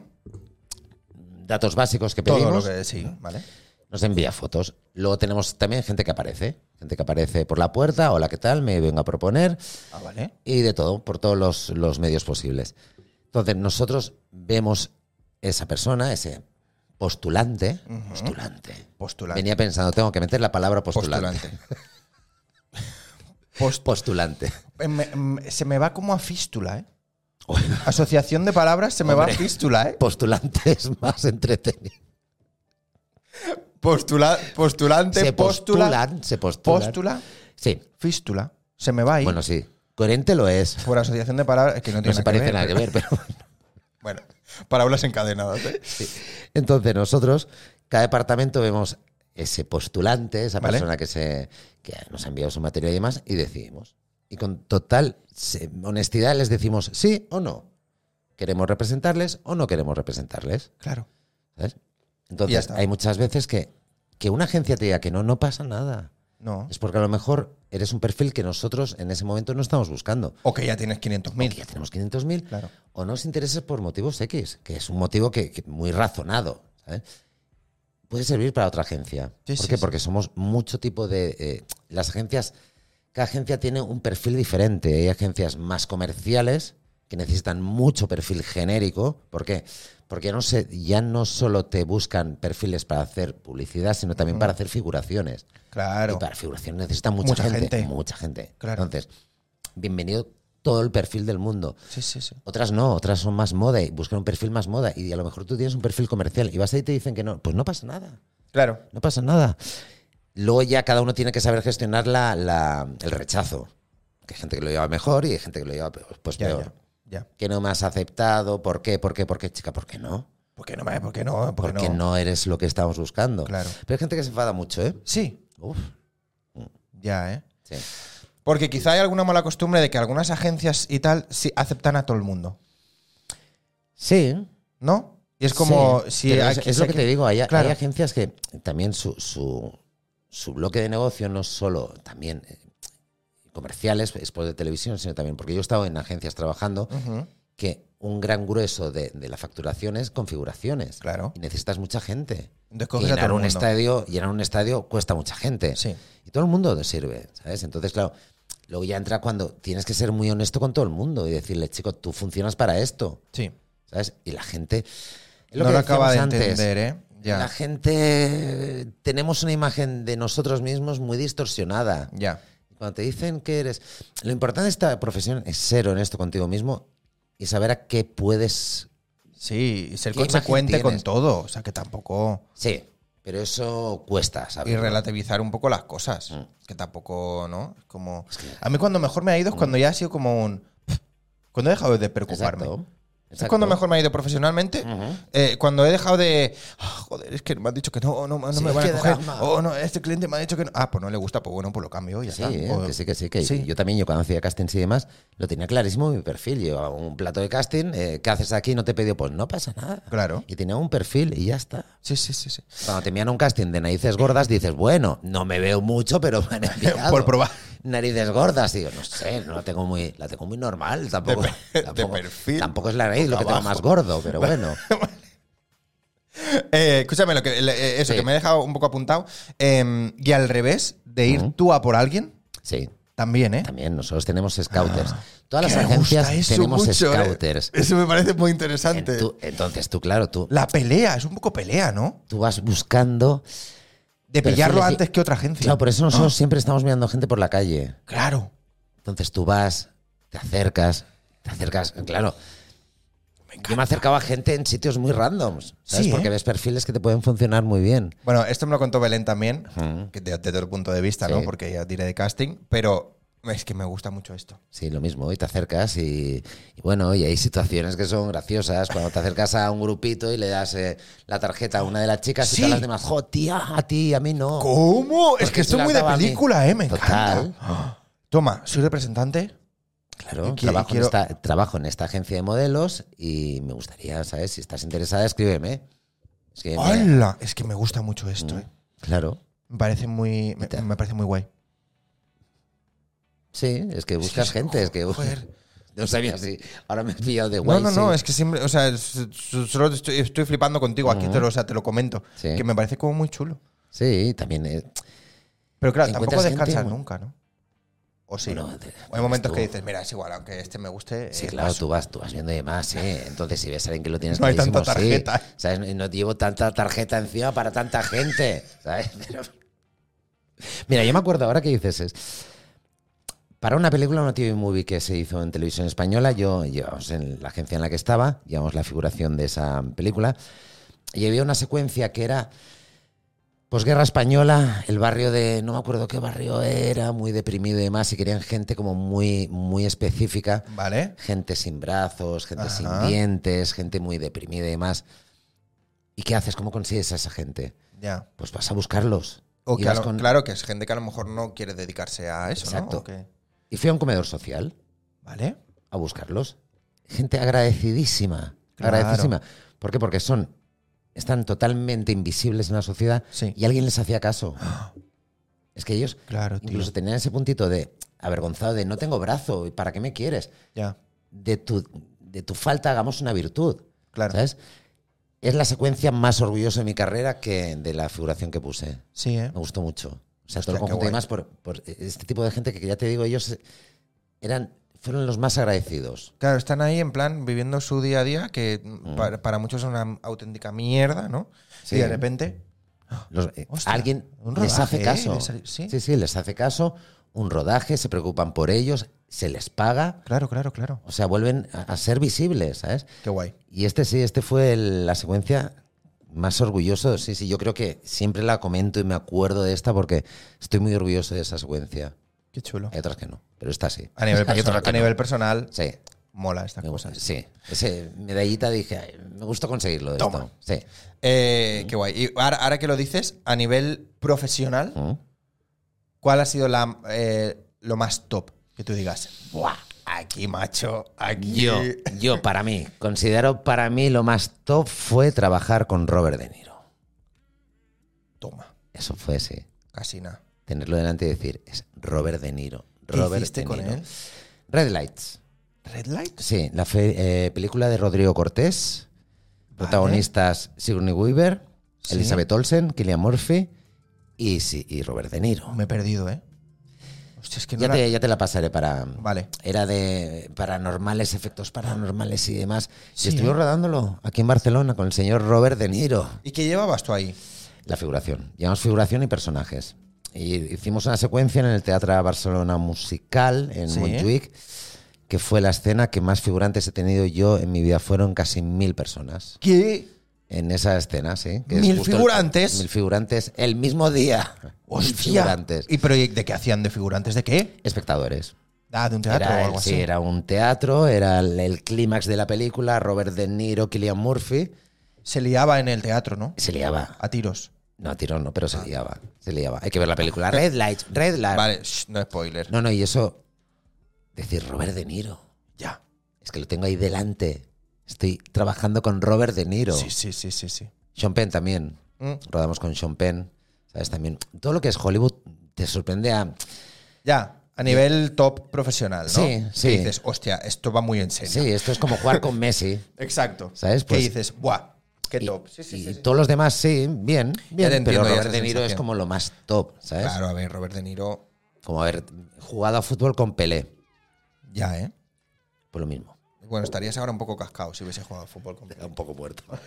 Speaker 2: datos básicos que pedimos.
Speaker 1: Todo lo que. Sí, ¿vale?
Speaker 2: Nos envía fotos. Luego tenemos también gente que aparece. Gente que aparece por la puerta. Hola, ¿qué tal? Me vengo a proponer.
Speaker 1: Ah, vale.
Speaker 2: Y de todo, por todos los, los medios posibles. Entonces, nosotros vemos esa persona, ese postulante. Postulante.
Speaker 1: Postulante.
Speaker 2: Venía pensando, tengo que meter la palabra postulante.
Speaker 1: Postulante. Post-
Speaker 2: Postulante.
Speaker 1: eh, me- mm, se me va como a fístula, ¿eh? Asociación de palabras se me va a fístula, ¿eh?
Speaker 2: Postulante es más entretenido.
Speaker 1: Postula, postulante,
Speaker 2: Se
Speaker 1: postula,
Speaker 2: postulan, se postulan.
Speaker 1: Postula,
Speaker 2: Sí.
Speaker 1: fístula. Se me va ahí.
Speaker 2: Bueno, sí. Coherente lo es.
Speaker 1: por asociación de palabras, es que no
Speaker 2: No
Speaker 1: tiene
Speaker 2: se
Speaker 1: nada que
Speaker 2: parece
Speaker 1: ver,
Speaker 2: nada que ver, pero
Speaker 1: Bueno, palabras encadenadas. ¿eh?
Speaker 2: Entonces nosotros, cada departamento vemos ese postulante, esa
Speaker 1: Vale.
Speaker 2: persona que, se, que nos ha enviado su material y demás, y decidimos. Y con total se- honestidad les decimos sí o no. ¿Queremos representarles o no queremos representarles?
Speaker 1: Claro.
Speaker 2: ¿sabes?
Speaker 1: Ya
Speaker 2: Entonces
Speaker 1: está.
Speaker 2: hay muchas veces que, que una agencia te diga que no, no pasa nada.
Speaker 1: No.
Speaker 2: Es porque a lo mejor eres un perfil que nosotros en ese momento no estamos buscando.
Speaker 1: O que ya tienes 500.000.
Speaker 2: Que ya tenemos 500.000
Speaker 1: Claro.
Speaker 2: o no os intereses por motivos X, que es un motivo que, que muy razonado. ¿sabes? Puede servir para otra agencia.
Speaker 1: Sí,
Speaker 2: ¿Por
Speaker 1: sí,
Speaker 2: qué?
Speaker 1: sí.
Speaker 2: Porque somos mucho tipo de... eh, las agencias, cada agencia tiene un perfil diferente. Hay agencias más comerciales que necesitan mucho perfil genérico. ¿Por qué? Porque no sé, ya no solo te buscan perfiles para hacer publicidad, sino también para hacer figuraciones.
Speaker 1: Claro.
Speaker 2: Y para figuración necesita mucha,
Speaker 1: Mucha
Speaker 2: gente,
Speaker 1: gente.
Speaker 2: Mucha gente.
Speaker 1: Claro.
Speaker 2: Entonces, bienvenido todo el perfil del mundo.
Speaker 1: Sí, sí, sí.
Speaker 2: Otras no, otras son más moda y buscan un perfil más moda. Y a lo mejor tú tienes un perfil comercial y vas ahí y te dicen que no. Pues no pasa nada,
Speaker 1: Claro.
Speaker 2: no pasa nada. Luego ya cada uno tiene que saber gestionar la, la- el rechazo. Que hay gente que lo lleva mejor y hay gente que lo lleva peor, pues
Speaker 1: Ya,
Speaker 2: peor.
Speaker 1: ya. ya.
Speaker 2: Que no me has aceptado, ¿por qué? ¿Por qué? ¿Por qué, chica? ¿Por qué no?
Speaker 1: ¿Por qué no? me- ¿Por qué no? ¿Por qué
Speaker 2: Porque no. eres lo que estamos buscando.
Speaker 1: Claro.
Speaker 2: Pero hay gente que se enfada mucho, ¿eh?
Speaker 1: Sí.
Speaker 2: Uf,
Speaker 1: Ya, ¿eh?
Speaker 2: sí.
Speaker 1: Porque quizá hay alguna mala costumbre de que algunas agencias y tal sí aceptan a todo el mundo.
Speaker 2: Sí,
Speaker 1: ¿No? Y es como
Speaker 2: Sí,
Speaker 1: si
Speaker 2: pero
Speaker 1: hay-
Speaker 2: es,
Speaker 1: si
Speaker 2: es lo
Speaker 1: hay
Speaker 2: que
Speaker 1: que-
Speaker 2: te digo, hay, hay
Speaker 1: claro.
Speaker 2: agencias que también su, su, su bloque de negocio no es solo también eh, comerciales, es por de televisión, sino también porque yo he estado en agencias trabajando
Speaker 1: Ujú,
Speaker 2: que un gran grueso de, de la facturación es configuraciones.
Speaker 1: Claro.
Speaker 2: Y necesitas mucha gente.
Speaker 1: Entonces
Speaker 2: Y
Speaker 1: coges a todo
Speaker 2: llenar
Speaker 1: el
Speaker 2: un
Speaker 1: mundo.
Speaker 2: estadio, llenar un estadio cuesta mucha gente.
Speaker 1: Sí.
Speaker 2: Y todo el mundo te sirve, ¿sabes? Entonces, claro, luego ya entra cuando tienes que ser muy honesto con todo el mundo y decirle, chico, tú funcionas para esto.
Speaker 1: Sí.
Speaker 2: ¿sabes? Y la gente. es
Speaker 1: no
Speaker 2: que
Speaker 1: lo acaba de
Speaker 2: decíamos antes,
Speaker 1: entender, ¿eh? Ya.
Speaker 2: La gente. eh, Tenemos una imagen de nosotros mismos muy distorsionada.
Speaker 1: Ya.
Speaker 2: Cuando te dicen que eres. Lo importante de esta profesión es ser honesto contigo mismo y saber a qué puedes.
Speaker 1: Sí, y ser
Speaker 2: ¿Qué imagen
Speaker 1: consecuente con
Speaker 2: tienes?
Speaker 1: todo. O sea, que tampoco.
Speaker 2: Sí, pero eso cuesta, ¿sabes?
Speaker 1: y relativizar un poco las cosas.
Speaker 2: Mm.
Speaker 1: Que tampoco, ¿no? Es
Speaker 2: Mm.
Speaker 1: como. A mí cuando mejor me ha ido es cuando ya ha sido como un. Cuando he dejado de preocuparme.
Speaker 2: Exacto.
Speaker 1: ¿Sabes cuándo mejor me ha ido profesionalmente?
Speaker 2: Ujú.
Speaker 1: Eh, cuando he dejado de. "Ah, joder, es que me han dicho que no, no, no
Speaker 2: Sí,
Speaker 1: me
Speaker 2: es
Speaker 1: van a
Speaker 2: que
Speaker 1: coger.
Speaker 2: drama.
Speaker 1: Oh, no, este cliente me ha dicho que no. Ah, pues no le gusta, pues bueno, pues lo cambio y ya
Speaker 2: Sí,
Speaker 1: está.
Speaker 2: eh,
Speaker 1: O-
Speaker 2: que sí, que sí, que
Speaker 1: Sí.
Speaker 2: yo también, yo cuando hacía castings y demás, lo tenía clarísimo mi perfil. Llevaba un plato de casting, eh, ¿qué haces aquí? No te he pedido, pues no pasa nada.
Speaker 1: Claro.
Speaker 2: Y tenía un perfil y ya está.
Speaker 1: Sí, sí, sí. sí.
Speaker 2: Cuando te envían a un casting de narices gordas, dices, bueno, no me veo mucho, pero me han enviado.
Speaker 1: Por probar.
Speaker 2: Narices gordas, digo, no sé, no la tengo muy, la tengo muy normal, tampoco.
Speaker 1: De pe- de
Speaker 2: tampoco-
Speaker 1: perfil,
Speaker 2: Tampoco es la nariz lo que tengo
Speaker 1: abajo.
Speaker 2: más gordo, pero bueno.
Speaker 1: Eh, escúchame, lo que, le- eh, eso
Speaker 2: Sí.
Speaker 1: que me he dejado un poco apuntado. Eh, y al revés, de ir
Speaker 2: Ujú.
Speaker 1: tú a por alguien,
Speaker 2: Sí,
Speaker 1: también, ¿eh?
Speaker 2: también nosotros tenemos scouters. Todas
Speaker 1: Ah, Que
Speaker 2: las
Speaker 1: me gusta
Speaker 2: agencias
Speaker 1: eso
Speaker 2: tenemos
Speaker 1: mucho, eh.
Speaker 2: scouters.
Speaker 1: Eso me parece muy
Speaker 2: En
Speaker 1: interesante.
Speaker 2: tú- entonces tú, claro, tú,
Speaker 1: La pelea, es un poco pelea, ¿no?
Speaker 2: tú vas buscando.
Speaker 1: De
Speaker 2: Perfiles
Speaker 1: pillarlo
Speaker 2: y-
Speaker 1: antes que otra agencia.
Speaker 2: Claro, por eso
Speaker 1: Ah.
Speaker 2: nosotros siempre estamos mirando gente por la calle.
Speaker 1: Claro.
Speaker 2: Entonces tú vas, te acercas, te acercas, claro. Yo me acercaba a gente en sitios muy randoms, ¿sabes?
Speaker 1: Sí, ¿eh?
Speaker 2: Porque ves perfiles que te pueden funcionar muy bien.
Speaker 1: Bueno, esto me lo contó Belén también,
Speaker 2: Ujú.
Speaker 1: que de- desde el punto de vista,
Speaker 2: Sí.
Speaker 1: ¿no? Porque ella diré de casting, pero es que me gusta mucho esto.
Speaker 2: Sí, lo mismo, y te acercas y, y bueno, y hay situaciones que son graciosas. Cuando te acercas a un grupito y le das eh, la tarjeta a una de las chicas
Speaker 1: Sí.
Speaker 2: y todas las demás, jo, tía, a ti, a mí no.
Speaker 1: ¿Cómo? es
Speaker 2: Oh. Porque
Speaker 1: que esto es
Speaker 2: tú la
Speaker 1: muy de
Speaker 2: daba a mí.
Speaker 1: película, ¿eh? Me
Speaker 2: Total.
Speaker 1: encanta. Ah. Toma, soy representante.
Speaker 2: Claro,
Speaker 1: Y qui-
Speaker 2: trabajo,
Speaker 1: quiero-
Speaker 2: en esta, trabajo en esta agencia de modelos y me gustaría, ¿sabes? Si estás interesada, escríbeme. Escríbeme.
Speaker 1: ¡Hala! Es que me gusta mucho esto,
Speaker 2: Mm,
Speaker 1: ¿eh?
Speaker 2: Claro.
Speaker 1: Me parece muy, me,
Speaker 2: Mira.
Speaker 1: me parece muy guay.
Speaker 2: Sí, es que buscas
Speaker 1: es-
Speaker 2: gente, es que
Speaker 1: joder.
Speaker 2: no sabía si ahora me he pillado de guay.
Speaker 1: no, no, no,
Speaker 2: sí.
Speaker 1: es que siempre, o sea, s- s- solo estoy, estoy flipando contigo aquí, te lo, o sea, te lo comento,
Speaker 2: Sí.
Speaker 1: que me parece como muy chulo.
Speaker 2: Sí, también es,
Speaker 1: Pero claro,
Speaker 2: Te
Speaker 1: tampoco
Speaker 2: encuentras
Speaker 1: descansas
Speaker 2: gente muy-
Speaker 1: nunca, ¿no? O sí.
Speaker 2: Bueno, te-
Speaker 1: O hay momentos
Speaker 2: tú-
Speaker 1: que dices, mira, es igual, aunque este me guste.
Speaker 2: Sí,
Speaker 1: eh,
Speaker 2: claro,
Speaker 1: paso".
Speaker 2: tú vas, tú vas viendo y más, sí. Entonces, si ves a alguien que lo tienes
Speaker 1: No hay
Speaker 2: clarísimo,
Speaker 1: tanta
Speaker 2: sí.
Speaker 1: tarjeta.
Speaker 2: ¿Sabes? No- No llevo tanta tarjeta encima para tanta gente, ¿sabes? Pero- Mira, yo me acuerdo ahora que dices es para una película, una TV movie que se hizo en televisión española, yo, llevamos en la agencia en la que estaba, llevamos la figuración de esa película, y había una secuencia que era posguerra española, el barrio de, no me acuerdo qué barrio era, muy deprimido y demás, y querían gente como muy, muy específica
Speaker 1: Vale.
Speaker 2: gente sin brazos, gente sin
Speaker 1: Ajá.
Speaker 2: dientes, gente muy deprimida y demás. ¿Y qué haces? ¿Cómo consigues a esa gente?
Speaker 1: Ya.
Speaker 2: Pues vas a buscarlos.
Speaker 1: O
Speaker 2: y,
Speaker 1: que a
Speaker 2: vas
Speaker 1: lo-
Speaker 2: con-
Speaker 1: Claro, que es gente que a lo mejor no quiere dedicarse a eso,
Speaker 2: Exacto.
Speaker 1: ¿no? O que-
Speaker 2: y fui a un comedor social
Speaker 1: Vale.
Speaker 2: a buscarlos. Gente agradecidísima.
Speaker 1: Claro.
Speaker 2: Agradecidísima. ¿Por qué? Porque son. Están totalmente invisibles en la sociedad
Speaker 1: Sí.
Speaker 2: y alguien les hacía caso. Es que ellos
Speaker 1: Claro, tío.
Speaker 2: incluso tenían ese puntito de avergonzado de no tengo brazo, ¿y ¿para qué me quieres?
Speaker 1: Ya.
Speaker 2: de tu, de tu falta hagamos una virtud.
Speaker 1: Claro.
Speaker 2: ¿Sabes? Es la secuencia más orgullosa de mi carrera que de la figuración que puse.
Speaker 1: Sí, ¿eh?
Speaker 2: Me gustó mucho. O sea,
Speaker 1: Hostia, qué
Speaker 2: todo el conjunto
Speaker 1: guay.
Speaker 2: y más por, por este tipo de gente que ya te digo, ellos eran, fueron los más agradecidos.
Speaker 1: Claro, están ahí en plan viviendo su día a día, que para, para muchos es una auténtica mierda, ¿no?
Speaker 2: Mm. Sí.
Speaker 1: Y de repente.
Speaker 2: Los- eh,
Speaker 1: Hostia,
Speaker 2: alguien
Speaker 1: un
Speaker 2: les
Speaker 1: rodaje,
Speaker 2: hace
Speaker 1: ¿eh?
Speaker 2: caso.
Speaker 1: Les ha- sí.
Speaker 2: sí, sí, les hace caso. Un rodaje, se preocupan por ellos, se les paga.
Speaker 1: Claro, claro, claro.
Speaker 2: O sea, vuelven a, a ser visibles, ¿sabes?
Speaker 1: Qué guay.
Speaker 2: Y este sí, este fue el- la secuencia más orgulloso. Sí, sí, yo creo que siempre la comento y me acuerdo de esta porque estoy muy orgulloso de esa secuencia.
Speaker 1: Qué chulo.
Speaker 2: Hay otras que no, pero esta sí.
Speaker 1: A nivel,
Speaker 2: Hay otras
Speaker 1: personal,
Speaker 2: que
Speaker 1: a
Speaker 2: no.
Speaker 1: nivel personal,
Speaker 2: Sí.
Speaker 1: mola estas
Speaker 2: Me gusta,
Speaker 1: cosas.
Speaker 2: sí, ese medallita dije, "Ay, me gustó conseguirlo. esto".
Speaker 1: Toma.
Speaker 2: Sí.
Speaker 1: Eh, qué guay. Y ahora, ahora que lo dices, a nivel profesional,
Speaker 2: Mm.
Speaker 1: ¿cuál ha sido la, eh, lo más top que tú digas?
Speaker 2: Buah.
Speaker 1: Aquí, macho, aquí.
Speaker 2: Yo, yo para mí, considero para mí lo más top fue trabajar con Robert De Niro.
Speaker 1: Toma,
Speaker 2: Eso fue, sí.
Speaker 1: casi nada.
Speaker 2: Tenerlo delante y decir, es Robert De Niro.
Speaker 1: ¿Qué
Speaker 2: Robert
Speaker 1: hiciste
Speaker 2: De
Speaker 1: con
Speaker 2: Niro.
Speaker 1: él?
Speaker 2: Red Lights.
Speaker 1: ¿Red Light?
Speaker 2: Sí, la fe- eh, película de Rodrigo Cortés. Protagonistas Sigourney Weaver,
Speaker 1: Sí.
Speaker 2: Elizabeth Olsen, Killian Murphy y, sí, y Robert De Niro.
Speaker 1: Me he perdido, ¿eh? Hostia, es que no
Speaker 2: Ya
Speaker 1: la-
Speaker 2: te, ya te la pasaré para...
Speaker 1: Vale.
Speaker 2: Era de paranormales, efectos paranormales y demás.
Speaker 1: Sí,
Speaker 2: y estuve
Speaker 1: ¿eh?
Speaker 2: rodándolo aquí en Barcelona con el señor Robert De Niro.
Speaker 1: ¿Y qué llevabas tú ahí?
Speaker 2: La figuración. Llevamos figuración y personajes. Y hicimos una secuencia en el Teatro Barcelona Musical, en
Speaker 1: Sí.
Speaker 2: Montjuic, que fue la escena que más figurantes he tenido yo en mi vida. Fueron casi mil personas.
Speaker 1: ¿Qué?
Speaker 2: En esa escena, sí. que
Speaker 1: ¿Mil
Speaker 2: justo el-
Speaker 1: figurantes?
Speaker 2: mil figurantes el mismo día. Mil
Speaker 1: Hostia.
Speaker 2: figurantes.
Speaker 1: ¿Y pero ¿y de qué hacían de figurantes? ¿De qué?
Speaker 2: Espectadores.
Speaker 1: Ah, de un teatro
Speaker 2: Era,
Speaker 1: o
Speaker 2: el-
Speaker 1: algo así.
Speaker 2: Sí, era un teatro, era el, el clímax de la película, Robert De Niro, Killian Murphy.
Speaker 1: Se liaba en el teatro, ¿no?
Speaker 2: Se liaba.
Speaker 1: A tiros.
Speaker 2: No, tirón no, pero se liaba. Se liaba. Hay que ver la película. Red Lights, Red Lights.
Speaker 1: Ah. Vale, shh, no spoiler.
Speaker 2: No, no, y eso. Decir Robert De Niro.
Speaker 1: Ya.
Speaker 2: Es que lo tengo ahí delante. Estoy trabajando con Robert De Niro.
Speaker 1: Sí, sí, sí, sí, sí.
Speaker 2: Sean Penn también.
Speaker 1: Mm.
Speaker 2: Rodamos con Sean Penn. ¿Sabes? También. Todo lo que es Hollywood te sorprende a.
Speaker 1: Ya, a nivel top profesional, ¿no?
Speaker 2: Sí, sí.
Speaker 1: Que dices, hostia, esto va muy en serio.
Speaker 2: Sí, esto es como jugar con Messi.
Speaker 1: Exacto.
Speaker 2: ¿Sabes? Pues-
Speaker 1: que dices, ¡buah! ¡Qué
Speaker 2: Y-
Speaker 1: top!
Speaker 2: y todos los demás, sí, bien. bien
Speaker 1: te entiendo ya
Speaker 2: pero Robert
Speaker 1: esa
Speaker 2: De Niro es
Speaker 1: sensación.
Speaker 2: como lo más top, ¿sabes?
Speaker 1: Claro, a ver, Robert De Niro,
Speaker 2: Como haber jugado a fútbol con Pelé.
Speaker 1: ya, ¿eh?
Speaker 2: Pues lo mismo.
Speaker 1: Bueno, estarías ahora un poco cascado si hubiese jugado al fútbol con
Speaker 2: Un poco muerto.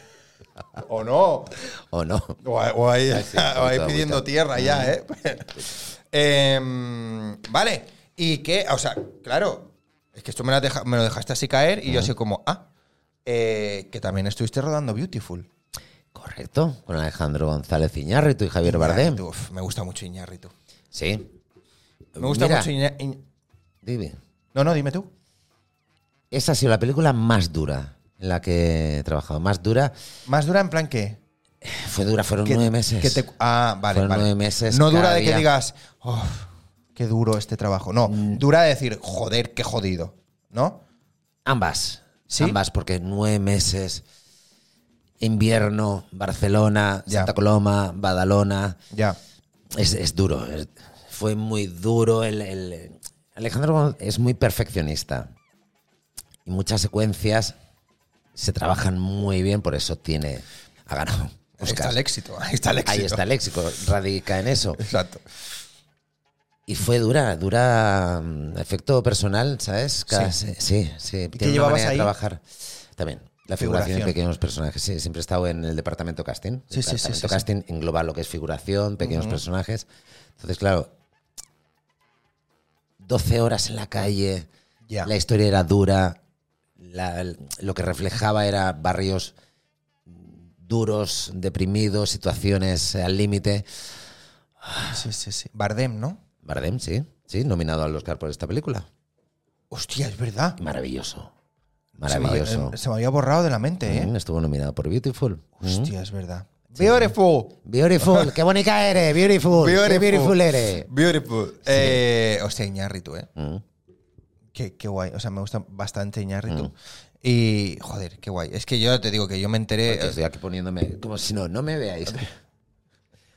Speaker 1: O no.
Speaker 2: ¿O no?
Speaker 1: O ahí, o ahí-
Speaker 2: sí, Mm. un
Speaker 1: o ahí
Speaker 2: poquito,
Speaker 1: pidiendo
Speaker 2: agüita.
Speaker 1: tierra ya, ¿eh? Em, vale. ¿Y qué? O sea, claro, es que esto me lo, has deja- me lo dejaste así caer y yo así como, ah, eh, que también estuviste rodando Beautiful.
Speaker 2: Correcto. Con Alejandro González Iñárritu y Javier Bardem.
Speaker 1: Iñárritu, uf, me gusta mucho Iñárritu.
Speaker 2: Sí.
Speaker 1: Me gusta
Speaker 2: Mira,
Speaker 1: mucho Iña- Iñ-
Speaker 2: dime,
Speaker 1: No, no, dime tú.
Speaker 2: Esa ha sido la película más dura en la que he trabajado. Más dura.
Speaker 1: Más dura en plan que...
Speaker 2: Fue dura, fueron
Speaker 1: que-
Speaker 2: nueve meses.
Speaker 1: que te- ah, vale,
Speaker 2: Fueron
Speaker 1: vale.
Speaker 2: nueve meses
Speaker 1: No dura
Speaker 2: cada
Speaker 1: de que
Speaker 2: día. Mm.
Speaker 1: digas, "Uf, qué duro este trabajo. No, dura de decir, joder, qué jodido. ¿No?
Speaker 2: Ambas.
Speaker 1: ¿Sí?
Speaker 2: Ambas, porque nueve meses. Invierno, Barcelona,
Speaker 1: Ya.
Speaker 2: Santa Coloma, Badalona.
Speaker 1: Ya.
Speaker 2: Es, es duro. es- fue muy duro. El, el- Alejandro Gon- es muy perfeccionista. Y muchas secuencias se trabajan muy bien, por eso tiene. Ha ganado.
Speaker 1: Ahí está
Speaker 2: Oscar.
Speaker 1: el éxito. Ahí está el éxito.
Speaker 2: Ahí está el léxico, radica en eso.
Speaker 1: Exacto.
Speaker 2: Y fue dura, dura mm, efecto personal, ¿sabes? Cada- sí, sí. sí. Tiene una
Speaker 1: llevabas
Speaker 2: manera de
Speaker 1: ahí?
Speaker 2: trabajar. También. La figuración,
Speaker 1: Figuración.
Speaker 2: de pequeños personajes. Sí, siempre he estado en el departamento casting.
Speaker 1: Sí, sí,
Speaker 2: el
Speaker 1: sí,
Speaker 2: departamento
Speaker 1: sí, sí.
Speaker 2: casting engloba lo que es figuración, pequeños personajes. Entonces, claro, 12 horas en la calle,
Speaker 1: Ya.
Speaker 2: la historia era dura, la- lo que reflejaba era barrios duros, deprimidos, situaciones al límite.
Speaker 1: Sí, sí, sí. Bardem, ¿no?
Speaker 2: Bardem, sí, sí, nominado al Oscar por esta película.
Speaker 1: Hostia, es verdad.
Speaker 2: Maravilloso.
Speaker 1: Se me- eh, Se me,
Speaker 2: Maravilloso.
Speaker 1: había borrado de la mente, ¿eh?
Speaker 2: Mm, Estuvo nominado por Beautiful. Mm.
Speaker 1: Hostia, es verdad. Beautiful.
Speaker 2: Beautiful, qué bonita eres, beautiful. Qué beautiful eres.
Speaker 1: Beautiful. Eh, hostia, Iñárritu, ¿eh?
Speaker 2: Mm.
Speaker 1: Qué, qué guay. O sea, me gusta bastante Iñárritu. Y, joder, qué guay. Es que yo te digo que yo me enteré...
Speaker 2: Estoy aquí poniéndome como si no, no me veáis.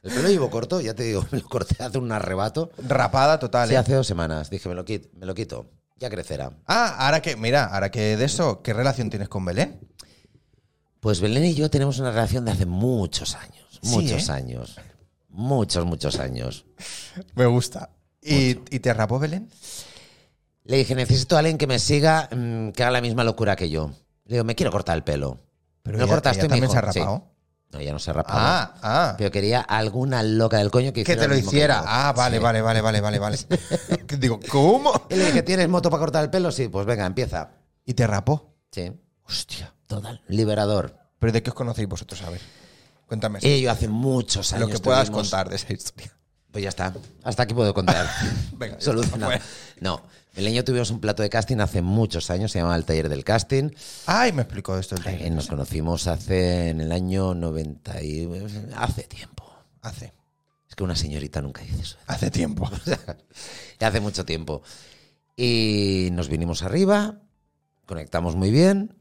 Speaker 2: El pelo llevo corto, ya te digo, me lo corté hace un arrebato.
Speaker 1: Rapada total.
Speaker 2: Sí,
Speaker 1: ¿eh?
Speaker 2: hace dos semanas. Dije, me lo quito, me lo quito. Ya crecerá.
Speaker 1: Ah, ahora que, mira, ahora que de eso, ¿qué relación tienes con Belén?
Speaker 2: Pues Belén y yo tenemos una relación de hace muchos años.
Speaker 1: Sí,
Speaker 2: Muchos
Speaker 1: ¿eh?
Speaker 2: años. Muchos, muchos años.
Speaker 1: Me gusta. ¿Y, y te rapó Belén?
Speaker 2: Le dije, necesito a alguien que me siga, mm, que haga la misma locura que yo. Le digo, me quiero cortar el pelo.
Speaker 1: Pero
Speaker 2: ¿Me lo
Speaker 1: ella-
Speaker 2: cortas
Speaker 1: ella
Speaker 2: tú, mi
Speaker 1: también
Speaker 2: hijo?
Speaker 1: se ha rapado.
Speaker 2: Sí. No, ya no se ha rapado.
Speaker 1: Ah, ah.
Speaker 2: Pero quería alguna loca del coño que,
Speaker 1: que te lo
Speaker 2: mismo que
Speaker 1: hiciera.
Speaker 2: yo.
Speaker 1: Ah, vale,
Speaker 2: Sí.
Speaker 1: vale, vale, vale, vale, vale. Que Digo, ¿cómo?
Speaker 2: Y le dije, ¿tienes moto para cortar el pelo? Sí, pues venga, empieza.
Speaker 1: Y te rapó.
Speaker 2: Sí.
Speaker 1: Hostia.
Speaker 2: Total. Liberador.
Speaker 1: ¿Pero de qué os conocéis vosotros? A ver. Cuéntame.
Speaker 2: Ella y yo hace muchos
Speaker 1: lo
Speaker 2: años.
Speaker 1: que puedas
Speaker 2: tuvimos-
Speaker 1: contar de esa historia.
Speaker 2: Pues ya está. Hasta aquí puedo contar.
Speaker 1: Venga, ya
Speaker 2: Solucionado.
Speaker 1: está,
Speaker 2: No. Belén y yo tuvimos un plato de casting hace muchos años, se llamaba El Taller del Casting.
Speaker 1: Ay, me explicó esto el
Speaker 2: Eh,
Speaker 1: taller.
Speaker 2: nos conocimos hace en el año 90 y hace tiempo.
Speaker 1: Hace.
Speaker 2: Es que una señorita nunca dice eso.
Speaker 1: Hace tiempo.
Speaker 2: Ya hace mucho tiempo. Y nos vinimos arriba, conectamos muy bien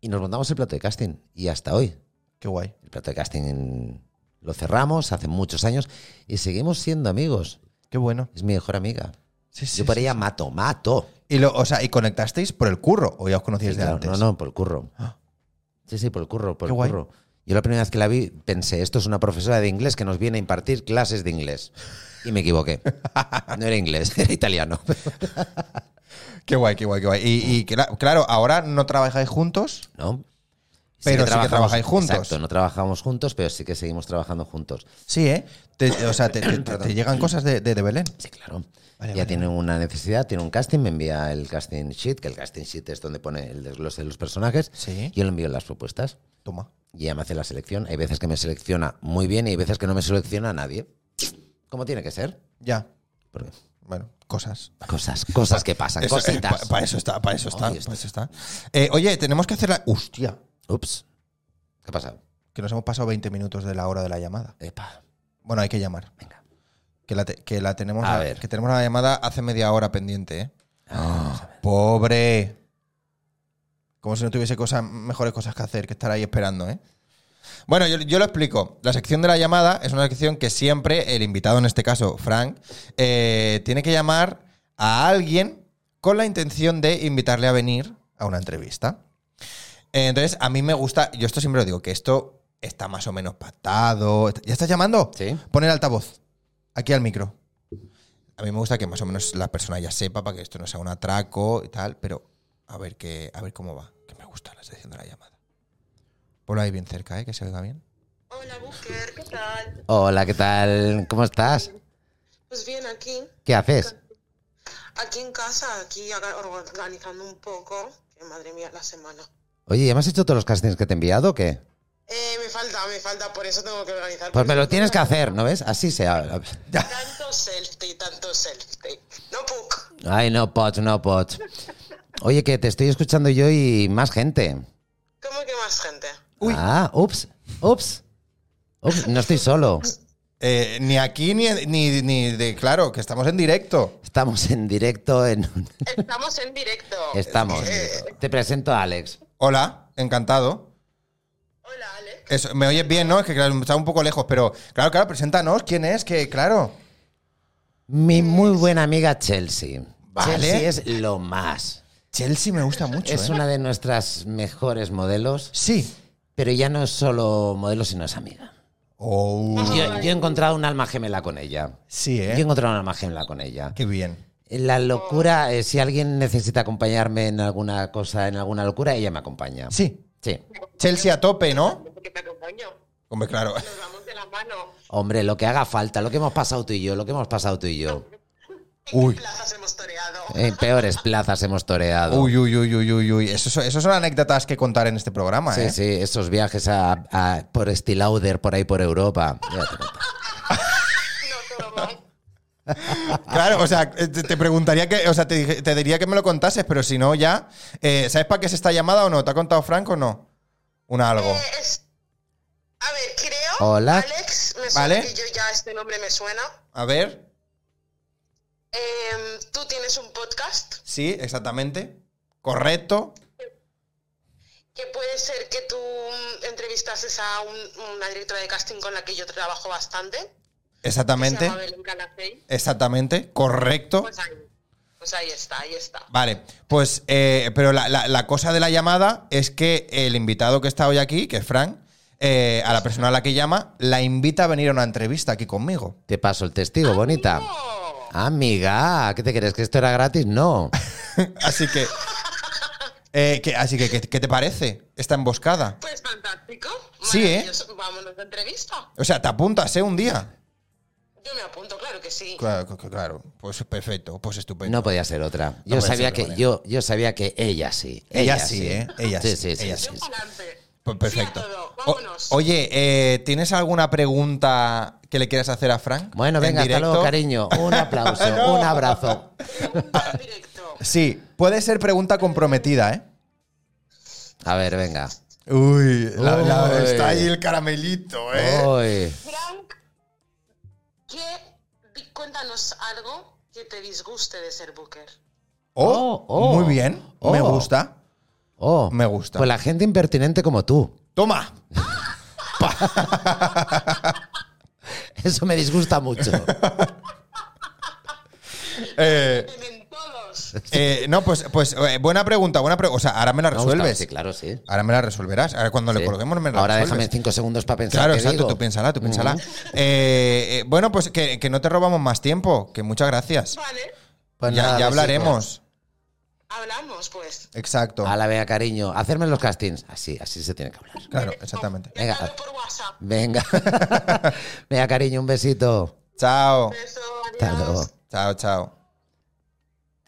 Speaker 2: y nos montamos el plato de casting. Y hasta hoy.
Speaker 1: Qué guay.
Speaker 2: El plato de casting lo cerramos hace muchos años y seguimos siendo amigos.
Speaker 1: Qué bueno.
Speaker 2: Es mi mejor amiga.
Speaker 1: Sí, sí,
Speaker 2: Yo para ella mato, mato.
Speaker 1: Y lo, o sea, y conectasteis por el curro o ya os conocíais
Speaker 2: Sí,
Speaker 1: de
Speaker 2: claro,
Speaker 1: antes.
Speaker 2: No, no, por el curro.
Speaker 1: Ah.
Speaker 2: Sí, sí, por el curro, por
Speaker 1: Qué
Speaker 2: el
Speaker 1: guay.
Speaker 2: curro. Yo la primera vez que la vi pensé, esto es una profesora de inglés que nos viene a impartir clases de inglés. Y me equivoqué. No era inglés, era italiano.
Speaker 1: Qué guay, qué guay, qué guay. Y, y cla- claro, ahora no trabajáis juntos.
Speaker 2: ¿No?
Speaker 1: Pero sí que
Speaker 2: trabajamos-
Speaker 1: trabajáis juntos.
Speaker 2: Exacto, no trabajamos juntos, pero sí que seguimos trabajando juntos.
Speaker 1: Sí, ¿eh? Te- o sea, te, te- te- te llegan cosas de, de- de Belén.
Speaker 2: Sí, claro.
Speaker 1: Vale,
Speaker 2: ya
Speaker 1: vale,
Speaker 2: tiene una necesidad, tiene un casting, me envía el casting sheet, que el casting sheet es donde pone el desglose de los personajes.
Speaker 1: Sí.
Speaker 2: Yo le envío las propuestas
Speaker 1: Toma.
Speaker 2: y ella me hace la selección. Hay veces que me selecciona muy bien y hay veces que no me selecciona a nadie. Como tiene que ser.
Speaker 1: Ya.
Speaker 2: Porque
Speaker 1: Bueno, cosas.
Speaker 2: Cosas, cosas que pasan,
Speaker 1: Eso- eh,
Speaker 2: cositas.
Speaker 1: pa- para eso está, para eso está.
Speaker 2: Ahí está.
Speaker 1: para eso está. Eh, oye, tenemos que hacer la. Hostia,
Speaker 2: Ups. ¿Qué ha pasado?
Speaker 1: que nos hemos pasado 20 minutos de la hora de la llamada.
Speaker 2: Epa,
Speaker 1: Bueno, hay que llamar.
Speaker 2: venga.
Speaker 1: Que la, te- que la tenemos
Speaker 2: A
Speaker 1: la-
Speaker 2: ver.
Speaker 1: que tenemos la llamada hace media hora pendiente, ¿eh?
Speaker 2: Ah,
Speaker 1: Pobre. Como si no tuviese cosas, mejores cosas que hacer que estar ahí esperando, ¿eh? Bueno, yo, yo lo explico. La sección de la llamada es una sección que siempre el invitado, en este caso Frank, eh, tiene que llamar a alguien con la intención de invitarle a venir a una entrevista. Eh, Entonces, a mí me gusta, yo esto siempre lo digo, que esto está más o menos pactado. ¿Ya estás llamando?
Speaker 2: Sí.
Speaker 1: Pon el altavoz, aquí al micro. A mí me gusta que más o menos la persona ya sepa para que esto no sea un atraco y tal, pero a ver, que, a ver cómo va, que me gusta la sección de la llamada. Ponlo ahí bien cerca, ¿eh? que se oiga bien.
Speaker 3: Hola, Booker, ¿qué tal?
Speaker 2: Hola, ¿qué tal? ¿Cómo estás?
Speaker 3: Pues bien, aquí,
Speaker 2: ¿Qué haces?
Speaker 3: aquí en casa, aquí aga- organizando un poco. Que madre mía, la semana.
Speaker 2: Oye, ¿ya me has hecho todos los castings que te he enviado o qué?
Speaker 3: Eh, me falta, me falta, por eso tengo que organizar.
Speaker 2: Pues me lo tienes que hacer, ¿no ves? Así se habla.
Speaker 3: Tanto selfie, tanto selfie. No book.
Speaker 2: Ay, no pots, no pots. Oye, que te estoy escuchando yo y más gente.
Speaker 3: ¿Cómo que más gente?
Speaker 1: Uy.
Speaker 2: Ah, ups, ups. Ups, no estoy solo.
Speaker 1: Eh, ni aquí ni, ni, ni de claro, que estamos en directo.
Speaker 2: Estamos en directo en...
Speaker 3: Estamos en directo.
Speaker 1: Oh,
Speaker 2: Estamos.
Speaker 3: Eh,
Speaker 2: Te presento a Alex.
Speaker 1: Hola, encantado.
Speaker 3: hola, Ale.
Speaker 1: Eso, me oyes bien, ¿no? Es que claro, está un poco lejos, pero claro, claro, preséntanos quién es, que claro.
Speaker 2: Mi muy buena amiga Chelsea.
Speaker 1: Vale.
Speaker 2: Chelsea es lo más.
Speaker 1: Chelsea me gusta mucho.
Speaker 2: Es
Speaker 1: ¿eh?
Speaker 2: una de nuestras mejores modelos,
Speaker 1: Sí.
Speaker 2: pero ya no es solo modelo, sino es amiga.
Speaker 1: Oh,
Speaker 2: Yo, yo he encontrado un alma gemela con ella.
Speaker 1: sí,
Speaker 2: Yo
Speaker 1: ¿eh?
Speaker 2: he encontrado un alma gemela con ella.
Speaker 1: Qué bien.
Speaker 2: La locura, eh, si alguien necesita acompañarme en alguna cosa, en alguna locura, ella me acompaña.
Speaker 1: Sí.
Speaker 2: Sí.
Speaker 1: Chelsea a tope, ¿no?
Speaker 3: Porque te acompaño.
Speaker 1: Hombre, claro.
Speaker 3: Nos vamos de la mano.
Speaker 2: Hombre, lo que haga falta, lo que hemos pasado tú y yo, lo que hemos pasado tú y yo.
Speaker 3: ¿En
Speaker 1: Uy.
Speaker 3: qué plazas hemos toreado?
Speaker 2: En peores plazas hemos toreado.
Speaker 1: Uy, uy, uy, uy, uy, uy. Eso, son- eso son anécdotas que contar en este programa,
Speaker 2: Sí,
Speaker 1: ¿eh?
Speaker 2: sí, esos viajes a, a- por Stilauder, por ahí por Europa. Ya te cuento.
Speaker 3: No, todo mal.
Speaker 1: Claro, o sea, eh, te, te preguntaría que, o sea, te, dije- te diría que me lo contases, pero si no, ya. Eh, ¿Sabes para qué es esta llamada o no? ¿Te ha contado Franco o no? Un algo.
Speaker 3: Eh, es- A ver, creo.
Speaker 2: Hola.
Speaker 3: Alex, me suena
Speaker 1: Vale.
Speaker 3: que yo ya este nombre me suena.
Speaker 1: A ver.
Speaker 3: Em, Tú tienes un podcast
Speaker 1: Sí, exactamente. Correcto.
Speaker 3: que puede ser que tú mm, entrevistases a un- una directora de casting con la que yo trabajo bastante. que Se
Speaker 1: Exactamente.
Speaker 3: llama Belén Calafell.
Speaker 1: Exactamente. Correcto.
Speaker 3: Pues ahí, pues ahí está, ahí está.
Speaker 1: Vale, pues, eh, pero la, la- la cosa de la llamada es que el invitado que está hoy aquí, que es Frank, eh, a la persona a la que llama, la invita a venir a una entrevista aquí conmigo.
Speaker 2: Te paso el testigo, bonita.
Speaker 3: Oh,
Speaker 2: Amiga, ¿qué te crees? ¿Que esto era gratis? No.
Speaker 1: Así que, eh, que- así que, ¿qué, qué te parece esta emboscada?
Speaker 3: pues fantástico.
Speaker 1: Sí, ¿eh?
Speaker 3: maravilloso. Vámonos de entrevista.
Speaker 1: O sea, te apuntas, ¿eh? Un día.
Speaker 3: Yo me apunto, claro que sí.
Speaker 1: Claro, cl- cl- claro. Pues perfecto, pues estupendo.
Speaker 2: No podía ser otra.
Speaker 1: No
Speaker 2: Yo
Speaker 1: podía
Speaker 2: sabía
Speaker 1: ser de
Speaker 2: que
Speaker 1: manera.
Speaker 2: yo, yo sabía que ella sí.
Speaker 1: Ella sí, ¿eh? Ella sí,
Speaker 2: sí, sí,
Speaker 1: ella
Speaker 2: sí,
Speaker 3: Yo
Speaker 2: sí.
Speaker 3: pa'lante.
Speaker 1: Pues
Speaker 3: Sí a
Speaker 1: perfecto.
Speaker 3: todo,
Speaker 1: O-
Speaker 3: vámonos.
Speaker 1: oye, eh, ¿tienes alguna pregunta que le quieras hacer a Frank?
Speaker 2: Bueno,
Speaker 1: en
Speaker 2: venga, hasta luego,
Speaker 1: directo?
Speaker 2: cariño. Un aplauso,
Speaker 1: No.
Speaker 2: un abrazo.
Speaker 1: Ah.
Speaker 3: Pregunta en directo.
Speaker 1: Sí, puede ser pregunta comprometida, ¿eh?
Speaker 2: A ver, venga.
Speaker 1: Uy, la- la-
Speaker 2: Uy. Oh,
Speaker 1: está ahí el caramelito, ¿eh?
Speaker 2: Uy.
Speaker 3: Frank, ¿qué, di- cuéntanos algo que te disguste de ser Booker.
Speaker 1: Oh,
Speaker 2: Oh, oh.
Speaker 1: muy bien,
Speaker 2: Oh.
Speaker 1: me gusta.
Speaker 2: Oh,
Speaker 1: Me gusta.
Speaker 2: Pues la gente impertinente como tú.
Speaker 1: Toma.
Speaker 2: Eso me disgusta mucho.
Speaker 1: Eh,
Speaker 3: En todos.
Speaker 1: eh, no, pues, pues eh, buena pregunta, buena pregunta. O sea, ahora me la
Speaker 2: Me ha gustado,
Speaker 1: resuelves.
Speaker 2: Sí, claro, sí.
Speaker 1: Ahora me la resolverás. Ahora cuando
Speaker 2: Sí.
Speaker 1: le colguemos me la
Speaker 2: Ahora
Speaker 1: resuelves.
Speaker 2: déjame cinco segundos para pensar.
Speaker 1: Claro,
Speaker 2: qué
Speaker 1: exacto,
Speaker 2: digo.
Speaker 1: tú piénsala, tú piénsala. Eh, eh, bueno, pues que, que no te robamos más tiempo, que muchas gracias.
Speaker 3: Vale,
Speaker 2: Pues
Speaker 1: ya,
Speaker 2: nada,
Speaker 1: ya
Speaker 2: besicos.
Speaker 1: hablaremos.
Speaker 3: hablamos pues.
Speaker 1: Exacto.
Speaker 2: A la vea, cariño. Hacerme los castings. Así, así se tiene que hablar.
Speaker 1: Claro, exactamente.
Speaker 3: Venga.
Speaker 2: Venga.
Speaker 3: por WhatsApp.
Speaker 2: Venga. Venga, cariño, un besito.
Speaker 1: Chao.
Speaker 3: Beso,
Speaker 2: Hasta
Speaker 3: adiós.
Speaker 2: luego.
Speaker 1: Chao, chao.
Speaker 2: Te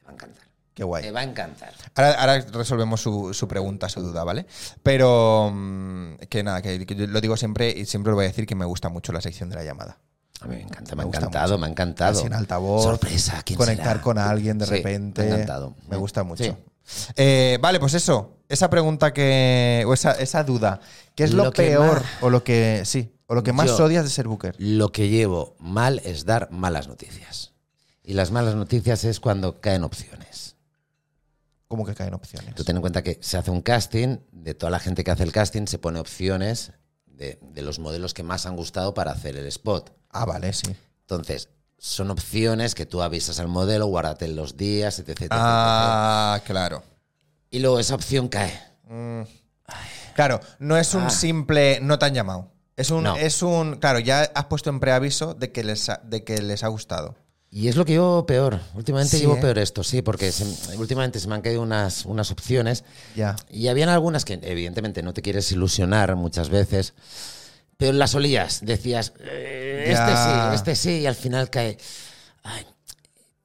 Speaker 2: va a encantar.
Speaker 1: Qué guay.
Speaker 2: Te va a encantar.
Speaker 1: Ahora, ahora resolvemos su, su pregunta, su duda, ¿vale? Pero mm, que nada, que, que yo lo digo siempre y siempre lo voy a decir que me gusta mucho la sección de la llamada.
Speaker 2: A mí me encanta, me,
Speaker 1: Me
Speaker 2: ha
Speaker 1: gusta
Speaker 2: encantado,
Speaker 1: mucho.
Speaker 2: me ha encantado.
Speaker 1: Así en altavoz.
Speaker 2: Sorpresa, ¿quién
Speaker 1: Conectar
Speaker 2: será?
Speaker 1: con alguien de
Speaker 2: Sí,
Speaker 1: repente.
Speaker 2: Me ha encantado.
Speaker 1: Me gusta mucho.
Speaker 2: Sí.
Speaker 1: Eh, vale, pues eso. Esa pregunta que. O esa, esa duda. ¿Qué es lo,
Speaker 2: Lo que
Speaker 1: peor?
Speaker 2: más-
Speaker 1: O lo que. Sí. O lo que más
Speaker 2: Yo-
Speaker 1: odias de ser Booker.
Speaker 2: Lo que llevo mal es dar malas noticias. Y las malas noticias es cuando caen opciones.
Speaker 1: Como que caen opciones.
Speaker 2: Tú ten en cuenta que se hace un casting, de toda la gente que hace el casting se pone opciones de, de los modelos que más han gustado para hacer el spot.
Speaker 1: Ah, vale, sí.
Speaker 2: Entonces, son opciones que tú avisas al modelo, guárdate en los días, etc. etc, etc.
Speaker 1: Ah, claro.
Speaker 2: Y luego esa opción cae.
Speaker 1: Claro, no es un
Speaker 2: Ah.
Speaker 1: simple no te han llamado. Es un,
Speaker 2: No.
Speaker 1: es un. Claro, ya has puesto en preaviso de que les ha, de que les ha gustado.
Speaker 2: Y es lo que llevo peor. Últimamente
Speaker 1: Sí,
Speaker 2: llevo
Speaker 1: ¿eh?
Speaker 2: peor esto, sí, porque se- últimamente se me han caído unas, unas opciones
Speaker 1: Ya.
Speaker 2: y habían algunas que evidentemente no te quieres ilusionar muchas veces, pero las olías, decías, "Eh, este
Speaker 1: Ya.
Speaker 2: sí, este sí, y al final cae. Ay.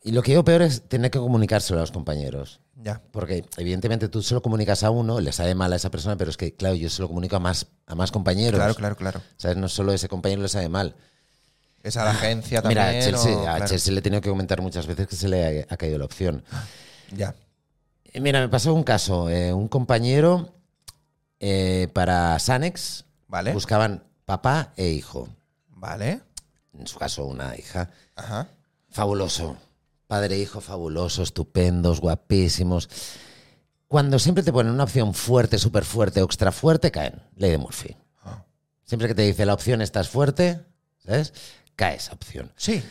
Speaker 2: Y lo que llevo peor es tener que comunicárselo a los compañeros.
Speaker 1: Ya.
Speaker 2: Porque evidentemente tú solo comunicas a uno, le sabe mal a esa persona, pero es que, claro, yo se lo comunico a más, a más compañeros.
Speaker 1: Claro, claro, claro.
Speaker 2: ¿Sabes? No solo ese compañero le sabe mal.
Speaker 1: Es a la agencia también.
Speaker 2: Ah, Mira, a Chelsea,
Speaker 1: o-
Speaker 2: a
Speaker 1: claro.
Speaker 2: Chelsea le he tenido que comentar muchas veces que se le ha, ha caído la opción.
Speaker 1: Ya.
Speaker 2: Eh, Mira, me pasó un caso. eh, un compañero eh, para Sanex
Speaker 1: Vale.
Speaker 2: buscaban papá e hijo.
Speaker 1: Vale.
Speaker 2: En su caso, una hija.
Speaker 1: Ajá.
Speaker 2: Fabuloso. Padre e hijo fabulosos, estupendos, guapísimos. Cuando siempre te ponen una opción fuerte, súper fuerte, extra fuerte, caen. Ley de Murphy.
Speaker 1: Ah.
Speaker 2: Siempre que te dice la opción estás fuerte, ¿sabes? Cae esa opción.
Speaker 1: Sí.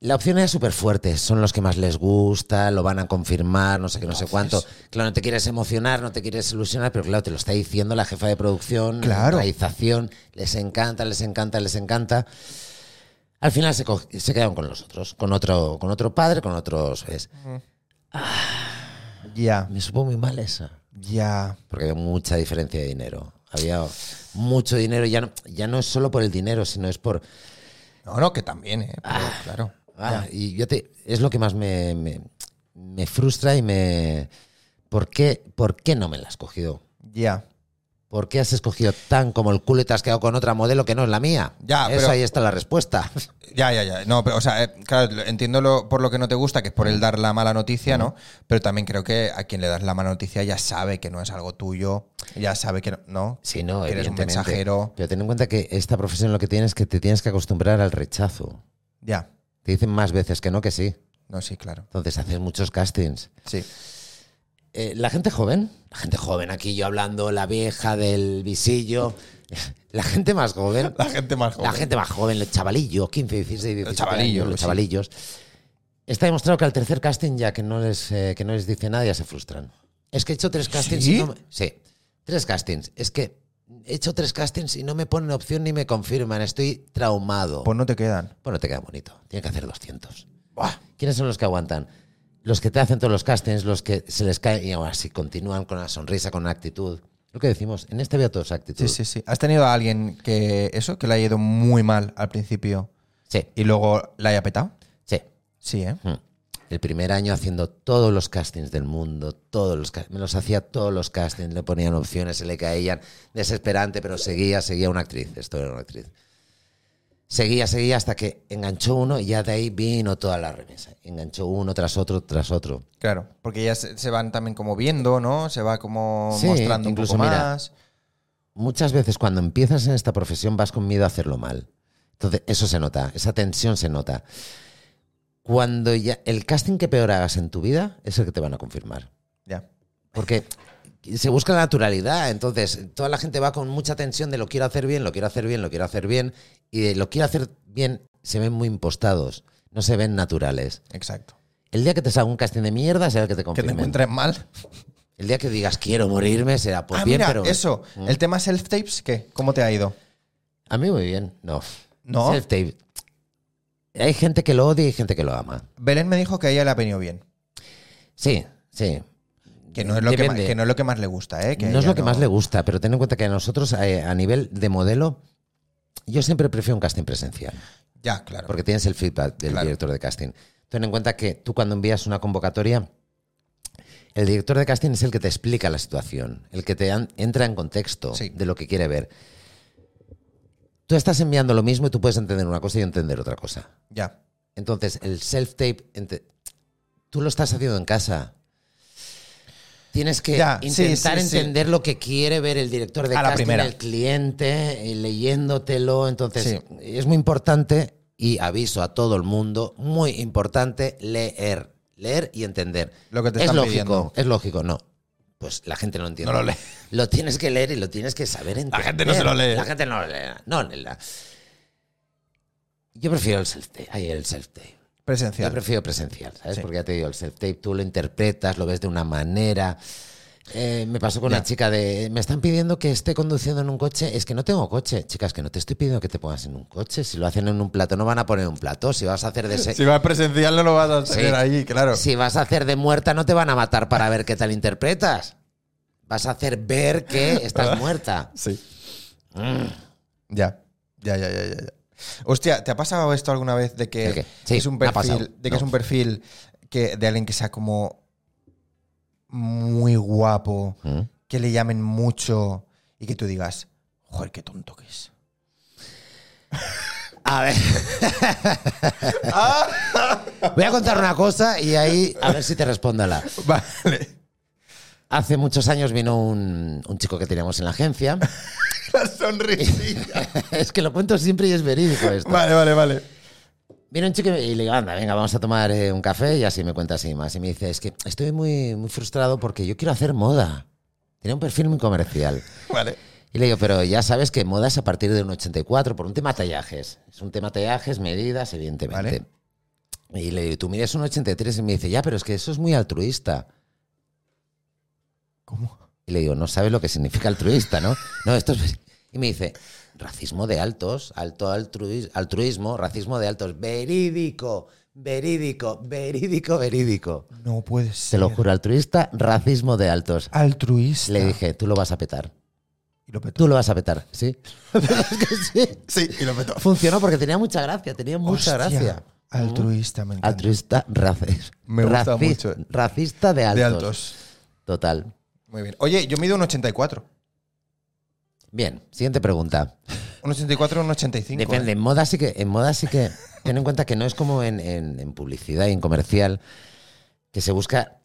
Speaker 2: La opción es súper fuerte, son los que más les gusta, lo van a confirmar, no sé qué, no sé cuánto. Claro, no te quieres emocionar, no te quieres ilusionar, pero claro, te lo está diciendo la jefa de producción,
Speaker 1: Claro.
Speaker 2: la realización, les encanta, les encanta, les encanta. Al final se, co- se quedaron con los otros, con otro, con otro padre, con otros... ¿ves?
Speaker 1: Ya.
Speaker 2: Me supo muy mal esa,
Speaker 1: Ya.
Speaker 2: porque había mucha diferencia de dinero. Había mucho dinero, ya no, ya no es solo por el dinero, sino es por...
Speaker 1: No, no, que también, ¿eh? Pero, claro.
Speaker 2: Ah, y yo te, es lo que más me, me- me frustra y me... ¿por qué, ¿Por qué no me la has cogido?
Speaker 1: Ya.
Speaker 2: ¿Por qué has escogido tan como el culo y te has quedado con otra modelo que no es la mía?
Speaker 1: Ya,
Speaker 2: Eso
Speaker 1: pero-
Speaker 2: ahí está la respuesta.
Speaker 1: Ya, ya, ya. No, pero, o sea, eh, claro, lo- entiendo lo- por lo que no te gusta, que es por el dar la mala noticia, ¿no? Pero también creo que a quien le das la mala noticia ya sabe que no es algo tuyo, ya sabe que no, ¿no?
Speaker 2: Sí, no,
Speaker 1: Que eres un
Speaker 2: evidentemente.
Speaker 1: mensajero.
Speaker 2: Pero ten en cuenta que esta profesión lo que tienes es que te tienes que acostumbrar al rechazo.
Speaker 1: Ya.
Speaker 2: Te dicen más veces que no que sí.
Speaker 1: No, sí, claro.
Speaker 2: Entonces haces muchos castings.
Speaker 1: Sí.
Speaker 2: Eh, la gente joven, la gente joven, aquí yo hablando, la vieja del visillo, la gente más joven.
Speaker 1: La gente más joven.
Speaker 2: La gente más joven, los chavalillos, 15, 16, 17
Speaker 1: Los chavalillos, pues
Speaker 2: años, los
Speaker 1: sí.
Speaker 2: chavalillos. Está demostrado que al tercer casting, ya que no les, eh, que no les dice nada, ya se frustran. Es que he hecho tres castings
Speaker 1: ¿Sí?
Speaker 2: y no me- Sí, tres castings. Es que he hecho tres castings y no me ponen opción ni me confirman. Estoy traumado.
Speaker 1: Pues no te quedan.
Speaker 2: Bueno, te queda bonito. Tienes que hacer 200. ¿Quiénes son los que aguantan? Los que te hacen todos los castings, los que se les caen y aún así continúan con la sonrisa, con la actitud. Lo que decimos, en este veo todos actitud.
Speaker 1: Sí, sí, sí. ¿Has tenido a alguien que eso, que le haya ido muy mal al principio
Speaker 2: Sí,
Speaker 1: y luego la haya petado?
Speaker 2: sí.
Speaker 1: Sí, ¿eh?
Speaker 2: Hmm. El primer año haciendo todos los castings del mundo, todos los ca- me los hacía todos los castings, le ponían opciones, se le caían, desesperante, pero seguía, seguía una actriz, esto era una actriz. Seguía, seguía hasta que enganchó uno y ya de ahí vino toda la remesa. Enganchó uno tras otro, tras otro.
Speaker 1: Claro. Porque ya se, se van también como viendo, ¿no? Se va como
Speaker 2: Sí,
Speaker 1: mostrando
Speaker 2: incluso,
Speaker 1: un poco
Speaker 2: mira,
Speaker 1: más.
Speaker 2: Muchas veces cuando empiezas en esta profesión vas con miedo a hacerlo mal. Entonces eso se nota, esa tensión se nota. Cuando ya el casting que peor hagas en tu vida es el que te van a confirmar.
Speaker 1: Ya.
Speaker 2: Porque se busca la naturalidad, entonces toda la gente va con mucha tensión de lo quiero hacer bien, lo quiero hacer bien, lo quiero hacer bien, y de lo quiero hacer bien se ven muy impostados, no se ven naturales.
Speaker 1: Exacto.
Speaker 2: El día que te salga un casting de mierda será el que te
Speaker 1: Que te
Speaker 2: confirmen.
Speaker 1: encuentres mal.
Speaker 2: el día que digas quiero morirme será pues
Speaker 1: ah,
Speaker 2: bien,
Speaker 1: mira,
Speaker 2: pero
Speaker 1: eso.
Speaker 2: Mm.
Speaker 1: El tema self-tapes, ¿qué? ¿Cómo te ha ido?
Speaker 2: a mí muy bien, no.
Speaker 1: ¿No?
Speaker 2: Self-tape. Hay gente que lo odia y gente que lo ama.
Speaker 1: Belén me dijo que a ella le ha venido bien.
Speaker 2: Sí, sí.
Speaker 1: Que no es lo, que más,
Speaker 2: Depende.
Speaker 1: que no es lo que más le gusta, ¿eh? Que
Speaker 2: no es
Speaker 1: ella
Speaker 2: lo que más le gusta, pero ten en cuenta que a nosotros eh, a nivel de modelo yo siempre prefiero un casting presencial.
Speaker 1: Ya, claro.
Speaker 2: Porque tienes el feedback del
Speaker 1: Claro.
Speaker 2: director de casting. Ten en cuenta que tú cuando envías una convocatoria, el director de casting es el que te explica la situación, el que te an- entra en contexto
Speaker 1: Sí.
Speaker 2: de lo que quiere ver. tú estás enviando lo mismo y tú puedes entender una cosa y yo entender otra cosa.
Speaker 1: Ya.
Speaker 2: Entonces, el self-tape, ente- tú lo estás haciendo en casa. Tienes que
Speaker 1: Ya, sí,
Speaker 2: intentar
Speaker 1: sí, sí.
Speaker 2: entender lo que quiere ver el director de
Speaker 1: A la
Speaker 2: casting,
Speaker 1: primera.
Speaker 2: el cliente, eh, leyéndotelo. Entonces,
Speaker 1: Sí.
Speaker 2: es muy importante, y aviso a todo el mundo, muy importante leer. Leer y entender.
Speaker 1: Lo que te
Speaker 2: es
Speaker 1: están
Speaker 2: lógico,
Speaker 1: pidiendo.
Speaker 2: es lógico, no. Pues la gente no entiende.
Speaker 1: No lo lee.
Speaker 2: Lo tienes que leer y lo tienes que saber entender.
Speaker 1: gente no se lo lee.
Speaker 2: La gente no lo lee. No, Nela. Yo prefiero el self-tape. Ay, el self-tape. Yo
Speaker 1: Presencial.
Speaker 2: prefiero presencial, ¿sabes?
Speaker 1: Sí.
Speaker 2: Porque ya te digo, el self-tape tú lo interpretas, lo ves de una manera. Eh, me pasó con
Speaker 1: Ya.
Speaker 2: una chica de. Me están pidiendo que esté conduciendo en un coche. Es que no tengo coche. Chicas, que no te estoy pidiendo que te pongas en un coche. Si lo hacen en un plato, no van a poner un plato. Si vas a hacer de. se-
Speaker 1: Si vas presencial no lo vas a
Speaker 2: Sí.
Speaker 1: tener ahí, claro.
Speaker 2: si vas a hacer de muerta, no te van a matar para ver qué tal interpretas. Vas a hacer ver que estás muerta.
Speaker 1: Sí. Ya. Ya, ya, ya, ya. ya. Hostia, ¿te ha pasado esto alguna vez de
Speaker 2: ¿El
Speaker 1: que
Speaker 2: qué? Sí,
Speaker 1: es un
Speaker 2: me ha pasado.
Speaker 1: perfil, de que
Speaker 2: No.
Speaker 1: es un perfil que, de alguien que sea como muy guapo,
Speaker 2: ¿Mm?
Speaker 1: que le llamen mucho y que tú digas, joder, qué tonto que es?
Speaker 2: A ver. Voy a contar una cosa y ahí a ver si te respondo a la.
Speaker 1: Vale.
Speaker 2: Hace muchos años vino un, un chico que teníamos en la agencia.
Speaker 1: La sonrisilla.
Speaker 2: es que lo cuento siempre y es verídico esto.
Speaker 1: vale, vale, vale.
Speaker 2: Viene un chico y le digo, anda, venga, vamos a tomar eh, un café y así me cuenta así más. Y me dice, es que estoy muy, muy frustrado porque yo quiero hacer moda. Tenía un perfil muy comercial.
Speaker 1: Vale.
Speaker 2: Y le digo, pero ya sabes que moda es a partir de un 84 por un tema tallajes. Es un tema tallajes, medidas, evidentemente. Y le digo, tú mides un 83 y me dice, ya, pero es que eso es muy altruista.
Speaker 1: ¿Cómo?
Speaker 2: Y le digo, no sabes lo que significa altruista, ¿no? No, esto es... Y me dice, racismo de altos, alto altrui- altruismo, racismo de altos, verídico, verídico, verídico, verídico.
Speaker 1: No puedes ser.
Speaker 2: Se lo juro, altruista, racismo de altos.
Speaker 1: Altruista.
Speaker 2: Le dije, tú lo vas a petar,
Speaker 1: Y lo petó.
Speaker 2: tú lo vas a petar, ¿sí? Es que sí.
Speaker 1: Sí, y lo petó.
Speaker 2: Funcionó porque tenía mucha gracia, tenía mucha
Speaker 1: Hostia,
Speaker 2: gracia.
Speaker 1: Altruista, me encanta.
Speaker 2: Altruista, racis,
Speaker 1: Me gusta
Speaker 2: racis-
Speaker 1: mucho.
Speaker 2: Racista de altos.
Speaker 1: De altos.
Speaker 2: Total.
Speaker 1: Muy bien. Oye, yo mido un 84.
Speaker 2: Bien, siguiente pregunta.
Speaker 1: Un 84 un 85.
Speaker 2: Depende,
Speaker 1: ¿eh?
Speaker 2: en moda sí que, en moda sí que, ten en cuenta que no es como en, en- en publicidad y en comercial, que se busca.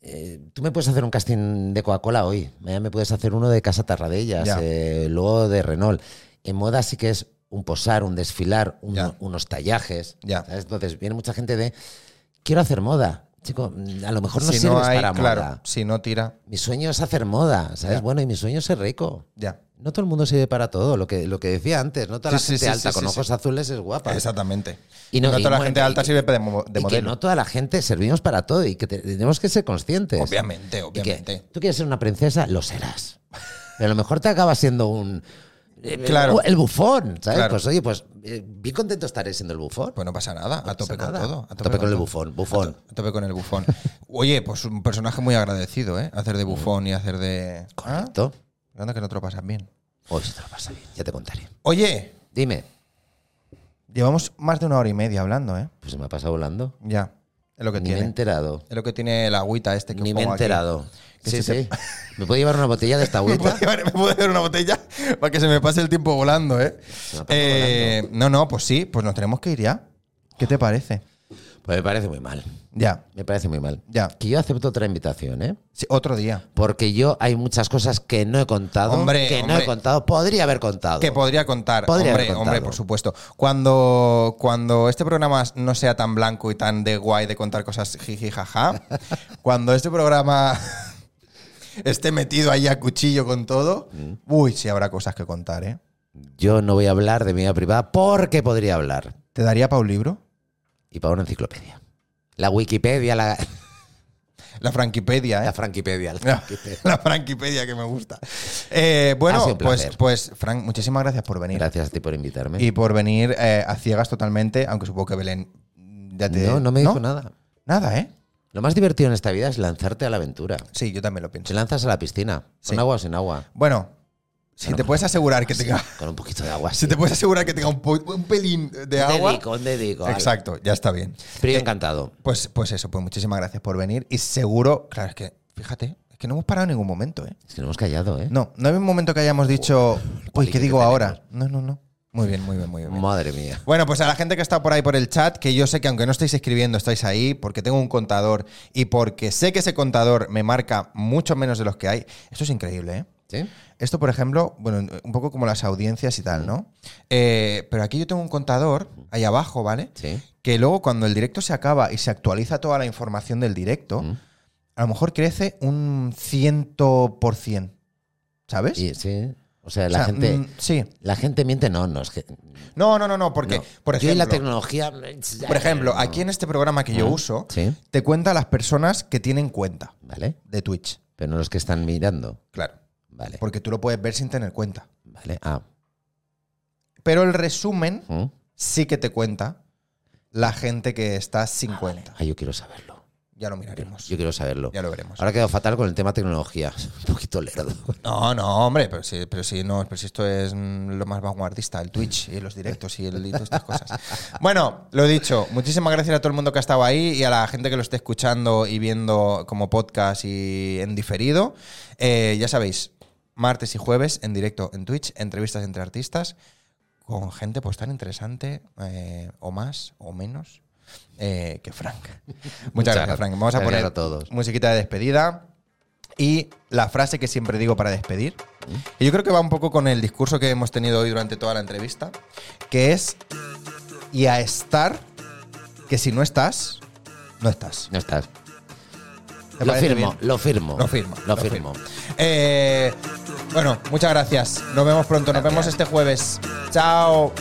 Speaker 2: eh, tú me puedes hacer un casting de Coca-Cola hoy, mañana me puedes hacer uno de Casa Tarradellas,
Speaker 1: Ya.
Speaker 2: eh, luego de Renault. En moda sí que es un posar, un desfilar, uno-
Speaker 1: Ya.
Speaker 2: unos tallajes.
Speaker 1: Ya.
Speaker 2: ¿sabes? Entonces viene mucha gente de quiero hacer moda. Chico, mm, a lo mejor no
Speaker 1: si no
Speaker 2: sirves
Speaker 1: hay,
Speaker 2: para
Speaker 1: claro,
Speaker 2: moda.
Speaker 1: si no tira,
Speaker 2: Mi sueño es hacer moda, ¿sabes?
Speaker 1: Ya.
Speaker 2: Bueno, y mi sueño es ser rico.
Speaker 1: ya.
Speaker 2: No todo el mundo sirve para todo. Lo que, lo que decía antes, no toda
Speaker 1: Sí, sí,
Speaker 2: la gente
Speaker 1: sí,
Speaker 2: alta
Speaker 1: sí,
Speaker 2: con
Speaker 1: sí,
Speaker 2: ojos
Speaker 1: sí.
Speaker 2: azules es guapa.
Speaker 1: Exactamente.
Speaker 2: Y
Speaker 1: no,
Speaker 2: no- y
Speaker 1: toda la
Speaker 2: bueno,
Speaker 1: gente
Speaker 2: y-
Speaker 1: alta sirve de, mo- de
Speaker 2: Y que
Speaker 1: modelo.
Speaker 2: no toda la gente servimos para todo y que te- tenemos que ser conscientes.
Speaker 1: obviamente,
Speaker 2: Y que
Speaker 1: obviamente.
Speaker 2: tú quieres ser una princesa, lo serás. Pero a lo mejor te acabas siendo un. eh,
Speaker 1: Claro.
Speaker 2: El bufón, ¿sabes?
Speaker 1: Claro.
Speaker 2: Pues oye, pues eh, bien contento estaré siendo el bufón.
Speaker 1: Pues no pasa nada, a
Speaker 2: pasa
Speaker 1: tope con
Speaker 2: nada.
Speaker 1: todo.
Speaker 2: A tope con el bufón, bufón.
Speaker 1: A, to- a tope con el bufón. Oye, pues un personaje muy agradecido, ¿eh? Hacer de bufón y hacer de. Correcto.
Speaker 2: ¿Tú?
Speaker 1: que no te lo pasas bien.
Speaker 2: Hoy se te lo pasa bien, ya te contaré.
Speaker 1: Oye,
Speaker 2: Dime,
Speaker 1: llevamos más de una hora y media hablando, ¿eh?
Speaker 2: pues se me ha pasado volando.
Speaker 1: Ya. Es lo que
Speaker 2: Ni me he
Speaker 1: tiene.
Speaker 2: enterado.
Speaker 1: Es lo que tiene la agüita este que
Speaker 2: Ni
Speaker 1: os
Speaker 2: me he
Speaker 1: pongo aquí.
Speaker 2: enterado.
Speaker 1: Que
Speaker 2: Sí,
Speaker 1: se te-
Speaker 2: sí. ¿Me puedo llevar una botella de esta
Speaker 1: ¿Me
Speaker 2: agüita?
Speaker 1: puedo, llevar, me puedo llevar una botella para que se me pase el tiempo volando, ¿eh?
Speaker 2: Se me pasa
Speaker 1: Eh, No, no, pues sí, pues nos tenemos que ir ya. ¿Qué te parece?
Speaker 2: Pues me parece muy mal.
Speaker 1: Ya,
Speaker 2: Me parece muy mal.
Speaker 1: Ya.
Speaker 2: Que yo acepto otra invitación, ¿eh?
Speaker 1: sí, otro día.
Speaker 2: Porque yo hay muchas cosas que no he contado.
Speaker 1: Hombre,
Speaker 2: que no
Speaker 1: hombre.
Speaker 2: he contado. Podría haber contado.
Speaker 1: Que podría contar,
Speaker 2: Podría haber
Speaker 1: hombre, hombre,
Speaker 2: contado.
Speaker 1: por supuesto. Cuando, cuando este programa no sea tan blanco y tan de guay de contar cosas jiji jaja, cuando este programa esté metido ahí a cuchillo con todo,
Speaker 2: Mm.
Speaker 1: uy, sí habrá cosas que contar, ¿eh?
Speaker 2: yo no voy a hablar de mi vida privada porque podría hablar.
Speaker 1: ¿Te daría para un libro?
Speaker 2: Y para una enciclopedia. La Wikipedia, la,
Speaker 1: La Franquipedia, ¿eh?
Speaker 2: la Frankipedia. la
Speaker 1: La,
Speaker 2: Frankipedia.
Speaker 1: Este, la franquipedia que me gusta. Eh,
Speaker 2: Ha sido
Speaker 1: bueno,
Speaker 2: un
Speaker 1: pues,
Speaker 2: placer.
Speaker 1: pues Frank, muchísimas gracias por venir.
Speaker 2: Gracias a ti por invitarme.
Speaker 1: Y por venir eh, a ciegas totalmente, aunque supongo que Belén ya te...
Speaker 2: no, no me dijo nada.
Speaker 1: Nada, ¿eh?
Speaker 2: Lo más divertido en esta vida es lanzarte a la aventura.
Speaker 1: Sí, yo también lo
Speaker 2: Te
Speaker 1: pienso.
Speaker 2: lanzas a la piscina.
Speaker 1: Sí.
Speaker 2: Con agua o sin agua.
Speaker 1: Bueno, si
Speaker 2: Bueno,
Speaker 1: te puedes asegurar que tenga...
Speaker 2: Con un poquito de agua.
Speaker 1: Si te puedes asegurar que tenga un, po- un pelín de agua...
Speaker 2: dedico, un dedico. vale.
Speaker 1: Exacto, ya está bien.
Speaker 2: Pero yo
Speaker 1: Eh,
Speaker 2: encantado.
Speaker 1: Pues, pues eso, pues muchísimas gracias por venir. Y seguro, claro, es que, fíjate, es que no hemos parado en ningún momento, ¿eh?
Speaker 2: Es que no hemos callado, ¿eh?
Speaker 1: No, no hay un momento que hayamos dicho, uy,
Speaker 2: palito
Speaker 1: ¿qué
Speaker 2: que
Speaker 1: digo
Speaker 2: tenemos".
Speaker 1: ahora? No, no, no. Muy bien, muy bien, muy bien.
Speaker 2: Madre mía.
Speaker 1: Bueno, pues a la gente que está por ahí por el chat, que yo sé que aunque no estáis escribiendo, estáis ahí porque tengo un contador y porque sé que ese contador me marca mucho menos de los que hay. Esto es increíble, ¿eh?
Speaker 2: ¿Sí?
Speaker 1: Esto, por ejemplo, bueno, un poco como las audiencias y tal, ¿no? Eh, pero aquí yo tengo un contador ahí abajo, ¿vale?
Speaker 2: Sí.
Speaker 1: Que luego cuando el directo se acaba y se actualiza toda la información del directo,
Speaker 2: Mm.
Speaker 1: a lo mejor crece un 100%, ¿sabes?
Speaker 2: Y- sí. O sea,
Speaker 1: pues, O
Speaker 2: la
Speaker 1: sea,
Speaker 2: gente.
Speaker 1: mm, sí.
Speaker 2: La gente miente, no, no es que.
Speaker 1: No, no, no, no, porque,
Speaker 2: no.
Speaker 1: por
Speaker 2: Yo y la
Speaker 1: ejemplo,
Speaker 2: tecnología.
Speaker 1: por ejemplo, aquí en este programa que yo
Speaker 2: Ah,
Speaker 1: uso,
Speaker 2: sí.
Speaker 1: te cuenta las personas que tienen cuenta
Speaker 2: Vale.
Speaker 1: de Twitch.
Speaker 2: Pero no los que están mirando.
Speaker 1: Claro.
Speaker 2: Vale.
Speaker 1: Porque tú lo puedes ver sin tener cuenta.
Speaker 2: Vale. Ah.
Speaker 1: Pero el resumen
Speaker 2: ¿Mm?
Speaker 1: sí que te cuenta la gente que está sin cuenta.
Speaker 2: Ah, yo quiero saberlo.
Speaker 1: Ya lo miraremos.
Speaker 2: Yo quiero saberlo.
Speaker 1: Ya lo veremos.
Speaker 2: Ahora he quedado fatal con el tema tecnología. Un poquito lerdo.
Speaker 1: No, no, hombre, pero sí, pero sí, no, pero sí esto es mm, lo más vanguardista, el Twitch y los directos y, el- y todas estas cosas. Bueno, lo dicho, muchísimas gracias a todo el mundo que ha estado ahí y a la gente que lo esté escuchando y viendo como podcast y en diferido. Eh, ya sabéis, martes y jueves en directo en Twitch, entrevistas entre artistas con gente pues tan interesante eh, o más o menos eh, que Frank. Muchas, gracias,
Speaker 2: gracias.
Speaker 1: Frank. Vamos a
Speaker 2: Gracias
Speaker 1: poner
Speaker 2: a todos.
Speaker 1: musiquita de despedida. Y la frase que siempre digo para despedir, y yo creo que va un poco con el discurso que hemos tenido hoy durante toda la entrevista, que es y a estar, que si no estás, no estás.
Speaker 2: No estás.
Speaker 1: ¿Te
Speaker 2: Lo
Speaker 1: parece
Speaker 2: firmo,
Speaker 1: bien?
Speaker 2: lo firmo.
Speaker 1: Lo firmo.
Speaker 2: Lo firmo.
Speaker 1: Eh, bueno, muchas gracias. Nos vemos pronto. Nos
Speaker 2: Gracias.
Speaker 1: vemos este jueves. Chao.